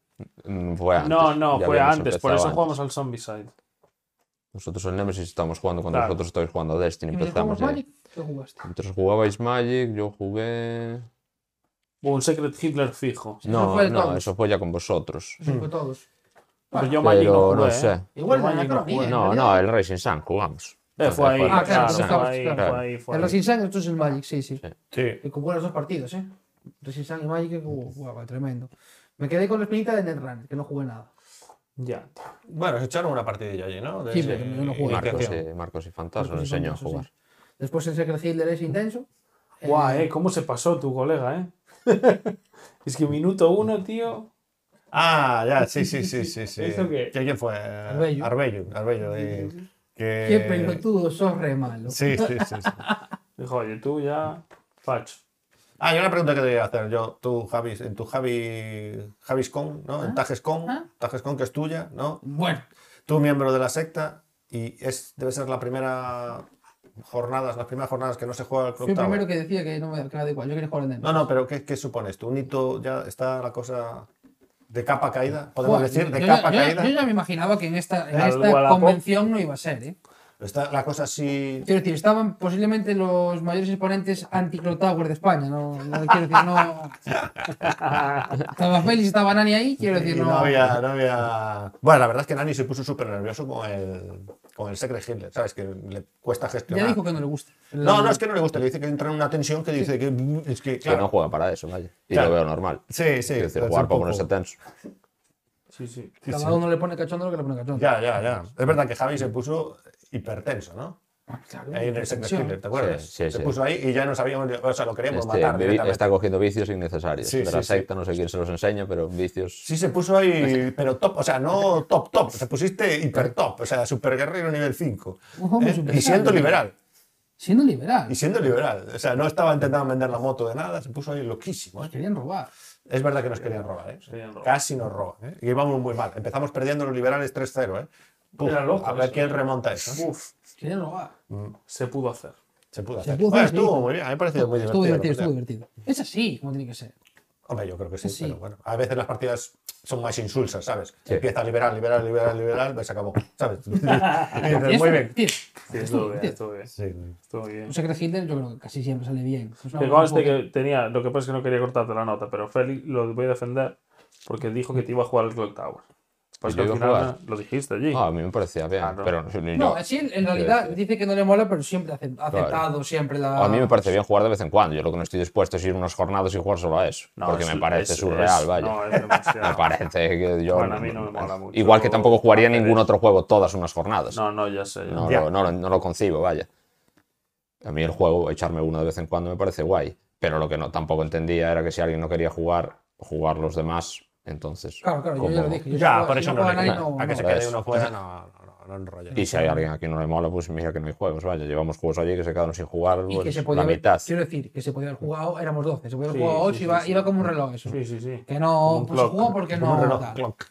S5: Mm, Fue antes.
S4: No, no,
S5: ya
S4: fue
S5: habíamos
S4: antes, por eso
S5: empezado
S4: jugamos al Zombicide.
S5: antes. Nosotros al Nemesis estábamos jugando cuando
S4: Claro.
S5: vosotros estabais jugando a
S2: ¿Y
S5: Destiny.
S2: mientras
S5: Empezamos
S2: jugamos
S5: ya.
S2: Magic? ¿Qué jugaste?
S5: Mientras jugabais Magic, yo jugué.
S4: Un Secret Hitler fijo.
S2: Sí, eso
S5: No,
S2: fue el
S5: no,
S2: Town.
S5: eso fue ya con vosotros.
S2: Eso Pues fue todos.
S4: Pero yo Magic no
S5: Pero
S4: jugué,
S5: no
S4: ¿eh?
S5: sé.
S2: Igual
S4: Yo
S2: de
S4: Hmm. Magic no
S2: Anacronia,
S4: jugué.
S2: en
S5: No,
S2: realidad.
S5: no, el Racing Sun jugamos.
S4: Eh, fue ahí,
S2: Ah,
S4: claro,
S2: claro,
S4: fue
S2: claro,
S4: ahí,
S2: claro.
S4: fue
S5: eh.
S4: ahí, fue
S2: El
S4: ahí.
S2: Racing Sun, esto es el Magic, sí, sí.
S3: Sí.
S2: Que jugó los dos partidos, ¿eh? Racing Sun y Magic, que jugó, guau, tremendo. Me quedé con la espinita de Netrunner, que no jugué nada.
S4: Ya, tío.
S3: Bueno, se echaron una partidilla allí, ¿no? De-
S2: Sí, pero yo no jugué.
S5: Marcos
S3: iniciación.
S5: y, Marcos y Fantasma
S2: Porque
S5: nos
S2: sí son
S5: enseñó a
S2: dos, sí.
S5: jugar.
S2: Después el Secret Hitler es intenso.
S4: Guau, eh, cómo se pasó tu colega, eh. es que minuto uno, tío.
S3: Ah, ya, sí, sí, sí, sí. sí.
S4: ¿Eso qué?
S3: ¿Quién fue?
S2: Arbello.
S3: Arbello. Arbello. De,
S4: Eh,
S3: que...
S2: Qué pelotudo, sos re malo.
S3: Sí, sí, sí, sí.
S4: Dijo, oye, tú ya. Facho.
S3: Ah, yo una pregunta que te voy a hacer. Yo, tú, Javi, en tu Javi, Javis Con, ¿no?
S2: Ah,
S3: En Tajes Con, Tajes Con, que es tuya, ¿no?
S2: Bueno,
S3: Tú, miembro de la secta, y es, debe ser la primera jornadas, las primeras jornadas que no se juega el
S2: fui
S3: Clock
S2: el
S3: Tower.
S2: primero que decía que no me, que me da igual, yo quería jugar en Denver.
S3: No, no, pero ¿qué, qué supones? ¿Tu un hito ya está la cosa de capa caída? Podemos
S2: Buah,
S3: decir, de
S2: yo, ya-
S3: capa
S2: yo ya-
S3: caída.
S2: yo ya me imaginaba que en esta, en
S4: Al
S2: esta
S4: Wallapop.
S2: convención no iba a ser, ¿eh?
S3: Está la cosa así.
S2: Quiero decir, estaban posiblemente los mayores exponentes anti Clock Tower de España. No, no quiero decir, no. Estaba Félix, estaba Nani ahí, quiero
S3: y
S2: decir,
S3: no
S2: no.
S3: había, no había. Bueno, la verdad es que Nani se puso súper nervioso con el, con el Secret Hitler, ¿sabes? Que le cuesta gestionar.
S2: Ya dijo que no le gusta.
S3: No, no, es que no le gusta, le dice que entra en una tensión que dice que. mm, Es que,
S5: Que no
S3: claro.
S5: juega para eso, vaya. Y
S3: Claro.
S5: lo veo normal.
S3: Sí, sí.
S5: Quiero decir,
S3: es
S5: jugar
S3: un
S5: para
S3: poco-
S5: ponerse tenso.
S4: Sí, sí.
S2: Cada uno le pone cachondo lo que le pone cachondo.
S3: Ya, ya, ya. Es verdad que Javi se puso hipertenso, ¿no?
S2: Ah, Claro,
S3: Ahí en el Secret Hitler, ¿te acuerdas?
S5: Sí, sí,
S3: se
S5: sí.
S3: puso ahí y ya no sabíamos, o sea, lo queríamos
S5: Este,
S3: matar.
S5: bebi-
S3: directamente.
S5: está cogiendo vicios innecesarios.
S3: Sí,
S5: de
S3: sí,
S5: la
S3: sí.
S5: secta, no sé quién se los enseña, pero vicios.
S3: Sí, se puso
S4: Pues
S3: ahí, pero top, o sea, no top, top, te pusiste hiper top, o sea, super guerrero nivel 5.
S2: Un hombre
S3: ¿eh?
S2: superguerrero.
S3: Y siendo liberal,
S2: Siendo liberal,
S3: y siendo liberal, o sea, no estaba intentando vender la moto de nada, se puso ahí loquísimo. ¿eh?
S2: querían robar.
S3: Es verdad que nos querían robar, ¿eh?
S4: querían robar.
S3: casi nos roban, ¿eh? y íbamos muy mal. Empezamos perdiendo los liberales 3-0, ¿eh? Puf,
S4: Era loco
S3: a ver
S4: eso. ¿eh?
S3: quién remonta eso. ¿eh?
S4: Uf,
S2: Querían robar.
S4: se pudo hacer.
S3: Se pudo hacer.
S2: pudo
S3: Bueno,
S2: hacer,
S3: estuvo
S2: sí.
S3: muy bien, a mí me ha parecido muy divertido.
S2: Estuvo divertido,
S3: lo que sea.
S2: estuvo divertido. Es así como tiene que ser.
S3: Hombre, yo creo que sí,
S2: Sí.
S3: pero bueno. A veces las partidas son más insulsas, ¿sabes? Empieza liberal, liberal, liberal, liberal, pues se acabó, ¿sabes? Y dices,
S2: Es
S3: muy bien.
S2: divertido.
S4: Sí,
S2: Es
S4: estuvo bien,
S2: divertido.
S4: estuvo bien.
S3: Sí, sí.
S4: Estuvo bien.
S2: Un Secret Hitler yo creo que casi siempre sale bien. Es una
S4: Que
S2: buena
S4: conste
S2: jugada.
S4: que tenía, lo que pasa es que no quería cortarte la nota, pero Félix lo voy a defender porque dijo que te iba a jugar al Clock Tower. Pues
S5: ¿Y
S4: que
S5: yo
S4: al
S5: iba a
S4: final lo dijiste allí.
S5: Ah, a mí me parecía bien,
S4: Claro.
S5: pero ni
S2: No,
S5: yo.
S2: así en en realidad dice que no le mola, pero siempre ha ace- ha aceptado siempre la...
S5: A mí me parece bien jugar de vez en cuando. Yo lo que no estoy dispuesto es ir unas jornadas y jugar solo a eso.
S4: No,
S5: porque
S4: es-
S5: me parece
S4: es-
S5: surreal,
S4: es-
S5: vaya.
S4: No, es demasiado.
S5: me parece que yo.
S4: Bueno, a mí no me mola mucho
S5: Igual que tampoco jugaría
S4: hacer
S5: ningún
S4: eso.
S5: otro juego todas unas jornadas.
S4: No, no, ya sé. ya.
S5: No,
S3: Ya.
S5: lo, no, lo- no lo concibo, vaya. A mí el juego, echarme uno de vez en cuando me parece guay. Pero lo que no tampoco entendía era que si alguien no quería jugar, jugar los demás. Entonces.
S2: Claro, claro, yo
S5: ¿cómo?
S2: ya lo dije. Yo si
S3: Ya,
S2: juega-
S3: por
S2: si
S3: eso
S2: no
S3: no,
S2: juega
S3: le-
S2: nadie,
S5: no,
S3: a que
S2: no.
S3: se
S5: no.
S3: quede uno fuera, no, no, no, no enrolla.
S5: Y si hay alguien aquí no le mola, pues mira que no hay juegos, vaya. Llevamos juegos allí que se quedaron sin jugar
S2: Y que
S5: pues,
S2: se podía
S5: la
S2: haber-
S5: mitad.
S2: Quiero decir, que se podía haber jugado, éramos 12, se podía haber
S4: Sí,
S2: jugado
S4: sí,
S2: 8
S4: sí,
S2: y iba,
S4: sí.
S2: iba como un reloj eso.
S4: Sí, sí, sí.
S2: Que
S4: Como
S2: no,
S4: un
S2: pues se
S4: clock.
S2: jugó porque
S3: Como un
S2: no...
S3: reloj,
S2: tal.
S3: clock.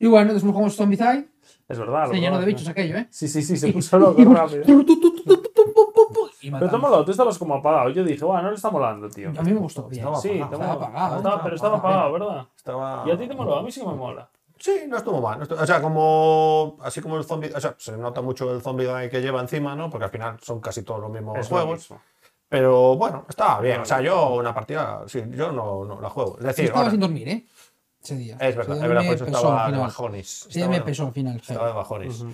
S2: Y bueno, después jugamos Zombicide,
S4: Es verdad. lo
S2: se llenó
S4: verdad.
S2: de bichos aquello, ¿eh?
S4: Sí, sí, sí, se puso loco rápido.
S2: Tu, tu, tu, tu, tu, tu, pum, pum, pum, pum, Y
S4: Pero te
S2: matamos.
S4: moló, tú estabas como apagado. Yo dije, bueno, no le está molando, tío.
S2: A mí me gustó bien.
S3: Estaba
S4: Sí, te
S3: apagado,
S2: estaba
S4: moló.
S2: apagado,
S4: Estaba- pero estaba apagado, ¿verdad?
S3: Estaba...
S4: Y a ti te moló, a mí sí que me mola.
S3: Sí, no estuvo mal. no estuvo- O sea, como... Así como el zombie... O sea, se nota mucho el zombie guy que lleva encima, ¿no? Porque al final son casi todos los mismos
S4: Es lo
S3: juegos.
S4: mismo.
S3: Pero bueno, estaba bien. O sea, yo una partida... Sí, yo no, no la juego. Es
S2: Yo
S3: decir,
S2: estaba
S3: ahora-
S2: sin dormir, ¿eh? Ese día.
S3: Es verdad,
S2: Ese día
S3: es verdad,
S2: me
S3: por eso
S2: pesó al
S3: estaba de
S2: final.
S3: bajones.
S2: Ese día me pesó al final. sí.
S3: Estaba de bajones.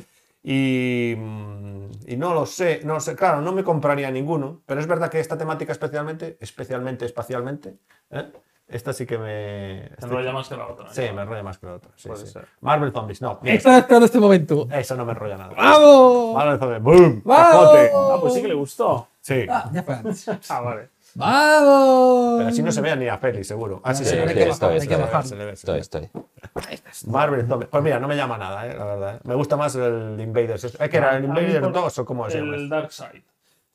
S3: Y, mm, y no lo sé, no lo sé, claro, no me compraría ninguno, pero es verdad que esta temática especialmente, especialmente, espacialmente, ¿eh? esta sí que me...
S4: Te
S3: esta-
S4: enrolla más que la otra.
S6: ¿eh?
S3: sí, me enrolla más que la otra. sí,
S4: Puede
S3: sí.
S4: ser.
S3: Marvel Zombies, no. mira,
S2: Estaba esperando este momento.
S3: Eso no me enrolla nada.
S2: ¡Vamos!
S3: Marvel Zombies, ¡boom!
S2: ¡Vamos!
S3: ¡Cajote!
S4: Ah, pues sí que le gustó.
S3: Sí,
S2: Ah, ya fue antes.
S4: Ah, vale.
S2: ¡Vamos!
S3: pero así no se vea ni a Félix, seguro. Ah, sí,
S2: Sí,
S3: se
S5: sí,
S3: le
S2: hay
S3: ve.
S2: que
S5: estoy,
S2: bajar, hay que
S5: estoy,
S2: bajar.
S3: Se le ve, se le
S5: Estoy,
S3: ve.
S5: estoy.
S3: Marvel, no, pues mira, no me llama nada, eh, la verdad. eh. Me gusta más el Invaders. Es que era el
S6: A mí
S3: Invaders
S6: por-
S3: 2 o cómo se llama. este.
S6: El Dark Side.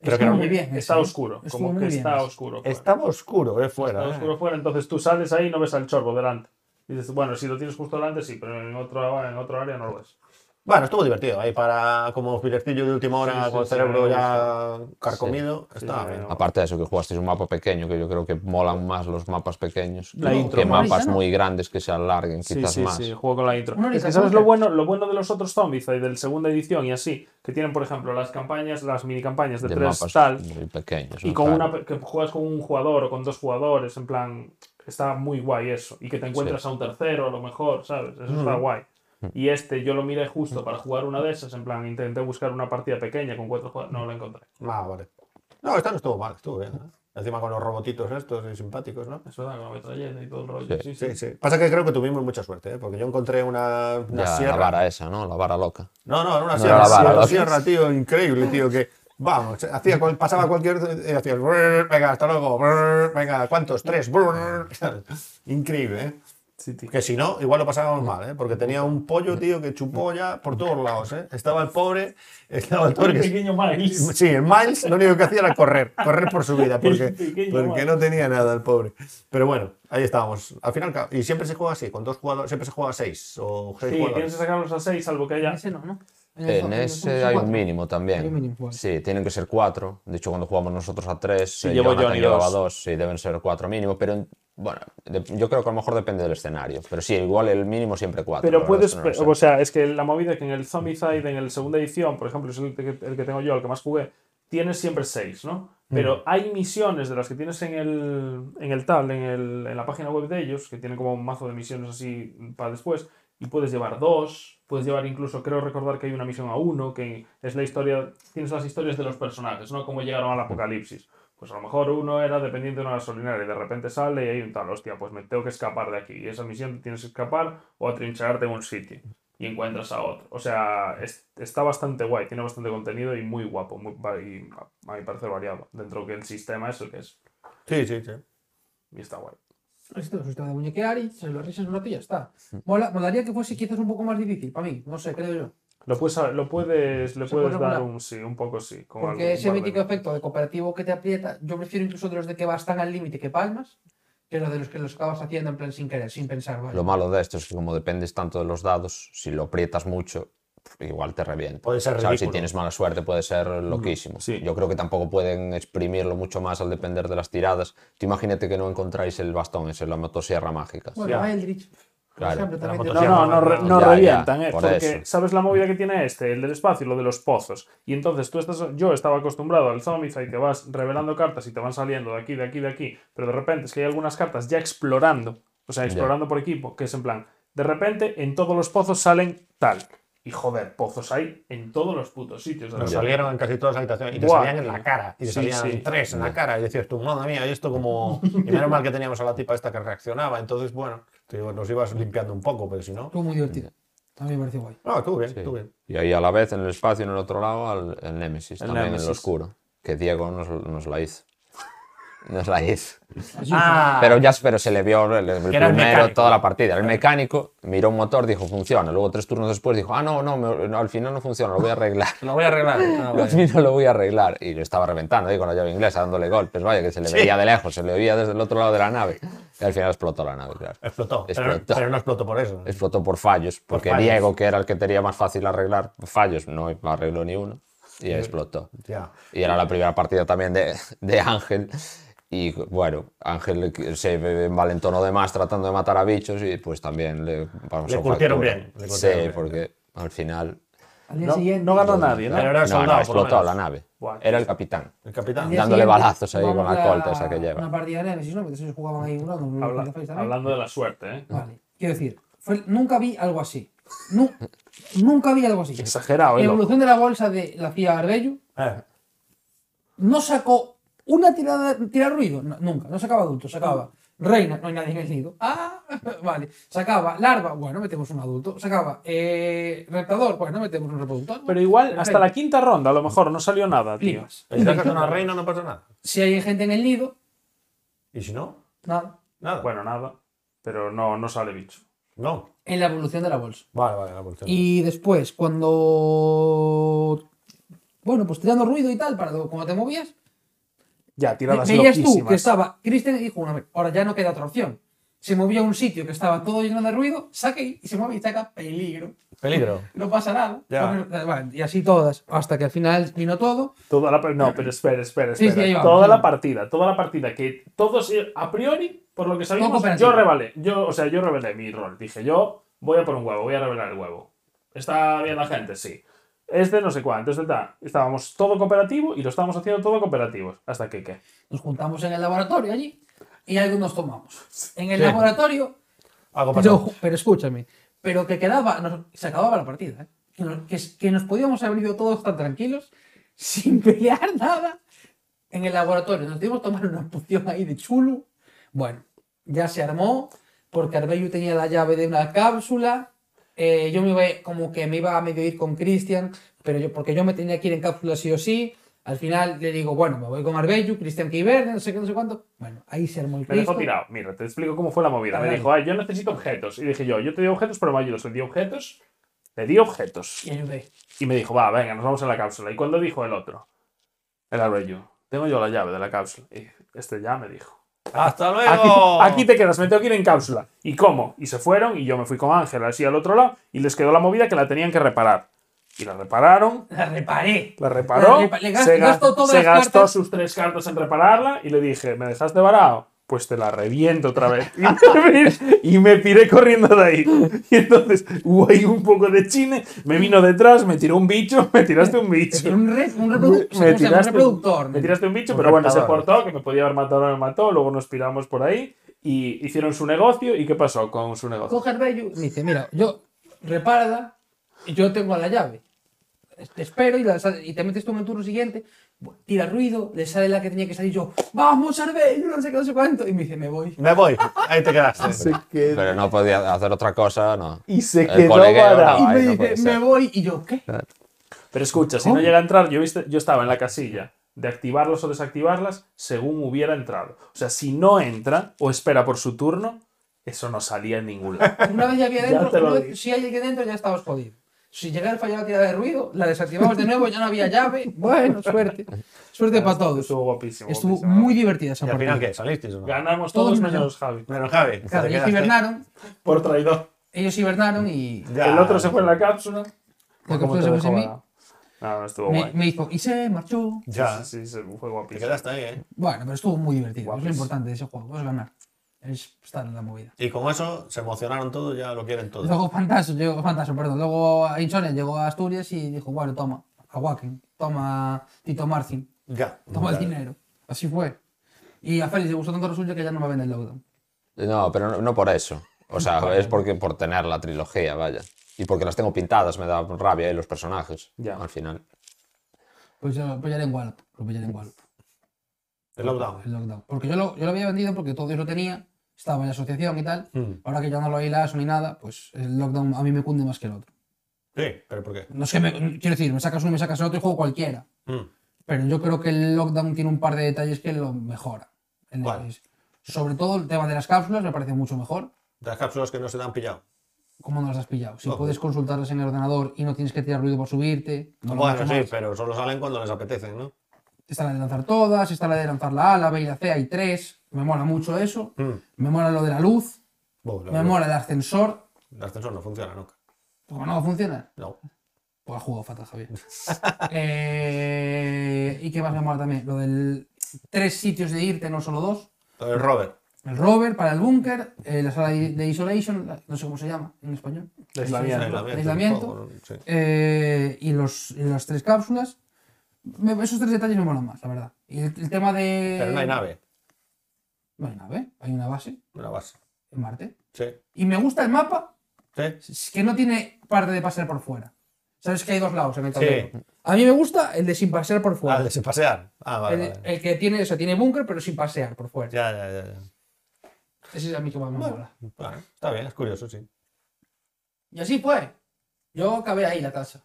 S3: Creo que era-
S2: muy bien.
S6: Está oscuro,
S2: Estuvo
S6: como
S2: muy
S6: que
S2: bien
S6: está
S2: eso.
S6: oscuro. fuera.
S3: Estaba oscuro, eh, fuera.
S6: Está
S3: eh.
S6: oscuro fuera, entonces tú sales ahí y no ves al chorro delante. Y dices, bueno, si lo tienes justo delante, sí, pero en otra en otro área no lo ves.
S3: Bueno, estuvo divertido. Ahí para como filercillo de última hora
S6: Sí, sí,
S3: con el
S6: sí,
S3: cerebro
S6: me
S3: ya carcomido. Estaba
S6: sí,
S3: bien.
S6: me
S5: Aparte de eso, que jugasteis un mapa pequeño, que yo creo que molan más los mapas pequeños
S6: La
S5: que
S6: intro,
S2: ¿no?
S5: mapas
S2: ¿no?
S5: muy grandes que se alarguen quizás más.
S6: juego con la intro.
S2: Una
S6: Es
S2: única
S6: que sabes lo
S2: cosa.
S6: bueno, lo bueno de los otros zombies y del segunda edición y así, que tienen, por ejemplo, las campañas, las mini campañas de,
S5: de
S6: tres
S5: mapas
S6: tal,
S5: muy pequeños.
S6: y
S5: ¿no?
S6: con
S5: Claro.
S6: una que juegas con un jugador o con dos jugadores, en plan, está muy guay eso. Y que te encuentras a un tercero a lo mejor, ¿sabes? Eso está
S2: Mm.
S6: guay.
S5: Mm.
S6: Y este yo lo miré justo para jugar una de esas, en plan, intenté buscar una partida pequeña con cuatro jugadores, no la encontré.
S3: Ah, vale. No, esta no estuvo mal, estuvo bien. ¿eh? Encima con los robotitos estos y simpáticos, ¿no?
S6: Es verdad, con la metralleta y todo el rollo. Sí, sí.
S3: Sí, sí. Pasa que creo que tuvimos mucha suerte, ¿eh? porque yo encontré una, una
S5: Ya, la
S3: sierra.
S5: vara esa, ¿no? La vara loca.
S3: No, no, era una
S5: No,
S3: sierra.
S5: la vara,
S3: una
S5: la-
S3: sierra, tío, increíble, tío, que. Vamos, hacía, cual- pasaba cualquier. eh, hacía. el brrr, Venga, hasta luego. brrr, Venga, ¿cuántos? Tres. brrr, Increíble, ¿eh? Que si no, igual lo pasábamos mal, ¿eh? Porque tenía un pollo, tío, que chupó ya por todos lados, ¿eh? Estaba el pobre, estaba el pobre que-
S6: Pequeño Miles.
S3: Sí, el Miles lo único que hacía era correr, correr por su vida, porque,
S6: pequeño
S3: porque
S6: Miles.
S3: no tenía nada el pobre. Pero bueno, ahí estábamos. Al final, ca- y siempre se juega así, con dos jugadores, siempre se juega a seis o seis
S6: Sí, tienes
S3: jugadores.
S6: que sacarlos a seis, salvo que haya.
S2: Ese no, ¿no?
S5: En ese hay un mínimo también.
S2: Hay un mínimo, vale.
S5: Sí, tienen que ser cuatro. De hecho, cuando jugamos nosotros a tres,
S9: Sí,
S5: eh,
S9: llevo
S5: Jonathan
S9: Johnny
S5: llevaba
S9: dos.
S5: dos. Sí, deben ser cuatro mínimo. Pero bueno, de- yo creo que a lo mejor depende del escenario. Pero sí, igual el mínimo siempre cuatro.
S6: Pero
S5: la
S6: puedes,
S5: verdad es que no
S6: o
S5: lo sé.
S6: sea, es que la movida es que en el Zombicide, en el segunda edición, por ejemplo, es el que, el que tengo yo, el que más jugué, tienes siempre seis, ¿no? Pero hay misiones de las que tienes en el, en el tal, en, el- en la página web de ellos, que tienen como un mazo de misiones así para después, y puedes llevar dos, puedes llevar incluso, creo recordar que hay una misión a uno, que es la historia, tienes las historias de los personajes, ¿no? Cómo llegaron al apocalipsis. Pues a lo mejor uno era dependiente de una gasolinera y de repente sale y hay un tal, hostia, pues me tengo que escapar de aquí. Y esa misión tienes que escapar o atrincherarte en un sitio y encuentras a otro. O sea, es- está bastante guay, tiene bastante contenido y muy guapo, muy, va- y a a mi parecer variado, dentro que el sistema es el que es.
S3: Sí, sí, sí.
S6: Y está guay.
S2: Esto es de muñequear y se lo risas un rato y ya está. Mola, molaría que fuese quizás un poco más difícil para mí, no sé, creo yo.
S6: Lo puedes, lo puedes, le
S2: Se
S6: puedes
S2: puede
S6: dar
S2: molar.
S6: un sí, un poco sí. con
S2: Porque
S6: algún
S2: ese
S6: par de-
S2: mítico efecto de cooperativo que te aprieta, yo prefiero incluso de los de que vas tan al límite que palmas, que los de los que los acabas haciendo en plan sin querer, sin pensar. vaya.
S5: Lo malo de esto es que como dependes tanto de los dados, si lo aprietas mucho, pf, igual te revienta.
S3: Puede ser
S5: ¿Sabes? Si
S3: ridículo.
S5: tienes mala suerte puede ser loquísimo.
S9: sí.
S5: Yo creo que tampoco pueden exprimirlo mucho más al depender de las tiradas. Tú imagínate que no encontráis el bastón ese, la motosierra mágica.
S2: Bueno,
S3: Ya.
S2: Eldritch. por
S5: Claro,
S2: ejemplo,
S3: la
S2: también te-
S6: No,
S3: motosierra.
S6: no, no, re- no
S5: Ya, ya,
S6: revientan, ¿eh?
S5: por
S6: Porque,
S5: eso.
S6: ¿sabes la movida que tiene este? El del espacio, lo de los pozos. Y entonces tú estás. Yo estaba acostumbrado al Zombicide que vas revelando cartas y te van saliendo de aquí, de aquí, de aquí. Pero de repente es que hay algunas cartas ya explorando. O sea, explorando por equipo, que es en plan. De repente en todos los pozos salen tal. Y joder, pozos hay en todos los putos sitios. De
S3: Nos
S6: repente.
S3: salieron en casi todas las habitaciones y te
S6: Buah.
S3: salían en la cara. Y te
S6: Sí,
S3: salían
S6: sí.
S3: tres en la cara. Y decías tú, madre mía, y esto como. Y menos mal que teníamos a la tipa esta que reaccionaba. Entonces, bueno, te digo, nos ibas limpiando un poco, pero si no.
S2: Estuvo muy divertido. A mí me pareció guay.
S3: No, estuvo bien, estuvo bien.
S5: Y ahí a la vez en el espacio, en el otro lado, al, el Némesis,
S9: El
S5: también en
S9: Némesis.
S5: lo oscuro. Que Diego nos, nos la hizo. Nos la hizo.
S3: Ah,
S5: Pero ya pero se le vio el, el
S3: era el
S5: primero
S3: mecánico.
S5: toda la partida. El mecánico miró un motor, dijo funciona. Luego tres turnos después dijo, ah, no, no, me- no, al final no funciona, lo voy a arreglar.
S3: lo voy a arreglar. Ah,
S5: Al
S3: vale.
S5: final lo voy a arreglar. Y lo estaba reventando ahí con la llave inglesa, dándole golpes. Vaya, que se le veía de lejos, se le veía desde el otro lado de la nave. Y al final explotó la nave, claro.
S3: Explotó. Pero,
S5: Explotó.
S3: pero no explotó por eso.
S5: Explotó por fallos, porque
S3: fallos.
S5: Diego, que era el que tenía más fácil arreglar fallos, no arregló ni uno. Y explotó.
S3: Ya.
S5: Y era la primera partida también de, de Ángel. Y bueno, Ángel se envalentonó de más tratando de matar a bichos y pues también le pasó
S3: Le curtieron
S5: factura.
S3: bien, le curtieron
S5: sí,
S3: bien.
S5: porque al final...
S2: Al día
S6: No,
S2: siguiente.
S6: no ganó nadie, ¿no?
S3: Pero era el
S5: no,
S3: soldado.
S5: no,
S3: por lo
S5: explotó
S3: menos.
S5: la nave.
S6: Buah.
S5: Era el capitán.
S3: El
S2: Al
S3: capitán.
S6: Eh,
S2: día
S5: dándole
S2: siguiente
S5: balazos ahí con
S2: vamos
S5: la
S2: a
S5: colta esa que lleva.
S2: Una partida de Nemesis, ¿no? Porque se jugaban ahí un lado. un
S6: Habla-
S2: Face también. Ah.
S6: hablando de la suerte, ¿eh?
S2: Vale. Quiero decir, fue- nunca vi algo así. Nu- nunca vi algo así.
S6: Exagerado, ¿eh? loco?
S2: Evolución de la bolsa de la CIA Arbello.
S3: Eh,
S2: no sacó una tirada, tirar ruido, no, nunca, no sacaba adulto, sacaba reina, no hay nadie en el nido, ah, vale, sacaba larva, bueno, metemos un adulto, sacaba eh, reptador, bueno, metemos un reproductor.
S6: Pero igual, hasta
S2: Perfecto.
S6: la quinta ronda, a lo mejor no salió nada, tío.
S2: Flipas.
S3: Si sacas una reina no pasa nada.
S2: Si hay gente en el nido,
S3: Y si no,
S2: nada.
S3: nada.
S6: Bueno, nada. Pero no, no sale bicho.
S3: No.
S2: en la evolución de la bolsa.
S3: Vale, vale, la evolución.
S2: Y después, cuando. Bueno, pues tirando ruido y tal, para cuando te movías,
S6: Ya,
S2: ve-
S6: tiradas
S2: veías tú que
S6: loquísimas.
S2: estaba. Christian dijo una vez, ahora ya no queda otra opción. Se movía a un sitio que estaba todo lleno de ruido, saca y y se mueve y saca peligro.
S3: Peligro.
S2: No pasa nada.
S3: Ya.
S2: Bueno, vale, Y así todas, hasta que al final vino todo.
S6: Toda la par- no, pero espera, espera,
S2: Sí,
S6: espera.
S2: sí, ahí vamos,
S6: toda
S2: ahí
S6: la
S2: vamos.
S6: partida, toda la partida que todos eh, a priori, por lo que
S2: Todo
S6: sabíamos,
S2: cooperativo.
S6: yo revelé, yo, o sea, yo revelé mi rol. Dije, yo voy a por un huevo, voy a revelar el huevo. ¿Está bien la gente? Sí. Es de no sé cuánto, es de tal. Estábamos todo cooperativo y lo estábamos haciendo todo cooperativos. Hasta que, ¿qué?
S2: Nos juntamos en el laboratorio allí y algo nos tomamos. En el laboratorio
S3: Algo pasó.
S2: Pero, pero escúchame, pero que quedaba, nos- se acababa la partida. ¿eh? Que, nos, que, que nos podíamos haber ido todos tan tranquilos, sin pelear nada, en el laboratorio. Nos dimos tomar una poción ahí de chulo. Bueno, ya se armó, porque Arbeyu tenía la llave de una cápsula. Eh, yo me iba, como que me iba a medio ir con Cristian, pero yo, porque yo me tenía que ir en cápsula sí o sí. Al final le digo, bueno, me voy con Arbeyu, Cristian Kiverde, no sé qué, no sé cuánto. Bueno, ahí se armó el
S6: Me dejó
S2: Cristo.
S6: tirado. Mira, te explico cómo fue la movida. Me
S2: Adelante.
S6: dijo, ay, yo necesito objetos. Y dije yo, yo te di objetos, pero me ayudas. Le di objetos, le di objetos.
S2: Y ayudé.
S6: Y me dijo, va, venga, nos vamos a la cápsula. ¿Y cuando dijo el otro? El Arroyo. Tengo yo la llave de la cápsula. Y este ya me dijo.
S3: ¡Hasta
S6: Aquí,
S3: luego!
S6: aquí te quedas, me tengo que ir en cápsula. ¿Y cómo? Y se fueron y yo me fui con Ángela así al otro lado y les quedó la movida que la tenían que reparar. Y la repararon,
S2: La reparé.
S6: la reparó,
S2: Le- le gas-
S6: se, gas-
S2: gastó todas
S6: se
S2: las
S6: gastó
S2: cartas.
S6: sus tres cartas en repararla y le dije, ¿me dejaste varado? Pues te la reviento otra vez. Y me, y me piré corriendo de ahí. Y entonces hubo ahí un poco de chine, me vino detrás, me tiró un bicho, me tiraste un bicho.
S2: Es decir, un, re- un reprodu- o sea, ¿cómo se llama? Un
S6: tiraste-
S2: reproductor.
S6: me tiraste un bicho,
S3: Un
S6: pero bueno, se
S3: raptador.
S6: portó, que me podía haber matado, no me mató, luego nos piramos por ahí y hicieron su negocio. ¿Y qué pasó con su negocio?
S2: Coge el vello y me dice, mira, yo repárala y yo tengo la llave. Te espero y, la sa- y te metes tú en el turno siguiente. Bu- Tira ruido, le sale la que tenía que salir yo. ¡Vamos, Arbello! No sé qué, no sé cuánto. Y me dice, me voy.
S3: Me voy. Ahí te quedaste.
S5: Pero no podía hacer otra cosa, no.
S6: Y se
S5: El
S6: quedó
S5: colegueo,
S6: varado.
S2: y
S5: ahí
S2: me
S5: no puede
S2: dice,
S5: ser.
S2: me voy. Y yo, ¿qué?
S6: Pero escucha, si no
S2: ¿Cómo?
S6: llega a entrar, yo, viste- yo estaba en la casilla de activarlas o desactivarlas según hubiera entrado. O sea, si no entra o espera por su turno, eso no salía en ningún lado.
S2: Una vez ya había
S6: Ya
S2: dentro,
S6: te lo
S2: una vez-
S6: dije.
S2: si hay alguien dentro ya estabas jodido. Si llegara el fallado a tirar de ruido, la desactivamos de nuevo, ya no había llave. Bueno, suerte. Suerte para todos.
S6: Estuvo guapísimo.
S2: Estuvo
S6: guapísimo.
S2: muy divertida esa
S3: ¿Y al
S2: partida.
S3: final qué? ¿Salisteis o no?
S6: Ganamos
S2: Todos
S6: todos
S2: menos yo.
S6: menos Javi.
S3: Menos Javi. que
S2: Claro,
S3: te
S2: ellos
S3: quedaste.
S2: hibernaron,
S6: Por traidor.
S2: ellos hibernaron y
S3: Ya.
S6: El otro se fue en la cápsula.
S2: Porque
S6: ¿Cómo
S2: fue
S6: te
S2: se
S6: dejó
S2: puso en mí.
S6: varado? No, no estuvo
S2: me,
S6: guay.
S2: me hizo y se marchó.
S3: Ya.
S6: Sí, sí, sí, fue
S3: Te
S6: guapísimo.
S3: quedaste ahí, ¿eh?
S2: Bueno, pero estuvo muy divertido. Es lo
S6: Guapis.
S2: importante de ese juego, es ganar. Es estar en la movida.
S3: Y con eso se emocionaron todos, ya lo quieren todos.
S2: Luego Fantaso, llegó, Fantaso, perdón, luego Insomnia llegó a Asturias y dijo, bueno, toma, a Wacken, toma Tito Marcin,
S3: Ya.
S2: toma el
S3: Ya.
S2: dinero. Así fue. Y a Félix le gustó tanto lo suyo que ya no va a vender el Lowdown.
S5: No, pero no, no por eso. O sea, es porque por tener la trilogía, vaya. Y porque las tengo pintadas, me da rabia y los personajes.
S6: Ya.
S5: Al final.
S2: Pues yo lo pillaré en Wallop, lo pillaré en Wallop,
S3: El lockdown.
S2: el Lockdown. Porque yo lo, yo lo había vendido porque todo Dios lo tenía, estaba en la asociación y tal.
S3: Mm.
S2: Ahora que ya no lo hay lazo ni nada, pues el Lockdown a mí me cunde más que el otro.
S3: Sí, pero ¿por qué?
S2: No es que me, quiero decir, me sacas uno, me sacas el otro y juego cualquiera.
S3: Mm.
S2: Pero yo creo que el lockdown tiene un par de detalles que lo mejora. En el-
S3: ¿Cuál?
S2: Sobre todo el tema de las cápsulas me parece mucho mejor.
S3: De las cápsulas que no se te han pillado.
S2: ¿Cómo no las has pillado? Si
S3: Ojo.
S2: puedes consultarlas en el ordenador y no tienes que tirar ruido para subirte. No lo
S3: bueno,
S2: mucho
S3: sí,
S2: más.
S3: pero solo salen cuando les apetecen, ¿no?
S2: Está la de lanzar todas, está la de lanzar la A, la B y la C, hay tres. Me mola mucho eso.
S3: Mm.
S2: Me mola lo de la luz.
S3: Buh, la-
S2: me mola el ascensor.
S3: El ascensor no funciona nunca.
S2: ¿Cómo no funciona?
S3: No.
S2: Pues ha jugado fatal, Javier. Eh, ¿Y qué más me mola también? Lo del tres sitios de irte, no solo dos.
S3: El Robert.
S2: El rover para el búnker, eh, la sala de de isolation, la- no sé cómo se llama en español.
S6: De aislamiento.
S2: De aislamiento.
S3: un poco, sí.
S2: Eh, y, los, y las tres cápsulas. Me- esos tres detalles me molan más, la verdad. Y el, el tema de.
S3: Pero no hay nave.
S2: No hay nave, hay una base
S3: Una base.
S2: en Marte.
S3: Sí.
S2: Y me gusta el mapa,
S3: Sí.
S2: es que no tiene parte de pasear por fuera. Sabes que hay dos lados en el
S3: Sí.
S2: tablero. A mí me gusta el de sin pasear por fuera.
S3: Ah, de se pasear. Ah, vale,
S2: el,
S3: vale.
S2: el que tiene, o sea, tiene búnker, pero sin pasear por fuera.
S3: Ya, ya, ya. ya.
S2: Ese es a mí que más me mola.
S3: Bueno, está bien, es curioso, sí.
S2: Y así fue. Yo acabé ahí la casa.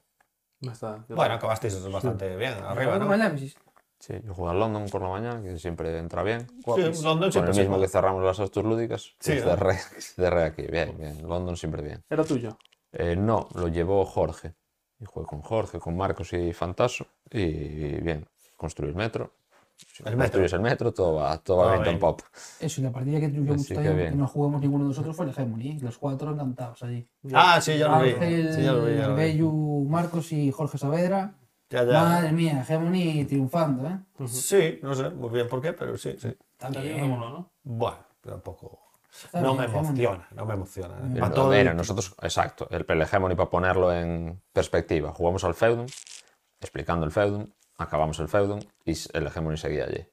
S6: Ya está.
S3: Bueno, acabasteis bastante bien, arriba,
S2: Como el
S3: ¿no?
S2: Nemesis.
S5: Sí, yo juego al London por la mañana, que siempre entra bien.
S3: Sí, London
S5: Con
S3: siempre
S5: el
S3: se
S5: mismo
S3: juega.
S5: que cerramos las astus lúdicas,
S3: Sí,
S5: pues
S3: ¿no?
S5: cerré, cerré aquí. Bien, bien. London siempre bien.
S4: Era tuyo.
S5: Eh, no, lo llevó Jorge. Y jugué con Jorge, con Marcos y Fantaso. Y bien, construir metro. Si
S3: El metro.
S5: construyes el metro, todo va, todo va
S3: Ah,
S5: viento en
S3: venga.
S5: pop.
S2: Eso, y la partida que tuvimos
S5: Así que
S2: que,
S5: bien.
S2: no jugamos ninguno de nosotros fue el Hegemony, ¿eh? los cuatro encantados allí.
S3: Ah, sí, ya lo vi.
S2: Ángel,
S3: Sí, ya lo vi. ya lo vi.
S2: Bellu, Marcos y Jorge Saavedra.
S3: Ya, ya.
S2: Madre mía, Hegemony triunfando, ¿eh?
S3: Sí, no sé muy bien por qué, pero sí, sí.
S2: También.
S3: Bueno, tampoco.
S2: Está
S3: No me
S2: bien, Hegemony.
S3: emociona, no me emociona.
S5: El-
S3: Para todo
S5: mira,
S3: el-
S5: nosotros, exacto, el, el hegemony para ponerlo en perspectiva. Jugamos al feudum, explicando el feudum, acabamos el feudum y s- el hegemony seguía allí.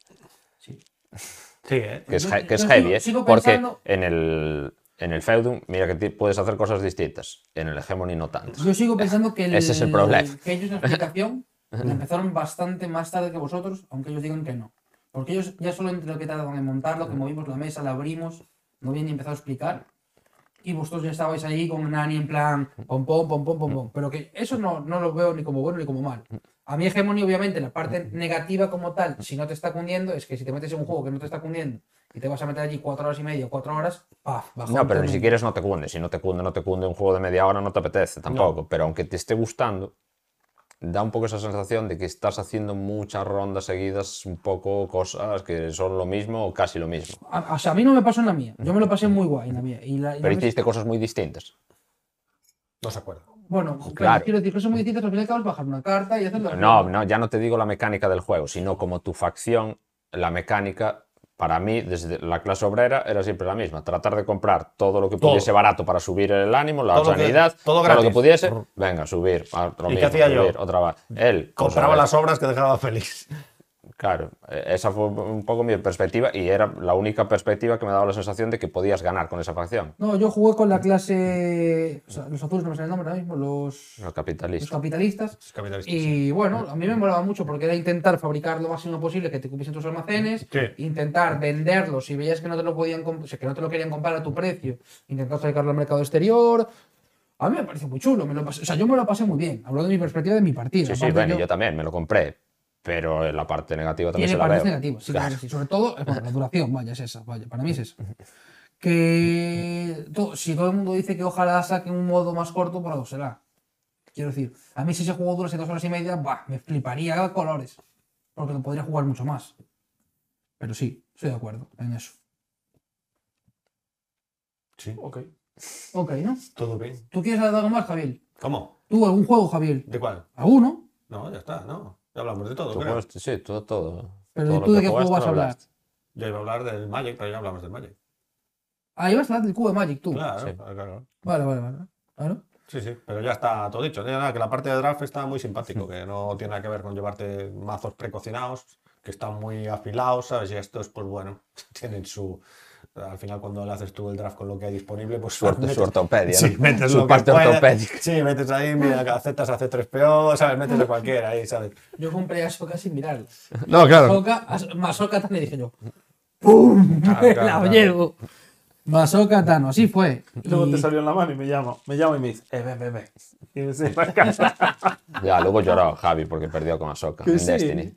S3: Sí, ¿eh?
S5: Que es,
S2: Yo-
S5: he- que es
S2: yo
S5: heavy,
S2: sigo-
S5: ¿eh?
S2: sigo
S5: Porque
S2: pensando-
S5: en el, en el feudum, mira que ti- puedes hacer cosas distintas. En el hegemony no tanto.
S2: Yo sigo pensando que, el-
S5: Ese es el problema.
S2: que ellos la explicación la empezaron bastante más tarde que vosotros, aunque ellos digan que no. Porque ellos ya solo entre lo que tardan en montarlo, que movimos la mesa, la abrimos, no habían ni empezado a explicar. Y vosotros ya estabais ahí con Nani en plan pom pom pom pom pom pom. Pero que eso no, no lo veo ni como bueno ni como mal. A mi hegemonía, obviamente, la parte negativa como tal, si no te está cundiendo, es que si te metes en un juego que no te está cundiendo y te vas a meter allí cuatro horas y media, cuatro horas, paf, bajón
S5: No, pero ni
S2: tremendo.
S5: siquiera es no te cunde. Si no te cunde, no te cunde. Un juego de media hora no te apetece tampoco. Pero aunque te esté gustando, da un poco esa sensación de que estás haciendo muchas rondas seguidas, un poco cosas que son lo mismo o casi lo mismo.
S2: A, o sea, a mí no me pasó en la mía. Yo me lo pasé muy guay en la mía. Y la, y la
S5: Mm. Pero
S2: mesa-
S5: hiciste cosas muy distintas.
S3: No se acuerda.
S2: Bueno, pero
S5: pues Claro.
S2: quiero decir que son muy distintas. Al final acabas bajar una carta y haces la.
S5: No, no, ya no te digo la mecánica del juego, sino como tu facción, la mecánica, para mí, desde la clase obrera, era siempre la misma. Tratar de comprar todo lo que
S3: Todo.
S5: pudiese barato para subir el ánimo, la
S3: Todo lo que-
S5: sanidad,
S3: todo
S5: lo que
S3: gratis.
S5: pudiese. Venga, subir. a- lo
S3: ¿Y qué
S5: mismo,
S3: hacía yo?
S5: subir, Otra vez. Él pues,
S3: Compraba
S5: a ver,
S3: las obras que dejaba Félix.
S5: Claro, eh, esa fue un poco mi perspectiva y era la única perspectiva que me daba la sensación de que podías ganar con esa facción,
S2: No, yo jugué con la clase. o sea, los azules no me sale el nombre ahora mismo, los,
S5: los
S2: los
S5: capitalistas.
S2: capitalistas.
S3: Es capitalista, sí.
S2: Y bueno, a mí me molaba mucho porque era intentar fabricar lo máximo posible que te cupiesen tus almacenes,
S3: Sí.
S2: intentar venderlo si veías que no te lo podían comp- o sea, que no te lo querían comprar a tu precio, intentar sacarlo al mercado exterior. A mí me pareció muy chulo, me lo pasé- o sea, yo me lo pasé muy bien, hablando de mi perspectiva de mi partida.
S5: Sí, sí,
S2: Aparte,
S5: bueno, yo también me lo compré, pero la parte negativa también
S2: Tiene
S5: se la veo.
S2: partes negativas, sí, claro que sí. Sobre todo, eh, bueno, la duración, vaya, es esa, vaya, para mí es esa. Que to- si todo el mundo dice que ojalá saquen un modo más corto, por algo será. Quiero decir, a mí si ese juego durase dos horas y media, bah, me fliparía a colores. Porque lo podría jugar mucho más. Pero sí, estoy de acuerdo en eso.
S3: Sí,
S4: Ok.
S2: Ok, ¿no?
S3: todo bien.
S2: ¿Tú quieres hablar de algo más, Javier?
S3: ¿Cómo?
S2: ¿Tú algún juego, Javier?
S3: ¿De cuál?
S2: ¿Alguno?
S3: No, ya está, no. Ya hablamos de todo,
S5: Tú
S3: creo.
S5: jugaste- sí, todo, todo.
S2: Pero
S5: Todo
S2: ¿y
S5: lo
S2: tú de
S5: que
S2: qué juego
S5: jugaste
S2: vas a
S5: lo
S2: hablar?
S5: hablaste.
S3: Yo iba a hablar del Magic, pero ya hablamos del Magic.
S2: Ah, ibas a hablar del cubo de Magic, tú.
S3: Claro,
S5: Uh, sí.
S3: claro, claro.
S2: Vale, vale, vale. Claro.
S3: Sí, sí, pero ya está todo dicho. Nada, que la parte de draft está muy simpático, que no tiene nada que ver con llevarte mazos precocinados, que están muy afilados, ¿sabes? Y estos, pues bueno, tienen su. Al final, cuando le haces tú el draft con lo que hay disponible, pues
S5: Suerte,
S3: metes-
S5: su ortopedia.
S3: Sí,
S5: ¿no?
S3: metes
S5: su
S3: lo que
S5: parte
S3: puedas.
S5: ortopédica.
S3: Sí, metes ahí, mira, aceptas a C3PO, ¿sabes? Metes a cualquiera ahí, ¿sabes?
S2: Yo compré a Soka sin mirarlo.
S3: No, claro.
S2: Masoka, as- Masoka Tano, y dije yo.
S3: Claro,
S2: Me
S3: claro,
S2: la
S3: claro.
S2: llevo. Masoka Tano, así fue. Y-
S4: Luego te salió en la mano y me llama. Me llama y me dice, eh, ven, ven, ven. Y me enseña la cara.
S5: Ya, luego lloró Javi porque perdió con Ahsoka
S4: Que
S5: en
S4: sí.
S5: Destiny.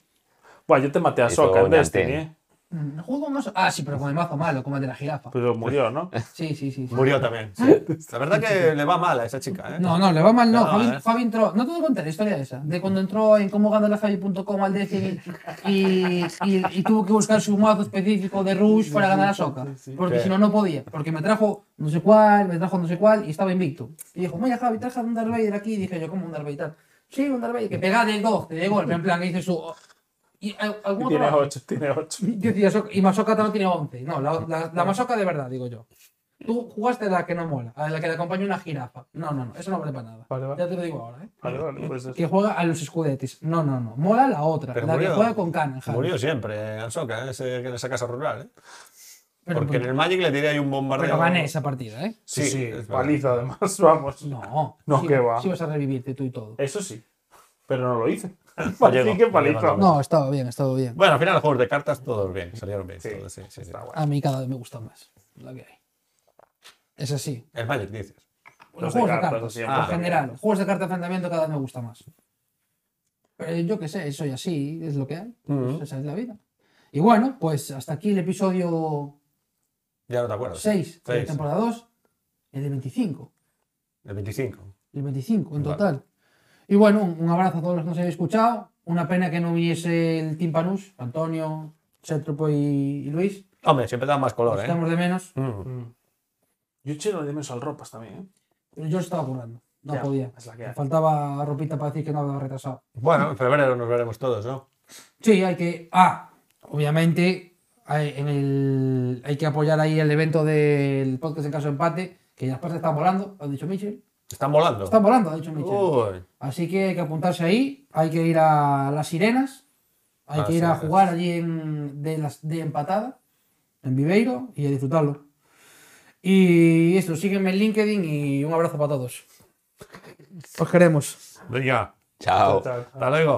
S4: Buah, yo te maté a
S5: Hizo
S4: Soca en
S5: una
S6: este,
S4: Destiny,
S5: antena.
S4: ¿eh?
S2: Mm, juego no so- Ah, sí, pero con el mazo malo, como el de la jirafa.
S4: Pero murió, ¿no?
S2: Sí, sí, sí. sí.
S3: Murió también. sí. La verdad que le va mal a esa chica, ¿eh?
S2: No, no, le va mal, no.
S3: No,
S2: Javi,
S3: eh.
S2: Javi entró. No te voy a contar la historia esa. De cuando entró en cómo ganar la Javi.com al Destiny y, y, y tuvo que buscar su mazo específico de Rush para ganar a Soca. Porque
S3: Sí.
S2: si no, no podía. Porque me trajo no sé cuál, me trajo no sé cuál y estaba invicto. Y dijo, mira Javi, traje un Darth Vader aquí. Y dije yo, ¿cómo un Darth Vader? y tal?". Sí, un Darth Vader. Que pega de 12 de golpe. En plan, que dice su. Y, al- algún
S4: Y
S2: otro
S4: tiene
S2: mazo.
S4: 8, tiene 8.
S2: Yo decía, "Soca- y Masoka no tiene 11. No, la, la, la Masoka de verdad, digo yo. Tú jugaste la que no mola, a la que le acompaña una jirafa. No, no, no, eso no vale para nada.
S4: Vale, vale.
S2: Ya te lo digo ahora, ¿eh?
S4: Vale, vale, pues eso.
S2: Que juega a los escudetes. No, no, no. Mola la otra,
S3: Pero
S2: la que
S3: murió.
S2: juega con Canon, Javi.
S3: Murió siempre, Ansoca, ese que en esa casa rural, ¿eh?
S2: Pero,
S3: Porque en el Magic le tiré ahí un bombardeo.
S2: pero gané esa partida, ¿eh?
S3: Sí, sí, es verdad.
S4: Paliza, además, vamos.
S2: No.
S4: No,
S2: sí,
S4: que va.
S2: Sí vas a revivirte tú y todo.
S3: Eh,
S4: Eso sí. Pero no lo hice.
S3: llegó,
S4: Así que
S3: no llegó,
S4: paliza.
S3: no
S2: No, estaba bien, estaba bien.
S3: Bueno, al final los juegos de cartas todos bien, salieron bien. todos, sí, sí, sí.
S2: A mí cada vez me gusta más la que hay. Es así.
S3: El Magic dices.
S2: Los,
S4: Los de
S2: juegos de
S4: cartas,
S2: cartas,
S4: así,
S2: en
S4: en
S3: plan.
S2: general. Los juegos de carta de enfrentamiento cada vez me gusta más. Pero yo qué sé, soy así, es lo que hay. Pues esa es la vida. Y bueno, pues hasta aquí el episodio
S3: Ya no te acuerdas.
S2: 6 de la
S3: Seis.
S2: temporada 2, el de 25.
S3: El 25.
S2: El 25 en total. Y bueno, un un abrazo a todos los que nos hayáis escuchado. Una pena que no hubiese el Timpanús, Antonio, Cétropo y, y Luis.
S3: Hombre, siempre da más
S2: Los
S3: color, ¿eh?
S2: echamos de menos.
S3: Mm.
S6: Yo chino de menos al ropas también, ¿eh?
S2: Pero yo estaba currando. No
S6: Ya,
S2: podía.
S6: es la que
S2: Me
S6: hay.
S2: faltaba ropita para decir que no había retrasado.
S3: Bueno, en febrero nos veremos todos, ¿no?
S2: Sí, hay que. Ah, obviamente hay, en el, hay que apoyar ahí el evento del podcast en caso de empate, que las partes están volando, ha dicho Michel.
S3: Están volando.
S2: Están volando, ha dicho Michel.
S3: Uy.
S2: Así que hay que apuntarse ahí, hay que ir a las sirenas, hay
S3: Ah,
S2: que ir a
S3: sí,
S2: jugar allí en, de, las, de empatada, en Viveiro, y a disfrutarlo. Y esto, sígueme en LinkedIn y un abrazo para todos. Os queremos.
S3: Venga,
S5: Chao.
S3: hasta luego.